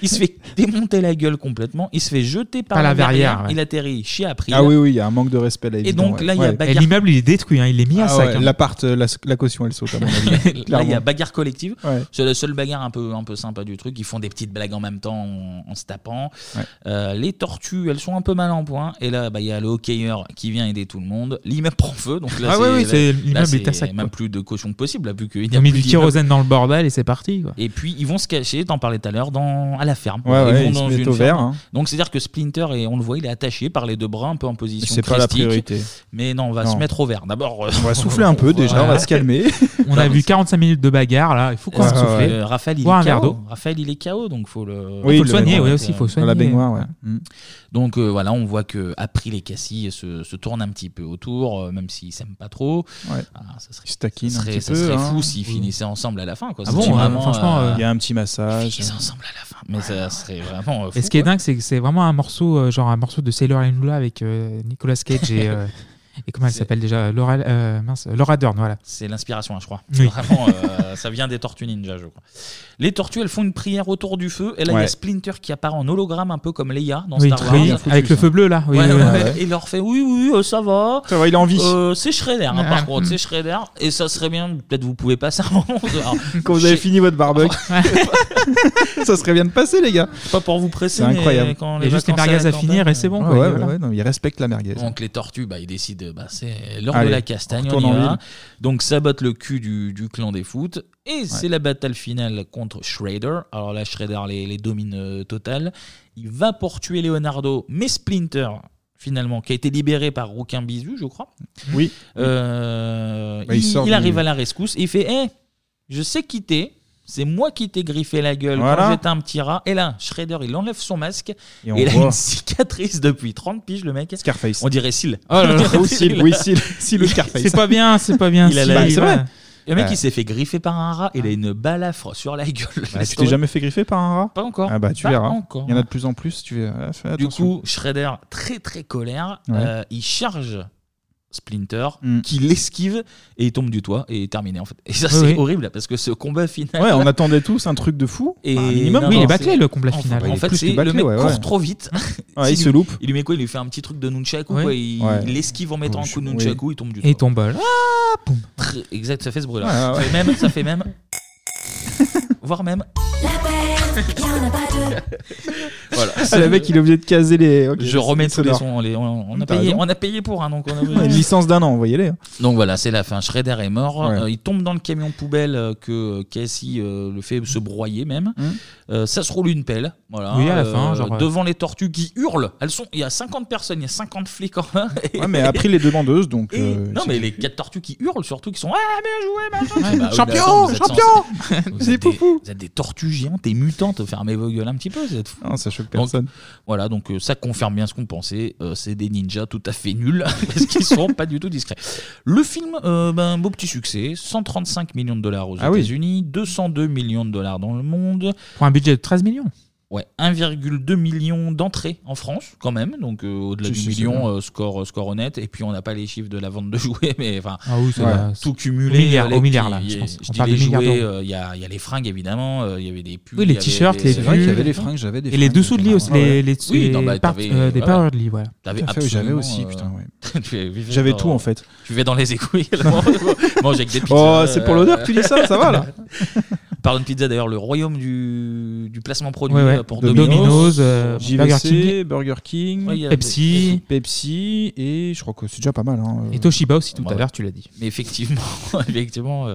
Il se fait démonter la gueule complètement. Il se fait jeter par, Par la verrière. verrière, ouais. Il atterrit chez April. Ah oui, oui, il y a un manque de respect là. Et évident, donc, ouais. là, il y a Ouais. bagarre. Et l'immeuble, il est détruit, hein, il est mis à Ah sac. ouais, hein. L'appart, euh, la, la caution, elle saute à mon avis. Là, il y clairement. a bagarre collective. Ouais. C'est la seule bagarre un peu, un peu sympa du truc. Ils font des petites blagues en même temps en, en se tapant. Ouais. Euh, les tortues, elles sont un peu mal en point. Et là, bah, il y a le hockeyeur qui vient aider tout le monde. L'immeuble prend feu. Donc là, Ah c'est- ouais, oui, là- c'est- là, l'immeuble c'est est à sac, Même plus de caution possible, là, vu qu'il Ils ont mis du kérosène dans le bordel et c'est parti. quoi. et puis ils vont se cacher, t'en parlais tout à l'heure, dans, à la ferme. Ouais, ils ouais, vont ils se dans mettent une au vert, ferme. hein. Donc c'est-à-dire que Splinter, et on le voit, il est attaché par les deux bras, un peu en position. C'est pas la christique. priorité. Mais non, on va Non. se mettre au vert. D'abord, euh, On va souffler un peu déjà, on va se calmer. Ah On a vu 45 minutes de bagarre, là, il faut qu'on Ouais, se souffle. ouais, ouais. Euh, Raphaël, il Boire un est verre KO. d'eau. Raphaël, il est KO, donc faut le, Oui, faut le soigner, ouais, aussi, faut le soigner. Dans la baignoire, ouais. Mm. Donc euh, voilà, on voit que April et Cassie se, se tournent un petit peu autour, euh, même s'ils s'aiment pas trop. Voilà, ça serait, Ils se taquinent ça un serait, petit ça peu, serait hein. fou s'ils Mm. finissaient ensemble à la fin. Quoi. Ah Ça bon, serait euh, vraiment, franchement, euh, euh, Il y a un petit massage. Ils sont ensemble à la fin, mais ça serait vraiment. euh, fou, Et ce qui est quoi. dingue, c'est que c'est vraiment un morceau, euh, genre un morceau de Sailor and Lula avec euh, Nicolas Cage et, euh, et comment elle s'appelle déjà Laura, euh, mince, Laura Dern, voilà. C'est l'inspiration, hein, je crois. Oui. Vraiment, euh, ça vient des Tortues Ninja, je crois. Les Tortues, elles font une prière autour du feu. Et là, il y Ouais. a Splinter qui apparaît en hologramme, un peu comme Leia dans Oui, Star Wars. oui, avec le feu bleu, là. Oui, Ouais, oui, ouais, oui. ouais. Ouais. Et il leur fait Oui, oui, euh, ça va. Ça va, il a envie. Euh, c'est Shredder, hein, Ouais. par contre. C'est Shredder. Et ça serait bien, peut-être vous pouvez passer un moment. Alors, Quand vous avez chez- fini votre barbecue, ça serait bien de passer, les gars. Pas pour vous presser, C'est mais incroyable. quand les Et juste les vacances à merguez la à finir campagne, et c'est bon, Ouais, quoi, ouais, et voilà. ouais, non, ils respectent la merguez. Donc les tortues, bah, ils décident, bah, c'est l'heure Allez, de la on castagne, on, retourne y en va. ville. Donc sabote le cul du, du clan des foot. Et c'est la bataille finale contre Shredder. Alors là, Shredder les, les domine euh, total. Il va pour tuer Leonardo, mais Splinter finalement, qui a été libéré par Rouquin Bisou, je crois. Oui. Euh, Bah, il il sort il du- arrive à la rescousse et il fait Hé, je sais quitter. C'est moi qui t'ai griffé la gueule Voilà. quand j'étais un petit rat. Et là, Shredder, il enlève son masque et, Et on il a voit. une cicatrice depuis 30 piges, le mec. Scarface. On dirait Seal. Oh là là. On dirait Oh, Seal, oui, Seal. Seal ou Scarface. C'est pas bien, c'est pas bien, Il a Seal. la- Bah, c'est vrai. Le mec, Ouais. il s'est fait griffer par un rat. Il a une balafre sur la gueule. Bah, tu t'es jamais fait griffer par un rat Pas encore. Ah bah tu Pas verras. encore. Il y en a de plus en plus. Tu verras. Fais Du attention. coup, Shredder, très très colère, Ouais. euh, il charge Splinter, Mm. qui l'esquive et il tombe du toit et terminé en fait. Et ça, Oui, c'est oui. horrible parce que ce combat final. Ouais, on attendait tous un truc de fou. Et Bah, un minimum. non, quoi. non, c'est- en- En plus fait, que c'est le bâclé, mec ouais, court ouais. trop vite. Ouais, il C'est se lui- loupe. Il lui met quoi Il lui fait un petit truc de nunchaku. Ouais. Quoi. Il Ouais. Oh, il l'esquive en mettant un coup de oui. nunchaku, il tombe du Et toit. il tombe, là, ah, poum. Très- Exact, ça fait ce bruit-là. Ouais, ouais. Ça fait même. Ça fait même. Voire même. Voilà. Ah, le mec, il est obligé de caser les. ok, Je remets tous les sonores. sons. les- on, on a T'as payé, raison. on a payé pour, hein, donc on a- Une licence d'un an, envoyez-les. hein. Donc voilà, c'est la fin. Shredder est mort. Ouais. Euh, il tombe dans le camion poubelle euh, que euh, Cassie euh, le fait se broyer même. Hum. Euh, ça se roule une pelle. Voilà. Oui, à la fin, genre, euh, devant les tortues qui hurlent. Elles sont. Il y a 50 personnes, il y a 50 flics en main. Ouais, mais après les demandeuses, donc. Et- euh, non c'est- mais les quatre tortues qui hurlent surtout qui sont ah bien joué machin Ouais, Bah, oui, champion, bah, attends, vous êtes champion censé- vous C'est êtes des- foufou. vous êtes des tortues géantes et mutantes fermez vos gueules un petit peu vous êtes fous. Non, ça choque Donc, personne. voilà donc euh, ça confirme bien ce qu'on pensait Euh, c'est des ninjas tout à fait nuls parce qu'ils sont pas du tout discrets le film euh, ben, beau petit succès 135 millions de dollars aux Ah oui. États-Unis 202 millions de dollars dans le monde Pour un budget de 13 millions. Ouais, 1,2 million d'entrées en France, quand même. Donc, euh, au-delà Si, du si, c'est million, bien. euh, score, euh, score honnête. Et puis, on n'a pas les chiffres de la vente de jouets, mais enfin, Ah oui, ça va, tout c'est- cumulé. au milliard, euh, les au milliard, petits- là, je y- pense. On dis parle de les milliards jouets, d'euros. euh, il y, a, il y a les fringues, évidemment. euh, Il y avait des pulls. Oui, les il y avait t-shirts, des- les c'est vrai qu'il y pulls. avait des fringues, j'avais des Et les fringues, dessous de lit aussi, Ah ouais. les, les, Oui, les non, bah, parts- t'avais- euh, des ouais, parts ouais. de lit, voilà. T'avais Tout à fait, oui, j'avais absolument, aussi, euh, putain, ouais. tu vivais J'avais dans- tout, en fait. Tu vivais dans les égouts. Manger avec des pizzas. euh, Oh, c'est pour l'odeur que tu dis ça, ça va, là. Parle de pizza d'ailleurs, le royaume du, du placement produit Ouais, ouais. euh, pour De Domino's, Domino's, euh, JVC, Burger JVC, Burger King, Ouais, il y a des- Pepsi. Pepsi, et je crois que c'est déjà pas mal. hein, euh. Et Toshiba aussi, tout Bah à ouais. l'heure, tu l'as dit. Mais effectivement, effectivement, euh,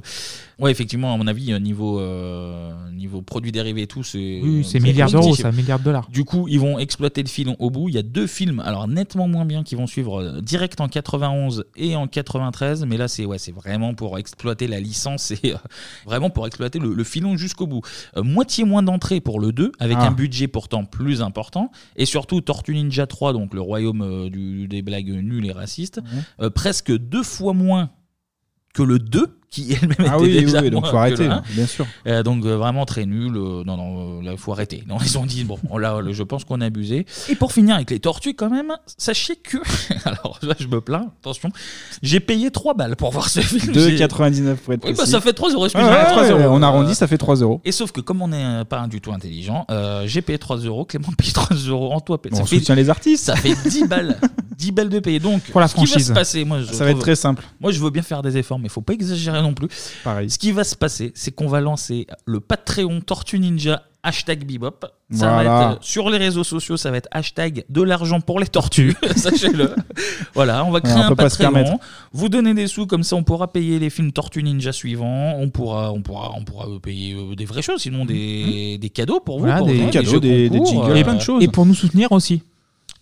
ouais, effectivement, à mon avis, euh, niveau euh, niveau produits dérivés et tout, c'est Oui, c'est euh, milliards d'euros, positif. ça, milliards de dollars. Du coup, ils vont exploiter le filon au bout. Il y a deux films, alors nettement moins bien, qui vont suivre euh, direct en 91 et en 93, mais là, c'est ouais, c'est vraiment pour exploiter la licence et euh, vraiment pour exploiter le, le filon jusqu'au bout. Euh, moitié moins d'entrées pour le 2, avec Ah. un budget pourtant plus important, et surtout Tortue Ninja 3, donc le royaume euh, du- des blagues nulles et racistes, Mhm. euh, presque deux fois moins que le 2 qui elle-même Ah était oui, oui, déjà oui, donc moins faut arrêter, que le là, 1. bien sûr. Euh, donc euh, vraiment très nul euh, non non euh, là faut arrêter non ils ont dit bon on l'a- je pense qu'on a abusé et pour finir avec les tortues quand même sachez que alors là je me plains attention j'ai payé 3 balles pour voir ce film J'ai- 2,99 pour être oui, bah, précis. ça fait 3 euros Ouais, excusez-moi, ouais, 3 ouais, euros. On Euh, arrondit, ça fait 3 euros. et sauf que comme on n'est euh, pas du tout intelligent, euh, j'ai payé 3 euros, Clément paye 3 euros, Antoine paye. Bon, on soutient les artistes. Ça fait 10 balles. 10 balles de payer. Donc, Pour la ce qui va franchise. se passer, moi, je Ça va être très simple. Moi, je veux bien faire des efforts, mais il faut pas exagérer non plus. Pareil. Ce qui va se passer, c'est qu'on va lancer le Patreon Tortue Ninja hashtag Bebop. Ça va Voilà. être, euh, sur les réseaux sociaux, ça va être hashtag de l'argent pour les tortues. Sachez-le. voilà, on va créer Ouais, on un peut pas se permettre. Patreon. Vous donnez des sous, comme ça on pourra payer les films Tortue Ninja suivants. On pourra, on pourra, on pourra euh, payer euh, des vraies choses, sinon des, des cadeaux pour vous. Voilà, pour Oh, des vous, cadeaux, jeux euh. des- des concours, jingles, plein de choses. Et pour nous soutenir aussi.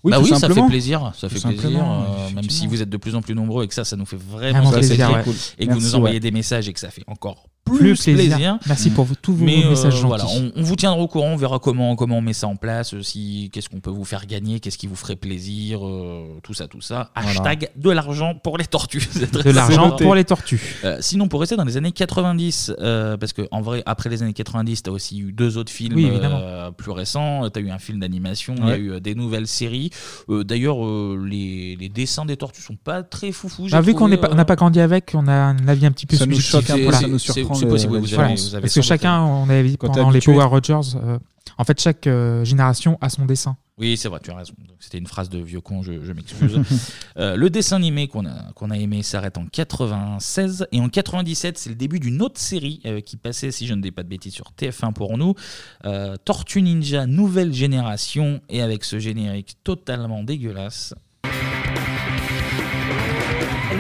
Oui, Oui, bah tout oui ça fait simplement. plaisir. Ça Tout fait plaisir. simplement, euh, même si vous êtes de plus en plus nombreux et que ça, ça nous fait vraiment Vraiment plaisir. plaisir, ouais. Cool. Et que vous Merci, nous envoyez ouais. des messages et que ça fait encore plus, Plus plaisir. plaisir. Merci pour vos- tous vos Mais, euh, messages gentils. voilà, on, on vous tiendra au courant, on verra comment, comment on met ça en place, euh, si, qu'est-ce qu'on peut vous faire gagner, qu'est-ce qui vous ferait plaisir, euh, tout ça, tout ça. Voilà. Hashtag de l'argent pour les tortues. C'est très De l'argent sympa. pour les tortues. Euh, sinon, pour rester dans les années 90, euh, parce que en vrai, après les années 90, t'as aussi eu deux autres films Oui, évidemment. euh, plus récents. T'as eu un film d'animation, il y a Ouais. eu euh, des nouvelles séries. Euh, D'ailleurs, euh, les, les dessins des tortues sont pas très foufou. Bah, j'ai vu qu'on trouvé, n'a pas, on n'a pas grandi avec, on a un avis un petit peu Ça nous subjectif. choque un peu, Voilà. ça nous surprend c'est le- possible, la vous avez- Voilà. vous avez Parce sans que doute chacun, on avait Quand t'es pendant les habitué. Power Rogers, euh, en fait, chaque euh, génération a son dessin. Oui, c'est vrai, tu as raison. Donc, C'était une phrase de vieux con, je, je m'excuse. Euh, le dessin animé qu'on a, qu'on a aimé s'arrête en 96 et en 97, c'est le début d'une autre série euh, qui passait, si je ne dis pas de bêtises, sur TF1 pour nous. Euh, Tortue Ninja, nouvelle génération, et avec ce générique totalement dégueulasse.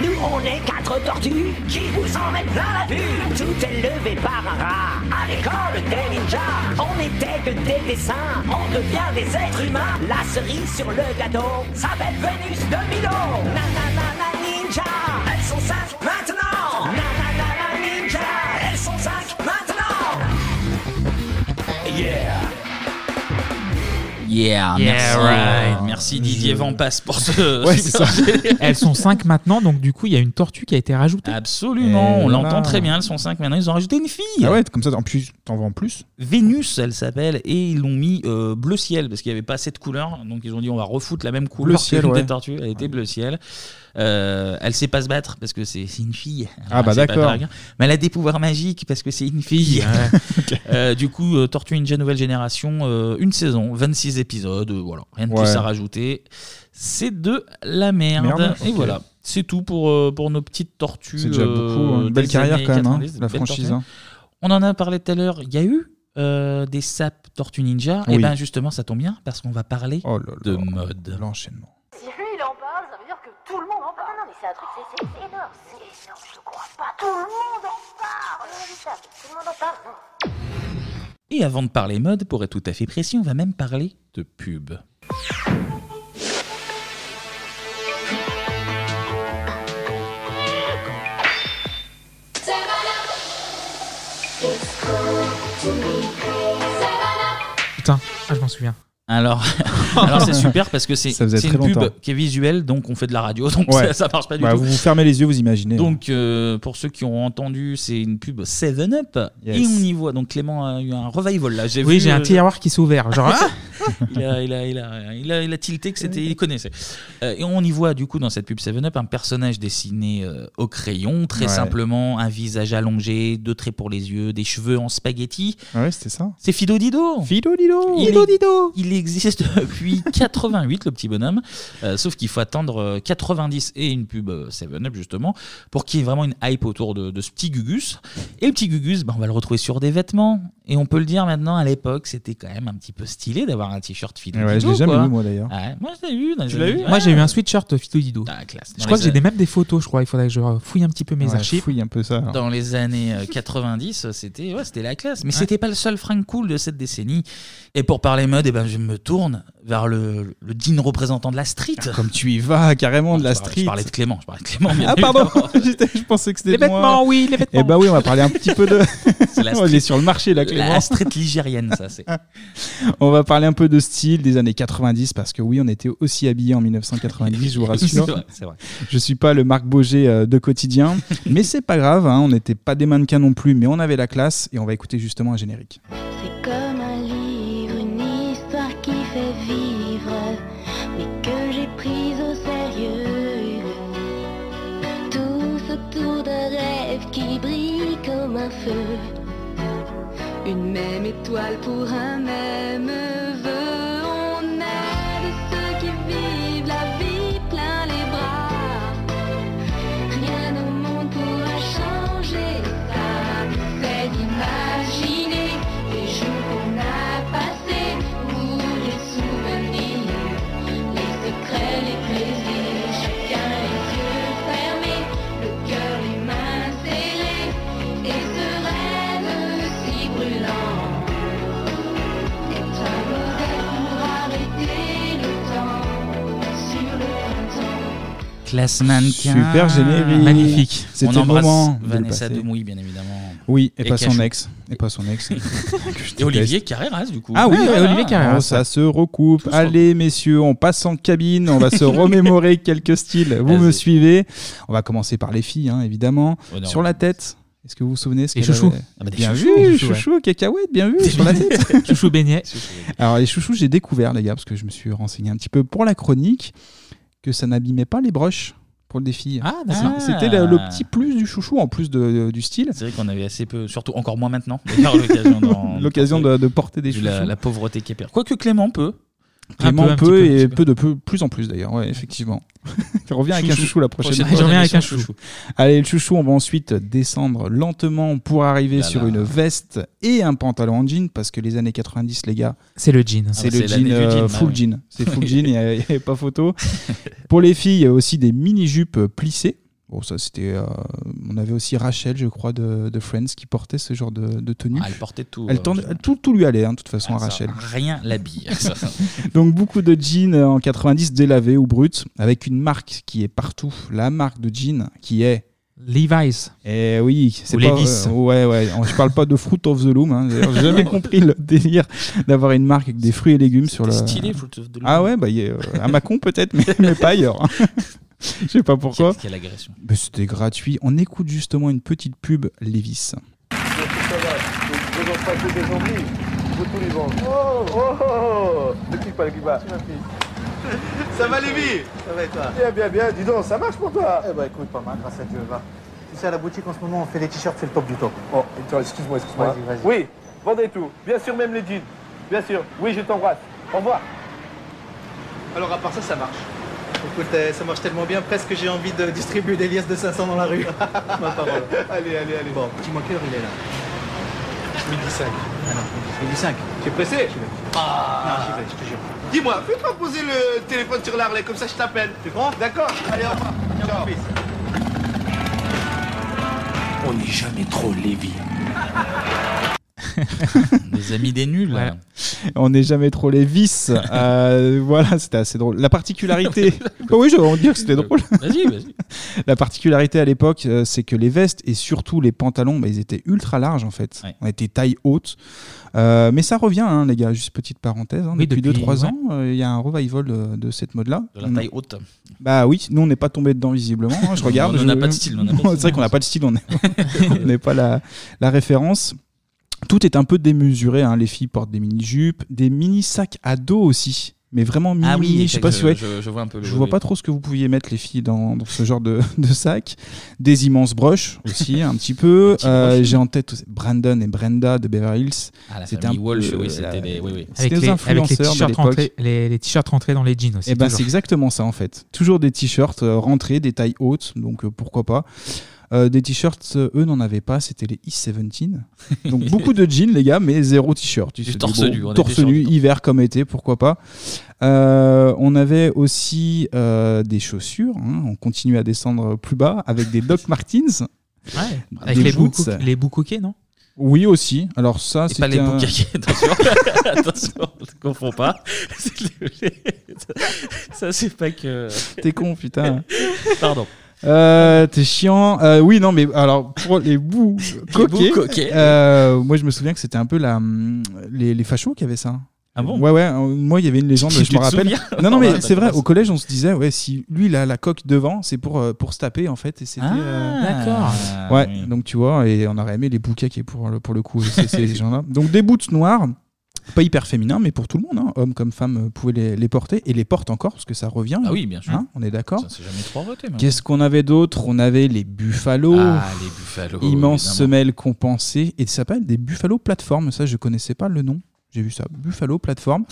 Nous, on est quatre tortues qui vous emmènent plein la vue. Tout est levé par un rat. À l'école des ninjas, on était que des dessins, on devient des êtres humains. La cerise sur le gâteau s'appelle Vénus de Milo. Na na na na ninja, elles sont cinq maintenant. Na na na na ninja, elles sont cinq maintenant. Yeah. Yeah, Yeah, merci. right. Merci Didier Van Passe pour ce. Ouais, c'est super ça. générique. Elles sont 5 maintenant, donc du coup, il y a une tortue qui a été rajoutée. Absolument, on l'entend très bien, elles sont 5 maintenant, ils ont rajouté une fille. Ah ouais, comme ça, en plus, t'en vends plus. Vénus, elle s'appelle, et ils l'ont mis euh, bleu ciel parce qu'il n'y avait pas assez de couleurs. Donc ils ont dit on va refoutre la même couleur Bleu ciel, que les ouais. tortues. Elle était bleu ciel. Euh, elle sait pas se battre parce que c'est c'est une fille. Ah, bah, Elle sait pas d'accord. draguer. Mais elle a des pouvoirs magiques parce que c'est une fille. Euh, du coup, euh, Tortue Ninja Nouvelle Génération, euh, une saison, 26 épisodes, euh, voilà, rien de Ouais. plus à rajouter. C'est de la merde. Merde, Et ok. voilà. C'est tout pour, euh, pour nos petites tortues. euh, C'est déjà beaucoup, hein. Une des belle carrière années quand même, hein, 90, la des belles franchise, tortues. hein. On en a parlé tout à l'heure, il y a eu euh, des sapes Tortue Ninja. Et Oui. Oh bien justement, ça tombe bien parce qu'on va parler de mode. L'enchaînement. Si lui il en parle, ça veut dire que tout le monde en parle. Ah, Non, non, mais c'est un truc, c'est c'est énorme, c'est énorme, je crois pas. Tout le monde en parle. C'est inévitable, Tout le monde en parle. non. Et avant de parler mode, pour être tout à fait précis, on va même parler de pub. Putain, ah, je m'en souviens. Alors, alors c'est super parce que c'est Ça faisait c'est très une pub longtemps. qui est visuelle, donc on fait de la radio, donc Ouais. ça, ça marche pas du Bah, tout. Vous vous fermez les hein. yeux, vous imaginez. Donc, euh, pour ceux qui ont entendu, c'est une pub 7-Up. Yes. Et on y voit. Donc, Clément a eu un revival là. J'ai Oui, vu, j'ai un euh, tiroir qui s'est ouvert. Genre, ah il, a, il, a, il, a, il, a, il a tilté que c'était. Il connaissait. Euh, et on y voit, du coup, dans cette pub 7-Up, un personnage dessiné euh, au crayon, très Ouais. simplement, un visage allongé, deux traits pour les yeux, des cheveux en spaghetti. Ah ouais, c'était ça. C'est Fido Dido Fido Dido il, Fido est- il existe depuis 88, le petit bonhomme. Euh, sauf qu'il faut attendre euh, 90 et une pub 7-Up, justement, pour qu'il y ait vraiment une hype autour de, de ce petit Gugus. Et le petit Gugus, ben, on va le retrouver sur des vêtements. Et on peut le dire maintenant, à l'époque, c'était quand même un petit peu stylé d'avoir un t-shirt Fido Ouais, je Dido, l'ai jamais quoi. eu, moi, d'ailleurs. Ouais, moi, je l'ai eu. dans les Tu l'as années- eu Moi, Ouais. j'ai eu un sweatshirt Fito Dido. Ah, Dans Je crois les que j'ai années- des, même des photos, je crois. Il faudrait que je fouille un petit peu mes Ouais, archives. fouille un peu ça. Dans les années euh, 90, c'était ouais, c'était la classe. Mais Ouais. c'était pas le seul Frank Cool de cette décennie. Et pour parler mode, eh ben, je me tourne vers le, le digne représentant de la street. Ah, Comme tu y vas carrément de la Je street. parlais de Clément. Je parlais de Clément bien Ah, pardon, évidemment. Eh ben, J'étais- je pensais que c'était Les de moi. vêtements, oui, les vêtements. Eh bah oui, on va parler un petit peu de. C'est la on street- est sur le marché là, Clément. La street ligérienne, ça, c'est. On va parler un peu de style des années 90 parce que oui, on était aussi habillés en 1990, je vous rassure. C'est vrai, c'est vrai. Je suis pas le Marc Boger euh, de quotidien, mais c'est pas grave. hein, on n'était pas des mannequins non plus, mais on avait la classe et on va écouter justement un générique. C'est comme un livre, une histoire qui fait vivre, mais que j'ai prise au sérieux. Tous autour d'un rêve qui brille comme un feu. Une même étoile pour un même vœu. On est de ceux qui vivent la vie plein les bras. Rien au monde pourra changer ça. C'est d'imaginer les jours qu'on a passés pour les souvenirs, les secrets, les plaisirs. Chacun les yeux fermés, le cœur les mains serrées. Et ce rêve si brûlant est un modèle pour arrêter le temps sur le printemps. Classe mannequin. Super générique. Magnifique. C'était On le embrasse moment de le Vanessa passer. Demouy, bien évidemment. Oui, et, pas son Cachou. ex. Et pas son ex. Que je Et Olivier déteste. Carreras, du coup. Ah oui, Ouais, ouais, ouais, Olivier ouais. Carreras. ça se recoupe. Allez, messieurs, on passe en cabine. On va se remémorer quelques styles. Vous me suivez. On va commencer par les filles, hein, évidemment. Oh non. Sur la tête. Est-ce que vous vous souvenez ce Les qu'elle chouchous. avait Ah bah, des Bien chouchous, des vu, chouchous, ouais. chouchous, cacahuètes, bien vu. Sur la tête. Chouchou beignet. Alors, les chouchous, j'ai découvert, les gars, parce que je me suis renseigné un petit peu pour la chronique, que ça n'abîmait pas les broches pour les filles. Ah, d'accord. C'était le, le petit plus du chouchou, en plus de- du style. C'est vrai qu'on avait assez peu, surtout encore moins maintenant, d'ailleurs, l'occasion d'en- L'occasion de, de porter des vu chouchous. la, la pauvreté qui est pire. Quoique Clément peut. Clément Un peu, un petit un et petit peu de peu, plus en plus d'ailleurs, ouais, effectivement. tu reviens avec un Chouchou. chouchou la prochaine Prochaine fois. Je reviens avec un chouchou. chouchou. Allez, le chouchou, on va ensuite descendre lentement pour arriver Là, sur là. une veste et un pantalon en jean, parce que les années 90, les gars. C'est le jean. C'est Ah bah, le c'est jean, l'année du euh, jean, bah full oui. jean. C'est full jean, il n'y a, il y a pas photo. Pour les filles, il y a aussi des mini-jupes plissées. Bon, ça, c'était. euh, on avait aussi Rachel, je crois, de, de Friends, qui portait ce genre de, de tenue. Ah, elle portait tout, Elle euh, Ah, tendait- tout, tout lui allait, hein, de toute façon, à Ça, Rachel. Rien l'habille. ça. Donc beaucoup de jeans euh, en 90 délavés ou bruts, avec une marque qui est partout. La marque de jeans qui est Levi's. Eh oui, c'est Ou pas. Levi's. euh, ouais, ouais. on- Je parle pas de Fruit of the Loom. Hein. D'ailleurs, J'ai jamais compris le délire d'avoir une marque avec des fruits et légumes sur le. stylé, Fruit of the Loom. Ah ouais, bah, il y a, euh, à Macon peut-être, mais, mais pas ailleurs. hein. Je sais pas pourquoi. Quelle- quelle agression. Mais C'était gratuit. On écoute justement une petite pub Levi's. Oh, oh, oh Le kick pas, le kick pas. Ça va, Lévi Ça va et toi Bien, bien, bien. Dis donc, ça marche pour toi Eh ben, écoute, pas mal, grâce à Dieu, va. Tu sais, à la boutique en ce moment, on fait les t-shirts, c'est le top du top. Oh, attends, excuse-moi, excuse-moi. Vas-y, vas-y. Oui, vendez tout. Bien sûr, même les jeans. Bien sûr. Oui, je t'embrasse. Au revoir. Alors, à part ça, ça marche. Écoute, euh, ça marche tellement bien, presque j'ai envie de distribuer des liasses de 500 dans la rue. Ma parole. Allez, allez, allez. Bon, dis-moi quelle heure il est là Midi 5. Ah non, il est 5. Tu es pressé Ah Ah. Non, j'y vais, je te jure. Dis-moi, fais pas poser le téléphone sur l'Arlet, comme ça je t'appelle. Tu comprends D'accord Allez, au revoir. Ciao. On n'est jamais trop Lévi. Des amis des nuls. là. On n'est jamais trop les vis. Euh, voilà, c'était assez drôle. La particularité. Oh oui, j'avais envie de dire que c'était drôle. Vas-y, vas-y. La particularité à l'époque, euh, c'est que les vestes et surtout les pantalons, bah, ils étaient ultra larges en fait. On était taille haute. Euh, mais ça revient, hein, les gars, juste petite parenthèse. hein. Oui, depuis depuis- 2-3 ouais. ans, euh, il y a un revival euh, de, de cette mode-là. De la On- taille haute. Bah oui, nous on n'est pas tombé dedans visiblement. hein, je On- regarde. on n'a je- pas de style, on n'a pas de C'est vrai style. qu'on n'a pas de style, on est- on n'est pas la, la référence. Tout est un peu démesuré. hein, Les filles portent des mini-jupes, des mini-sacs à dos aussi. Mais vraiment mini, Ah oui, mini, je sais pas si je- ouais. je- je vois un peu le- Je vois oui. pas trop ce que vous pouviez mettre les filles dans, dans ce genre de, de sac. Des immenses broches aussi, un petit peu. Euh, J'ai en tête aussi Brandon et Brenda de Beverly Hills. Ah, la un famille Walsh, peu, oui, euh, c'était des- oui, oui. c'était Avec nos les, avec les influenceurs de t-shirts l'époque. rentrés, les, les t-shirts rentrés dans les jeans aussi. Et ben c'est Hein, toujours. exactement ça en fait. Toujours des t-shirts euh, rentrés, des tailles hautes, donc euh, pourquoi pas. Euh, des t-shirts, euh, eux n'en avaient pas, c'était les E17. Donc beaucoup de jeans, les gars, mais zéro t-shirt. Tu Du te torse dis, nu, on était torse sur nu, hiver comme été, pourquoi pas. Euh, on avait aussi euh, des chaussures. hein. On continue à descendre plus bas avec des Doc Martens. Ouais, avec les boots. boucou- les boucouquets, non Oui, aussi. Alors ça, Et c'est pas les un... boucaquets, attention. Attention, on ne confond pas. Ça, c'est pas que. T'es con, putain. Pardon. Euh, T'es chiant. Euh, oui, non, mais alors pour les bouts coquets, coquets. euh, moi je me souviens que c'était un peu la, hum, les, les fachos qui avaient ça. Ah bon Ouais, ouais. euh, Moi, il y avait une légende, Tu je me te rappelle. souviens Non, non, Ouais, mais bah, c'est vrai. t'as- Au collège, on se disait, ouais, si lui, il a la coque devant, c'est pour euh, pour se taper en fait. Et c'était. Ah, euh, d'accord. Ouais. Donc tu vois, et on aurait aimé les bouquets qui est pour le pour le coup. c'est- c'est ces gens-là. Donc des boots noirs. Pas hyper féminin, mais pour tout le monde, hein, hommes comme femmes, euh, pouvaient les, les porter et les portent encore parce que ça revient. Ah oui, bien sûr. Hein, on est d'accord. Ça, c'est jamais trop voté. mais- Qu'est-ce qu'on avait d'autre On avait les Buffalo. Ah, les Buffalo, Immenses évidemment. semelles compensées. Et ça s'appelle des Buffalo Platform. Ça, je connaissais pas le nom. J'ai vu ça. Buffalo Platform.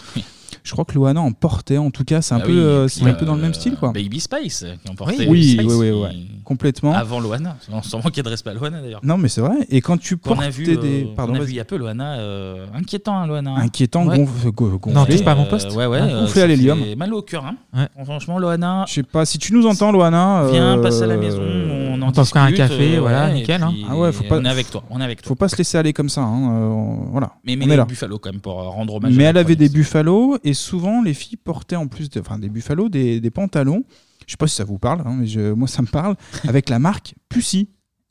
je crois que Loana en portait. En tout cas, c'est un, Bah peu, oui, euh, et c'est puis, un peu dans le même euh, style, quoi. Baby Spice, euh, qui ont Oui, porté oui, Spice, oui, oui, qui- ouais. Complètement. Avant Loana. On s'en manquait de respect à Loana d'ailleurs. Non, mais c'est vrai. Et quand tu Qu'on portais a vu, euh, des. qu'on Pardon, a vas-y. vu il y a peu Loana. euh, inquiétant, hein, Loana. hein. Inquiétant, Ouais. gonf- go- gonflé. Euh, Ouais, ouais. euh, Gonflé à ça l'hélium. fait Mal au cœur. hein. Franchement, Loana. Je sais pas, si tu nous entends, Loana. Viens, euh, passe à la maison, on en on t'offre un discute, café, euh, voilà, ouais, et nickel, hein. puis, Ah ouais, faut pas- On est avec toi, on est avec toi. Faut pas se laisser aller comme ça. hein, euh, on- voilà. Mais, mais on est les là. Buffalo quand même pour euh, rendre hommage. Mais à elle la avait des buffalos et souvent les filles portaient en plus de, enfin, des buffalos, des, des pantalons. Je sais pas si ça vous parle, hein, mais je- moi ça me parle. avec la marque Pussy.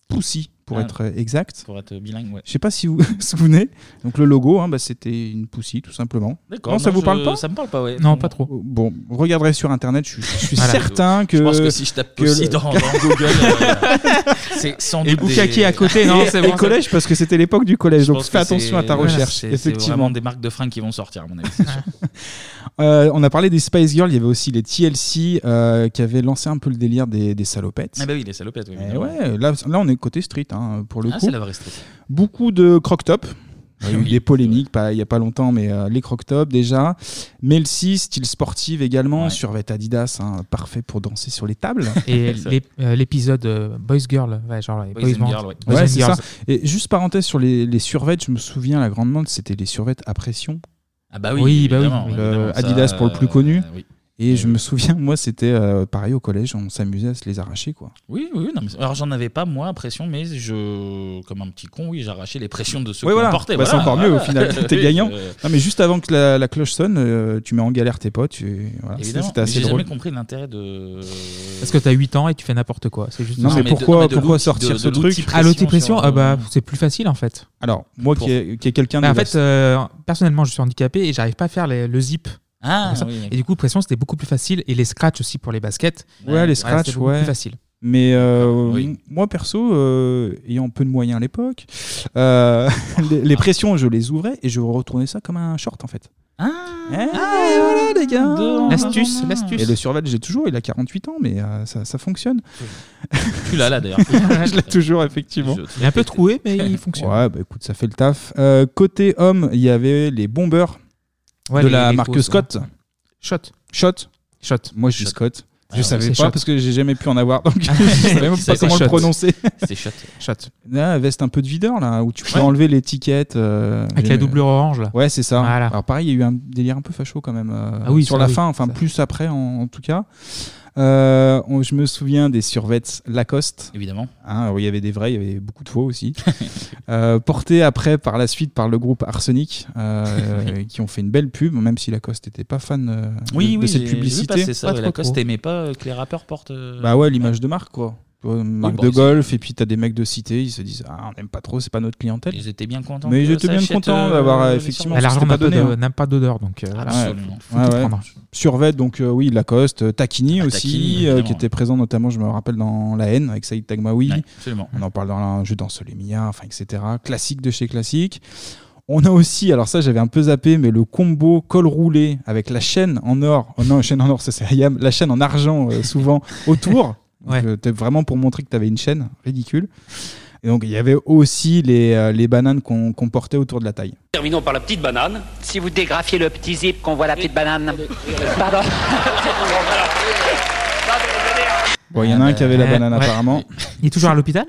Pussy, pour Ah. être euh, exact. Pour être bilingue, ouais. Je sais pas si vous vous souvenez. Donc le logo, hein, bah, c'était une Pussy tout simplement. D'accord, Non, ça non, vous je- parle pas ça me parle pas, ouais. Non, pas trop. Bon, regarderez sur internet, je, suis- je suis Voilà. certain que. Je pense que si je tape que Pussy le- dans, dans Google, euh, c'est sans Et doute. des- Bukkake à côté, non, Et- c'est Et bon, collège, parce que c'était l'époque du collège, Je donc pense fais que c'est- attention à ta voilà, recherche. c'est- C'est effectivement. vraiment des marques de fringues qui vont sortir, à mon avis. c'est sûr. Euh, on a parlé des Spice Girls, il y avait aussi les TLC euh, qui avaient lancé un peu le délire des, des salopettes. ah, bah oui, les salopettes, oui. Et évidemment. Eh ouais, là, là, on est côté street hein, pour le Ah, coup. c'est la vraie street. Beaucoup de croc top. Il y a eu des polémiques pas- il n'y a pas longtemps, mais euh, les croc top déjà. Melcy, style sportive également, survêt Adidas, hein, parfait pour danser sur les tables. Et l'ép- euh, l'épisode euh, Boys Girl, ouais, genre les Boys Boys, and Band, Girl, ouais. Boys Ouais, and c'est Girls. ça. Et juste parenthèse sur les, les survêtes, je me souviens, la grande mode, c'était les survêtes à pression. Ah bah oui, bah évidemment, Le évidemment, ça, Adidas pour le plus euh, connu. oui. Et je me souviens, moi, c'était euh, pareil au collège, on s'amusait à se les arracher, quoi. Oui, oui, non, mais- alors j'en avais pas moi à pression, mais je, comme un petit con, oui, j'arrachais les pressions de ceux Oui, qui voilà. me portaient. Bah, c'est voilà, encore mieux au voilà. final. T'es Oui, gagnant. euh, Non, mais juste avant que la, la cloche sonne, euh, tu mets en galère tes potes. tu- voilà, c'était évidemment, c'était assez j'ai drôle. jamais compris l'intérêt de. Parce que t'as 8 ans et tu fais n'importe quoi. C'est juste Non, ça. mais pourquoi, pourquoi sortir ce truc Ah, l'outil pression, ah euh, bah, c'est plus facile en fait. Alors, moi qui ai- qui ai quelqu'un Bah, de En la- fait, euh, personnellement, je suis handicapé et j'arrive pas à faire les- le zip. Ah, Comme ça. oui, et du coup, pression, c'était beaucoup plus facile. Et les scratchs aussi pour les baskets. Ouais, les Voilà, scratchs, c'était beaucoup ouais. plus Ah, facile. Mais euh, moi, perso, euh, ayant peu de moyens à l'époque, euh, les, les pressions, je les ouvrais et je retournais ça comme un short, en fait. Ah, voilà, les gars L'astuce, l'astuce. Et le surval, j'ai toujours, il a 48 ans, mais euh, ça, ça fonctionne. Tu l'as là d'ailleurs. je l'ai toujours, effectivement. Il est un peu troué, mais il fonctionne. Ouais, bah écoute, ça fait le taf. Euh, côté homme, il y avait les bombeurs Ouais, de les- la les marque grosses, Scott. ouais. Shot. Shot. Shot. Moi, je dis Scott. Je Ah, savais pas parce que j'ai jamais pu en avoir, donc je savais même pas comment le prononcer. C'est shot. Shot. Là, veste un peu de videur, là, où tu peux Ouais. enlever l'étiquette. euh, Avec j'ai- la doublure orange, là. Ouais, c'est ça. Alors, pareil, il y a eu un délire un peu facho quand même. euh, Ah oui, sur ça, la oui. fin, enfin, plus après, en, en tout cas. Euh, on- je me souviens des survêtes Lacoste. Évidemment. Hein, alors, il y avait des vrais, il y avait beaucoup de faux aussi. euh, portés après, par la suite, par le groupe Arsenic, euh, qui ont fait une belle pub, même si Lacoste n'était pas fan euh, Oui, de, de oui, cette j'ai- j'ai vu publicité. passer ça. ouais, Lacoste aimait pas euh, que les rappeurs portent. euh, Bah ouais, l'image de marque, quoi. Tu vois, une Marque bon, de ils- golf, et puis t'as des mecs de cité, ils se disent Ah, on n'aime pas trop, c'est pas notre clientèle. Ils étaient bien contents. Mais que ils étaient ça bien achète, contents euh, d'avoir les effectivement. survêtements. c'était l'argent n'a donné, pas de- hein. n'a pas d'odeur, donc, euh, voilà. Absolument. Faut tout prendre. Survêt, donc euh, oui, Lacoste, euh, Takini aussi, Ah, Takini, euh, évidemment, qui était présent notamment, je me rappelle, dans La haine avec Saïd Tagmaoui. Ouais, absolument. On en parle dans un jeu dans Solemia, enfin, etc. Classique de chez classique. On a aussi, alors ça j'avais un peu zappé, mais le combo col roulé avec la chaîne en or, oh non, chaîne en or, ça c'est Hayam, la chaîne en argent euh, souvent autour. Donc, euh, t'es vraiment pour montrer que t'avais une chaîne, ridicule. Et donc il y avait aussi les, euh, les bananes qu'on qu'on portait autour de la taille. Terminons par la petite banane. Si vous dégrafiez le petit zip qu'on voit la petite banane. Pardon. Bon, il y en a Ah un bah, qui avait la ouais. banane Ouais. apparemment. Il est toujours à l'hôpital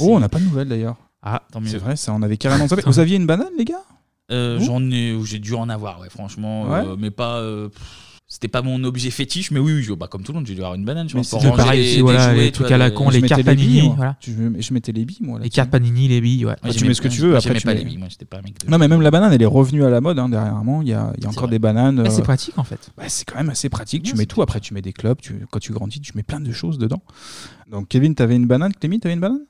Oh, on n'a pas de nouvelles d'ailleurs. Ah, C'est vrai, ça, on avait carrément zappé. Vous aviez une banane, les gars Euh, J'en ai, j'ai dû en avoir, ouais, franchement, euh, mais pas. euh, pff, c'était pas mon objet fétiche, mais oui, oui, je- bah, comme tout le monde, j'ai dû avoir une banane. Je Mais pense, pour c'est ranger pareil aussi, des voilà, jouets, tu les vois, trucs à la des- con, les Je mettais cartes les billes, Panini, moi. voilà. Tu- Je mettais les billes, moi. Les là-dessus. cartes Panini, les billes, ouais. Moi, tu mets ce que tu veux. moi, Après, j'aimais tu pas mets- les billes, moi, j'étais pas un mec Non, mais même la banane, elle est revenue à la mode. Hein, dernièrement, il y a, il y a encore des bananes. Ouais, c'est euh, pratique, en fait. bah, c'est quand même assez pratique. Tu mets tout. Après, tu mets des clubs. Tu, quand tu grandis, tu mets plein de choses dedans. Donc, Kevin, t'avais une banane. Clémy, t'avais une banane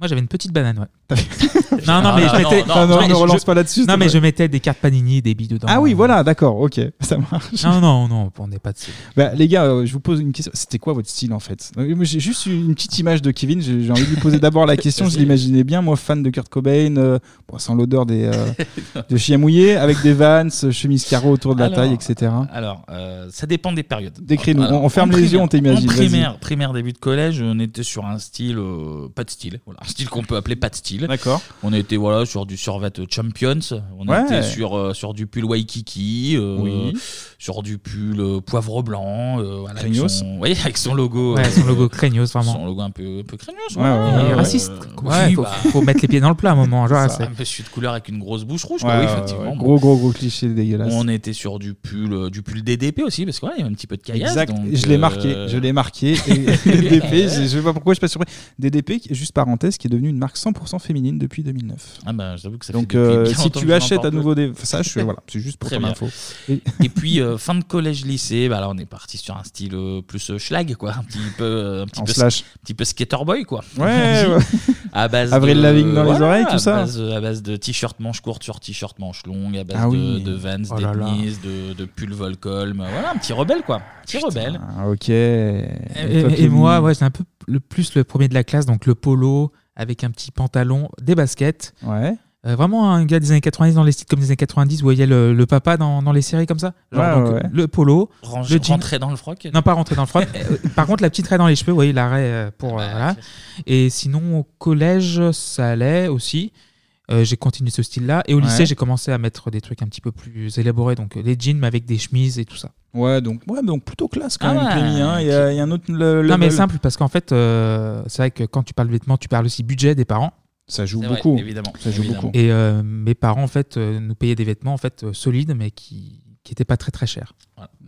Moi, j'avais une petite banane, ouais. non, non, mais Ah, je non, mettais. non, non, je- ne je- relance pas là-dessus, Non, c'est mais vrai. je mettais des cartes Panini et des billes dedans. Ah oui, voilà, d'accord, ok, ça marche. Non, non, non, on n'est pas dessus. Bah, les gars, euh, je vous pose une question. C'était quoi votre style en fait Euh, moi, J'ai juste une petite image de Kevin. J'ai j'ai envie de lui poser d'abord la question. Je l'imaginais bien, moi, fan de Kurt Cobain, euh, bon, sans l'odeur des euh, de chien mouillé, avec des vans, chemise carreau autour de la Alors, taille, etc. Alors, euh, ça dépend des périodes. Décris-nous. Alors, On- on ferme en les primaire- yeux, on t'imagine, En vas-y. primaire, primaire, début de collège, on était sur un style, euh, pas de style, voilà, un style qu'on peut appeler pas de style. D'accord. On était voilà sur du survêt Champions, on Ouais. était sur euh, sur du pull Waikiki, euh, Oui. sur du pull euh, poivre blanc, euh, voilà, avec Craignos. son, oui, avec son logo, Ouais, euh, son logo Craignos, vraiment. son logo un peu un peu Craignos, bah. Ouais, ouais, ouais, raciste. Ouais, faut- faut mettre les pieds dans le plat, à un moment, genre, Ça, c'est- un monsieur de couleur avec une grosse bouche rouge, Ouais, quoi, oui, ouais, effectivement. ouais, bon. Gros, gros, gros cliché dégueulasse. On était sur du pull, euh, du pull DDP aussi, parce qu'il y avait un petit peu de caillasse. Exact. donc, je l'ai euh, marqué. Je l'ai marqué. Et DDP, je je sais pas pourquoi je suis pas surpris. DDP, qui- juste parenthèse, qui est devenue une marque 100% féminine depuis 2009. Ah ben, j'avoue que ça Donc, fait depuis euh, bien si longtemps que tu je achètes n'en à porte nouveau plus. des. Ça, je, voilà, c'est juste pour Très ton bien. info. Et, puis, euh, fin de collège-lycée, bah là, on est parti sur un style euh, plus euh, schlag, quoi. Un petit peu, euh, un petit En peu, slash. un petit peu skater boy, quoi. Ouais, ouais. À base Avril de- Lavigne dans les voilà, oreilles, tout à ça. base- euh, à base de t-shirt manches courtes sur t-shirt manches longues, à base Ah oui. de, de Vans, Oh là là. d'Epnis, de, de pull Volcolm. euh, Voilà, un petit rebelle, quoi. Petit rebelle. Ah, ok. Et Euh, Et, toi, et Kevin moi, ouais, j'étais un peu le plus le premier de la classe, donc le polo avec un petit pantalon, des baskets. Euh, Ouais. vraiment un gars des années 90 dans les styles comme des années 90, vous voyez le, le papa dans, dans les séries comme ça. Genre Ouais, donc, ouais, ouais. le polo, Ranger- le jean. rentrer dans le froc Non, pas rentrer dans le froc. Euh, Par contre, la petite raie dans les cheveux, vous voyez la raie euh, pour Bah, euh, voilà. Et sinon au collège, ça allait aussi. Euh, j'ai continué ce style-là et au Ouais. lycée, j'ai commencé à mettre des trucs un petit peu plus élaborés, donc euh, les jeans mais avec des chemises et tout ça. Ouais, donc, ouais, donc plutôt classe quand Ah même, ouais. Clémy, hein. Il y, a il y a un autre. le- non, mais level. simple, parce qu'en fait, euh, c'est vrai que quand tu parles vêtements, tu parles aussi budget des parents. Ça joue C'est vrai, beaucoup. évidemment. Ça joue Évidemment. beaucoup. Et euh, mes parents, en fait, euh, nous payaient des vêtements en fait, euh, solides, mais qui, qui qui n'était pas très très cher.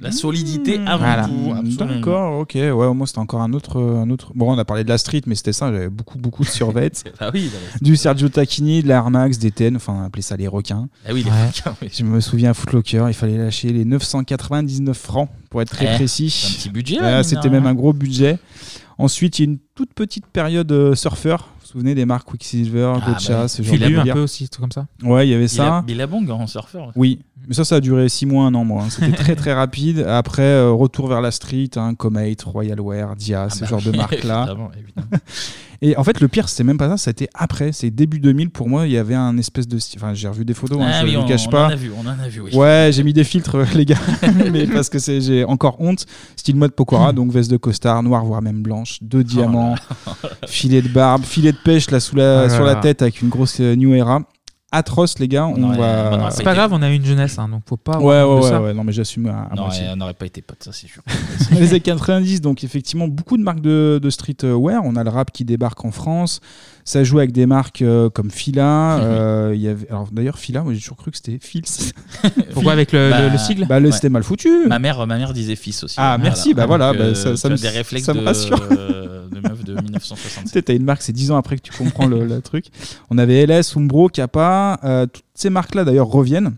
La solidité avant Voilà. tout. absolument. Hmm. D'accord, ok. Ouais, moi c'était encore un autre, euh, un autre. Bon, on a parlé de la street, mais c'était ça. J'avais beaucoup, beaucoup de survettes. Ah oui, bah oui. du Sergio Tacchini, de la Armax, des TN, enfin, appelez ça les requins. Ah oui, les requins, oui. Je me souviens à Footlocker, il fallait lâcher les 999 francs pour être très Eh, précis. c'est un petit budget, hein, Ouais, là, mine de c'était rien. même un gros budget. Ensuite, il y a une toute petite période euh, surfeur. Vous vous souvenez des marques Quicksilver, Ah, Gotcha, bah, ce il genre a de bu un délire. peu aussi, tout comme ça. Ouais, il y avait Il ça. a- il a bon, grand surfeur. Oui, mais ça, ça a duré 6 mois, un an, moi. hein. C'était très très rapide. Après, euh, retour vers la street, hein, Comet, Royalware, Dia, ce bah genre de oui, marques-là. évidemment, Et en fait, le pire, c'était même pas ça, c'était après, c'est début 2000. Pour moi, il y avait un espèce de. Enfin, j'ai revu des photos, hein, Ah je oui, ne on- cache on pas. en a vu, on en a vu, oui. Ouais, j'ai mis des filtres, euh, les gars, mais parce que c'est- j'ai encore honte. Style mode Hmm. Pokora, donc veste de costard, noire, voire même blanche, Oh deux diamants, filet de barbe, filet de pêche là, sous la, Ah là sur la là. tête avec une grosse euh, New Era. Atroce, les gars, on, aurait- va. on aurait C'est pas grave, on a eu une jeunesse, hein, donc faut pas. Ouais, avoir honte ouais, de ouais, ça. ouais, non, mais j'assume Ah, à, à Non, moitié. on n'aurait pas été potes, ça c'est sûr. Dans les années 90, donc effectivement, beaucoup de marques de, de streetwear. On a le rap qui débarque en France. Ça joue avec des marques euh, comme Fila. euh, il y avait... Alors d'ailleurs, Fila, moi j'ai toujours cru que c'était Fils. Pourquoi avec le- Bah, le- le sigle Bah, le, ouais. C'était mal foutu. Ma mère, ma mère disait fils aussi. Ah, merci, bah voilà, bah, ça- euh, tu ça as me- des réflexes ça me de, rassure. euh, de meuf de 1967. Tu sais, T'as une marque, c'est 10 ans après que tu comprends le, le truc. On avait LS, Umbro, Kappa. euh, toutes ces marques-là d'ailleurs reviennent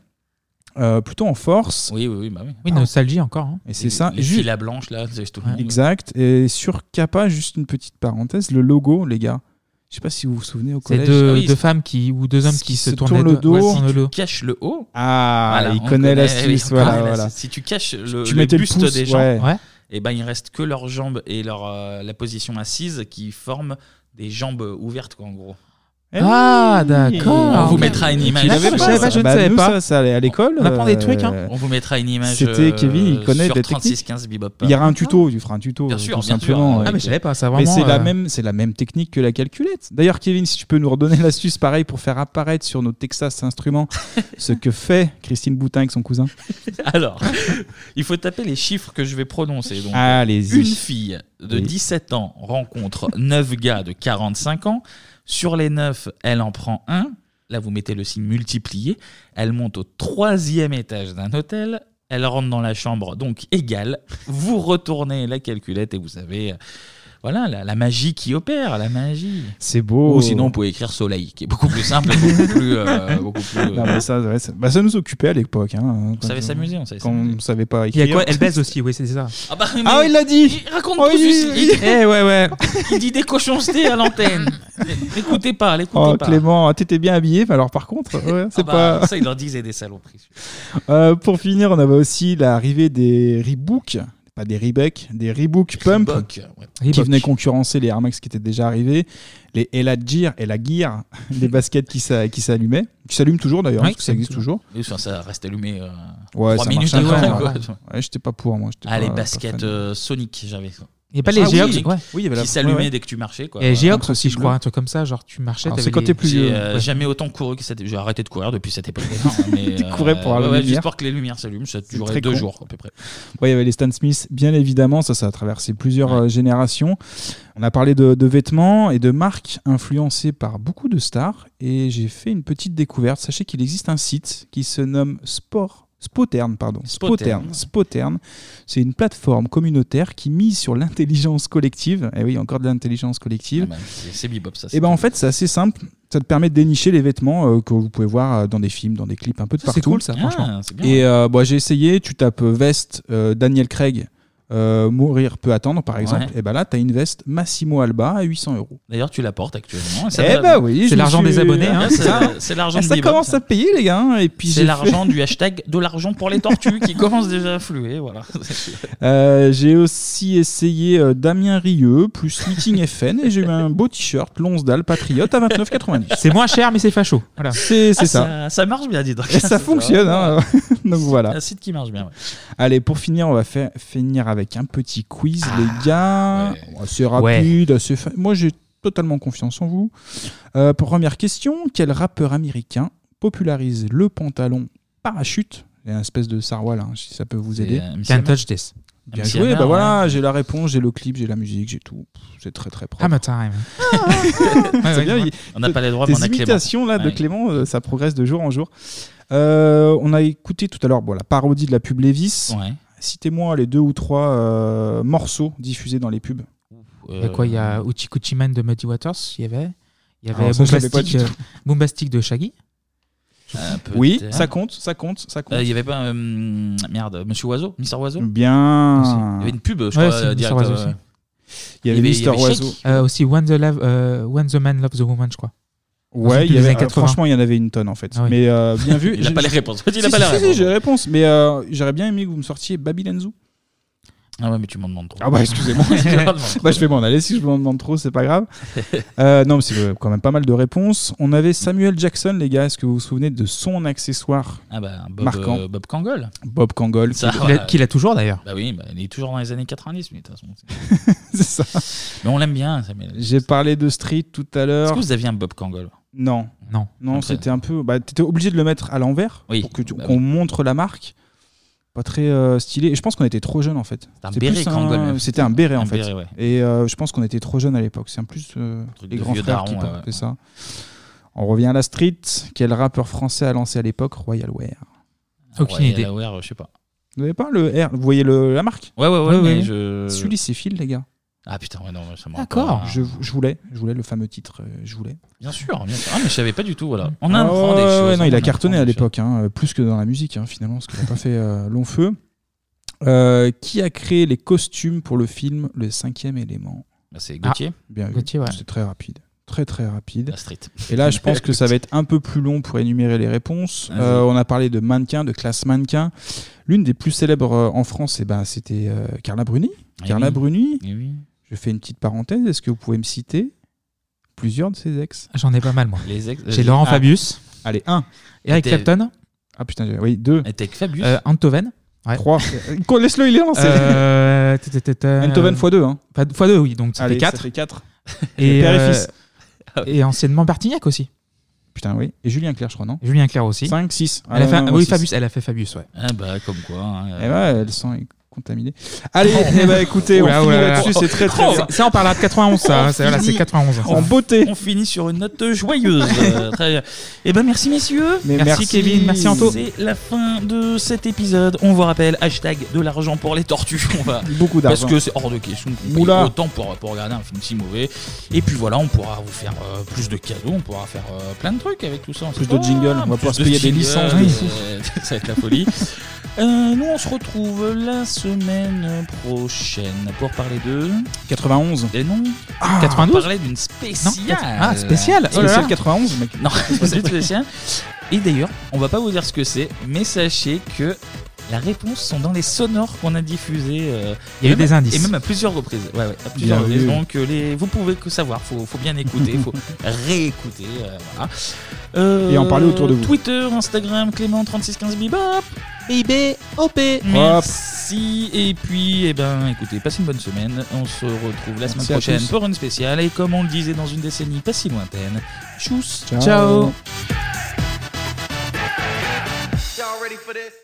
euh, plutôt en force. Oui, oui, oui, bah oui. Ah. nostalgie encore. hein. Et c'est ça. Les Ju- filles à blanche, là, c'est tout le monde. Exact. Et sur Kappa, juste une petite parenthèse, le logo, les gars. Je sais pas si vous vous souvenez au C'est collège. deux- Ah oui, deux c'est- femmes qui- ou deux hommes qui se tournaient tournent le le- ouais, dos. se tournent le dos. Cache le haut. Ah, il on connaît l'astuce, oui, voilà, on connaît voilà. l'astuce. Si tu caches le, Tu le mettais le buste pouce, des gens, ouais. Ouais. et ben il reste que leurs jambes et leur euh, la position assise qui forment des jambes ouvertes quoi en gros. Eh Ah, d'accord. On vous mettra une Tu image. l'avais pas, je savais pas, je ne Bah, savais nous, pas. ça, ça allait à l'école. On apprend des trucs, hein. euh, On vous mettra une image. C'était euh, Kevin, il connaît sur des 36, techniques. 15 bebop. Il y aura un tuto, il fera un tuto. Bien tout sûr, bien sûr. simplement. Ah, mais avec- je savais pas, ça, Mais vraiment, c'est la euh, même, c'est la même technique que la calculette. D'ailleurs, Kevin, si tu peux nous redonner l'astuce, pareil, pour faire apparaître sur nos Texas Instruments ce que fait Christine Boutin avec son cousin. Alors, il faut taper les chiffres que je vais prononcer. Donc, Allez-y. Une fille de Oui. 17 ans rencontre 9 gars de 45 ans. Sur les 9, elle en prend un. Là, vous mettez le signe multiplié. Elle monte au troisième étage d'un hôtel. Elle rentre dans la chambre, donc égale. Vous retournez la calculette et vous savez, euh, voilà, la, la magie qui opère, la magie. C'est beau. Ou sinon, vous pouvez écrire soleil, qui est beaucoup plus simple, et beaucoup plus. euh, beaucoup plus, euh, Non, mais ça, ouais, ça- bah, ça nous occupait à l'époque. Hein, savait s'amuser, on savait quand on savait pas Il y écrire. a quoi Elle baise aussi, oui, c'est ça. Ah, bah, mais- Ah, il l'a dit Raconte Oh, tout il- ceci. il- Eh, ouais, ouais. Il dit des cochoncetés à l'antenne. N'écoutez pas, l'écoutez Oh, pas. Clément, t'étais bien habillé, mais alors par contre, ouais, Ah c'est bah, pas. Ça, il leur disait des saloperies. Euh, pour finir, on avait aussi l'arrivée des Reebok, pas des Reebok, des Reebok Pump, Reebok, ouais. qui Reebok. venaient concurrencer les Air Max qui étaient déjà arrivés, les Ella Gear et la Gear, les baskets qui s'a- qui s'allumaient, qui s'allument toujours d'ailleurs, Ouais, parce que ça existe toujours. Et ça, ça reste allumé. Euh, Ouais, trois ça minutes marche après, encore, quoi. ouais. Ouais, j'étais pas pour moi. j'étais Ah, les pas- pas baskets fan. euh, Sonic, j'avais. Ah Il y a pas les Geox, oui, oui, ouais. Oui, il y avait la- qui s'allumaient ouais, ouais. dès que tu marchais. Quoi. Et Ouais. Geox aussi, je crois, un truc comme ça, genre tu marchais. Alors, t'avais c'est quand les- t'es plus vieux. J'ai euh, Ouais. jamais autant couru que cette... J'ai arrêté de courir depuis cette époque. Mais, Tu courais pour euh, avoir la ouais, lumière. J'espère que les lumières s'allument. Ça C'est durerait très deux con. jours à peu près. Ouais, il y avait les Stan Smith, bien évidemment, ça, ça a traversé plusieurs euh, générations. On a parlé de, de vêtements et de marques influencées par beaucoup de stars, et j'ai fait une petite découverte. Sachez qu'il existe un site qui se nomme Sport. Spotern, pardon. Spotern. Spotern. Spotern. C'est une plateforme communautaire qui mise sur l'intelligence collective. Et oui, encore de l'intelligence collective. Ah bah, C'est c'est bebop, ça. Et ben en fait, c'est assez simple. Ça te permet de dénicher les vêtements euh, que vous pouvez voir euh, dans des films, dans des clips, un peu de Ça, c'est partout. cool, ça, Ah, franchement. c'est bien. Et euh, bon, j'ai essayé, tu tapes euh, veste euh, Daniel Craig, euh, mourir peut attendre par exemple. Ouais. Et ben là, tu as une veste Massimo Alba à 800 euros. D'ailleurs, tu la portes actuellement. Eh ben oui, je me suis- Ah, hein, C'est ça. c'est l'argent Ah, de Ça Bebop, commence à payer les gars. hein. Et puis C'est j'ai l'argent fait- du hashtag de l'argent pour les tortues qui commence déjà à fluer. Voilà. Euh, j'ai aussi essayé euh, Damien Rieux plus Meeting FN et j'ai eu un beau t-shirt Lonsdal Patriote à 29,90. C'est moins cher, mais c'est facho. Voilà. C'est c'est Ah, ça. ça. marche bien, dis donc. Et ça fonctionne. hein. Donc voilà. Un site qui marche bien. ouais. Allez, pour finir, on va faire, finir avec un petit quiz, Ah. les gars. Assez rapide, assez fa- Moi, j'ai totalement confiance en vous. Euh, première question quel rappeur américain popularise le pantalon parachute Il y a une espèce de saroual, hein, si ça peut vous C'est, aider. euh, Missy Can't Elliott. touch this. Bien MC joué, Hammer, bah voilà, ouais. j'ai la réponse, j'ai le clip, j'ai la musique, j'ai tout. Pff, C'est très très propre. Hammer time. C'est ouais, bien, ouais. il- On n'a pas les droits, tes mais on a Clément. imitations, là de Ouais. Clément, euh, ça progresse de jour en jour. Euh, on a écouté tout à l'heure bon, la parodie de la pub Levis. Citez-moi les deux ou trois euh, morceaux diffusés dans les pubs. Bah quoi, il y a Uchi Kuchi Man de Muddy Waters, il y avait. Il y avait Alors ça, je l'avais pas Boombastic, du tout. euh, Boombastic de Shaggy. Oui, Peut-être. ça compte, ça compte, ça compte. Euh, Il y avait pas. euh, merde, Monsieur Oiseau Mister Oiseau Bien. Il y avait une pub, je Ouais, crois, c'est euh, Mr. direct. Oiseau euh, aussi. Il y avait Mister Shake. Oiseau. Euh, aussi When the, Love- euh, When the Man Loves the Woman, je crois. Dans une Ouais, il pub y des avait, euh, années 80. franchement, il y en avait une tonne en fait. Ah oui. Mais euh, bien vu. Il a je- pas les je- réponses. Il a Si, pas si, la si, si, réponse. j'ai les réponses, mais euh, j'aurais bien aimé que vous me sortiez Babylon Zoo. Ah ouais, mais tu m'en demandes trop. Ah bah excusez-moi. Tu m'en demandes trop. bah je vais m'en aller si je m'en demande trop, c'est pas grave. Euh, non, mais c'est euh, quand même pas mal de réponses. On avait Samuel Jackson, les gars. Est-ce que vous vous souvenez de son accessoire Ah bah, Bob, marquant euh, Bob Kangol. Bob Kangol. Ça, qui- voilà. Bah Bah, oui, bah, il est toujours dans les années 90, mais de toute façon. c'est ça. Mais on l'aime bien, Samuel. J'ai parlé de Street tout à l'heure. Est-ce que vous aviez un Bob Kangol Non. Non. Non, Après. c'était un peu. Bah, t'étais obligé de le mettre à l'envers Oui. pour que tu- Bah qu'on oui. montre la marque. Pas très euh, stylé. Et je pense qu'on était trop jeunes en fait. un C'était béret, plus Kangol, même. C'était un béret en Un fait. béret, ouais. Et euh, je pense qu'on était trop jeunes à l'époque. C'est en plus euh, Truc les de grands vieux frères qui daron, ouais, portaient ça. On revient à la street. Quel rappeur français a lancé à l'époque Royal Wear Aucune Royal idée. Wear, je sais pas. Vous n'avez pas le R Vous voyez le, la marque Ouais, ouais, ouais, mais je- Sully, c'est Phil, les gars. Ah putain, ouais, non, ça me rappelle. Je, je voulais, je voulais le fameux titre. euh, Je voulais. Bien sûr, bien sûr. Ah, mais je savais pas du tout, voilà. On Ah apprend ouais, des ouais, choses. non, on il a apprend cartonné des à l'époque, hein, euh, plus que dans la musique hein, finalement, parce qu'il n'a pas fait euh, long feu. Euh, qui a créé les costumes pour le film Le Cinquième Élément Ah, Bah, c'est Gauthier. Bien vu. Gauthier, ouais. C'est très rapide. Très très rapide. La street. Et là, je pense que ça va être un peu plus long pour énumérer les réponses. Vas-y. Euh, on a parlé de mannequins, de classe mannequin. L'une des plus célèbres euh, en France, eh ben, c'était euh, Carla Bruni. Eh Carla oui. Bruni, Eh oui. je fais une petite parenthèse. Est-ce que vous pouvez me citer plusieurs de ses ex Ah, J'en ai pas mal, moi. Les ex- J'ai euh, Laurent ah. Fabius. Allez, un. Eric Était- Clapton. Ah putain, j'ai- oui, deux. Était avec Fabius. Euh, Antoven. Ouais. Trois. Quoi, Laisse-le, il est lancé. Euh, t- t- t- euh, Eindhoven x 2. Hein. pas- X 2, oui, donc ça Allez, fait ça 4. fait quatre. Et, Père et euh, fils. et anciennement Bartignac aussi. Putain, oui. Et Julien Clerc, je crois, non Ah, Julien Clerc aussi. 5, 6. Elle a fait- oui, Fabius, elle a fait Fabius, ouais. Ah bah, comme quoi. hein, Eh euh, ben, elles sont contaminées. Allez, eh ben, écoutez, on Oh. Oula, finit oula, là-dessus, oula. c'est très très Oh, bien. Ça, on parlera de 91, ça. hein, c'est- voilà, c'est finit 91. ça. En beauté. On finit sur une note joyeuse. Euh, très bien. Eh ben merci messieurs. Mais Merci, merci. Kevin. Merci, Anto. C'est la fin de cet épisode. On vous rappelle hashtag de l'argent pour les tortues. On va Beaucoup d'argent. Parce que c'est hors de question. qu'on paye Oula. Autant pour, pour regarder un film si mauvais. Et puis voilà, on pourra vous faire euh, plus de cadeaux. On pourra faire euh, plein de trucs avec tout ça. On Plus sait pas, de jingles. On va pouvoir se de payer des jingles, licences de fou. euh, ça va être la folie. Euh, nous, on se retrouve la semaine prochaine pour parler de 91. Et non, Ah, on 92? parlait d'une spéciale. Non, quatre- ah, spéciale. Oh là là. Spéciale 91, mec. Non, c'est une spéciale. Et d'ailleurs, on va pas vous dire ce que c'est, mais sachez que la réponse sont dans les sonores qu'on a diffusés. euh, Il y a et eu même des à- indices. Et même à plusieurs reprises. Ouais, ouais, à plusieurs Bien reprises. vu. Donc, euh, les, vous pouvez que savoir. Faut, faut bien écouter, faut réécouter. euh, voilà. Euh, Et en parler autour de vous. Twitter, Instagram, Clément3615bibop. BIBOP. Merci. Et puis, eh ben, écoutez, passez une bonne semaine. On se retrouve la semaine Merci à prochaine tous. pour une spéciale. Et comme on le disait dans une décennie pas si lointaine, tchuss. Ciao. Y'all ready for this?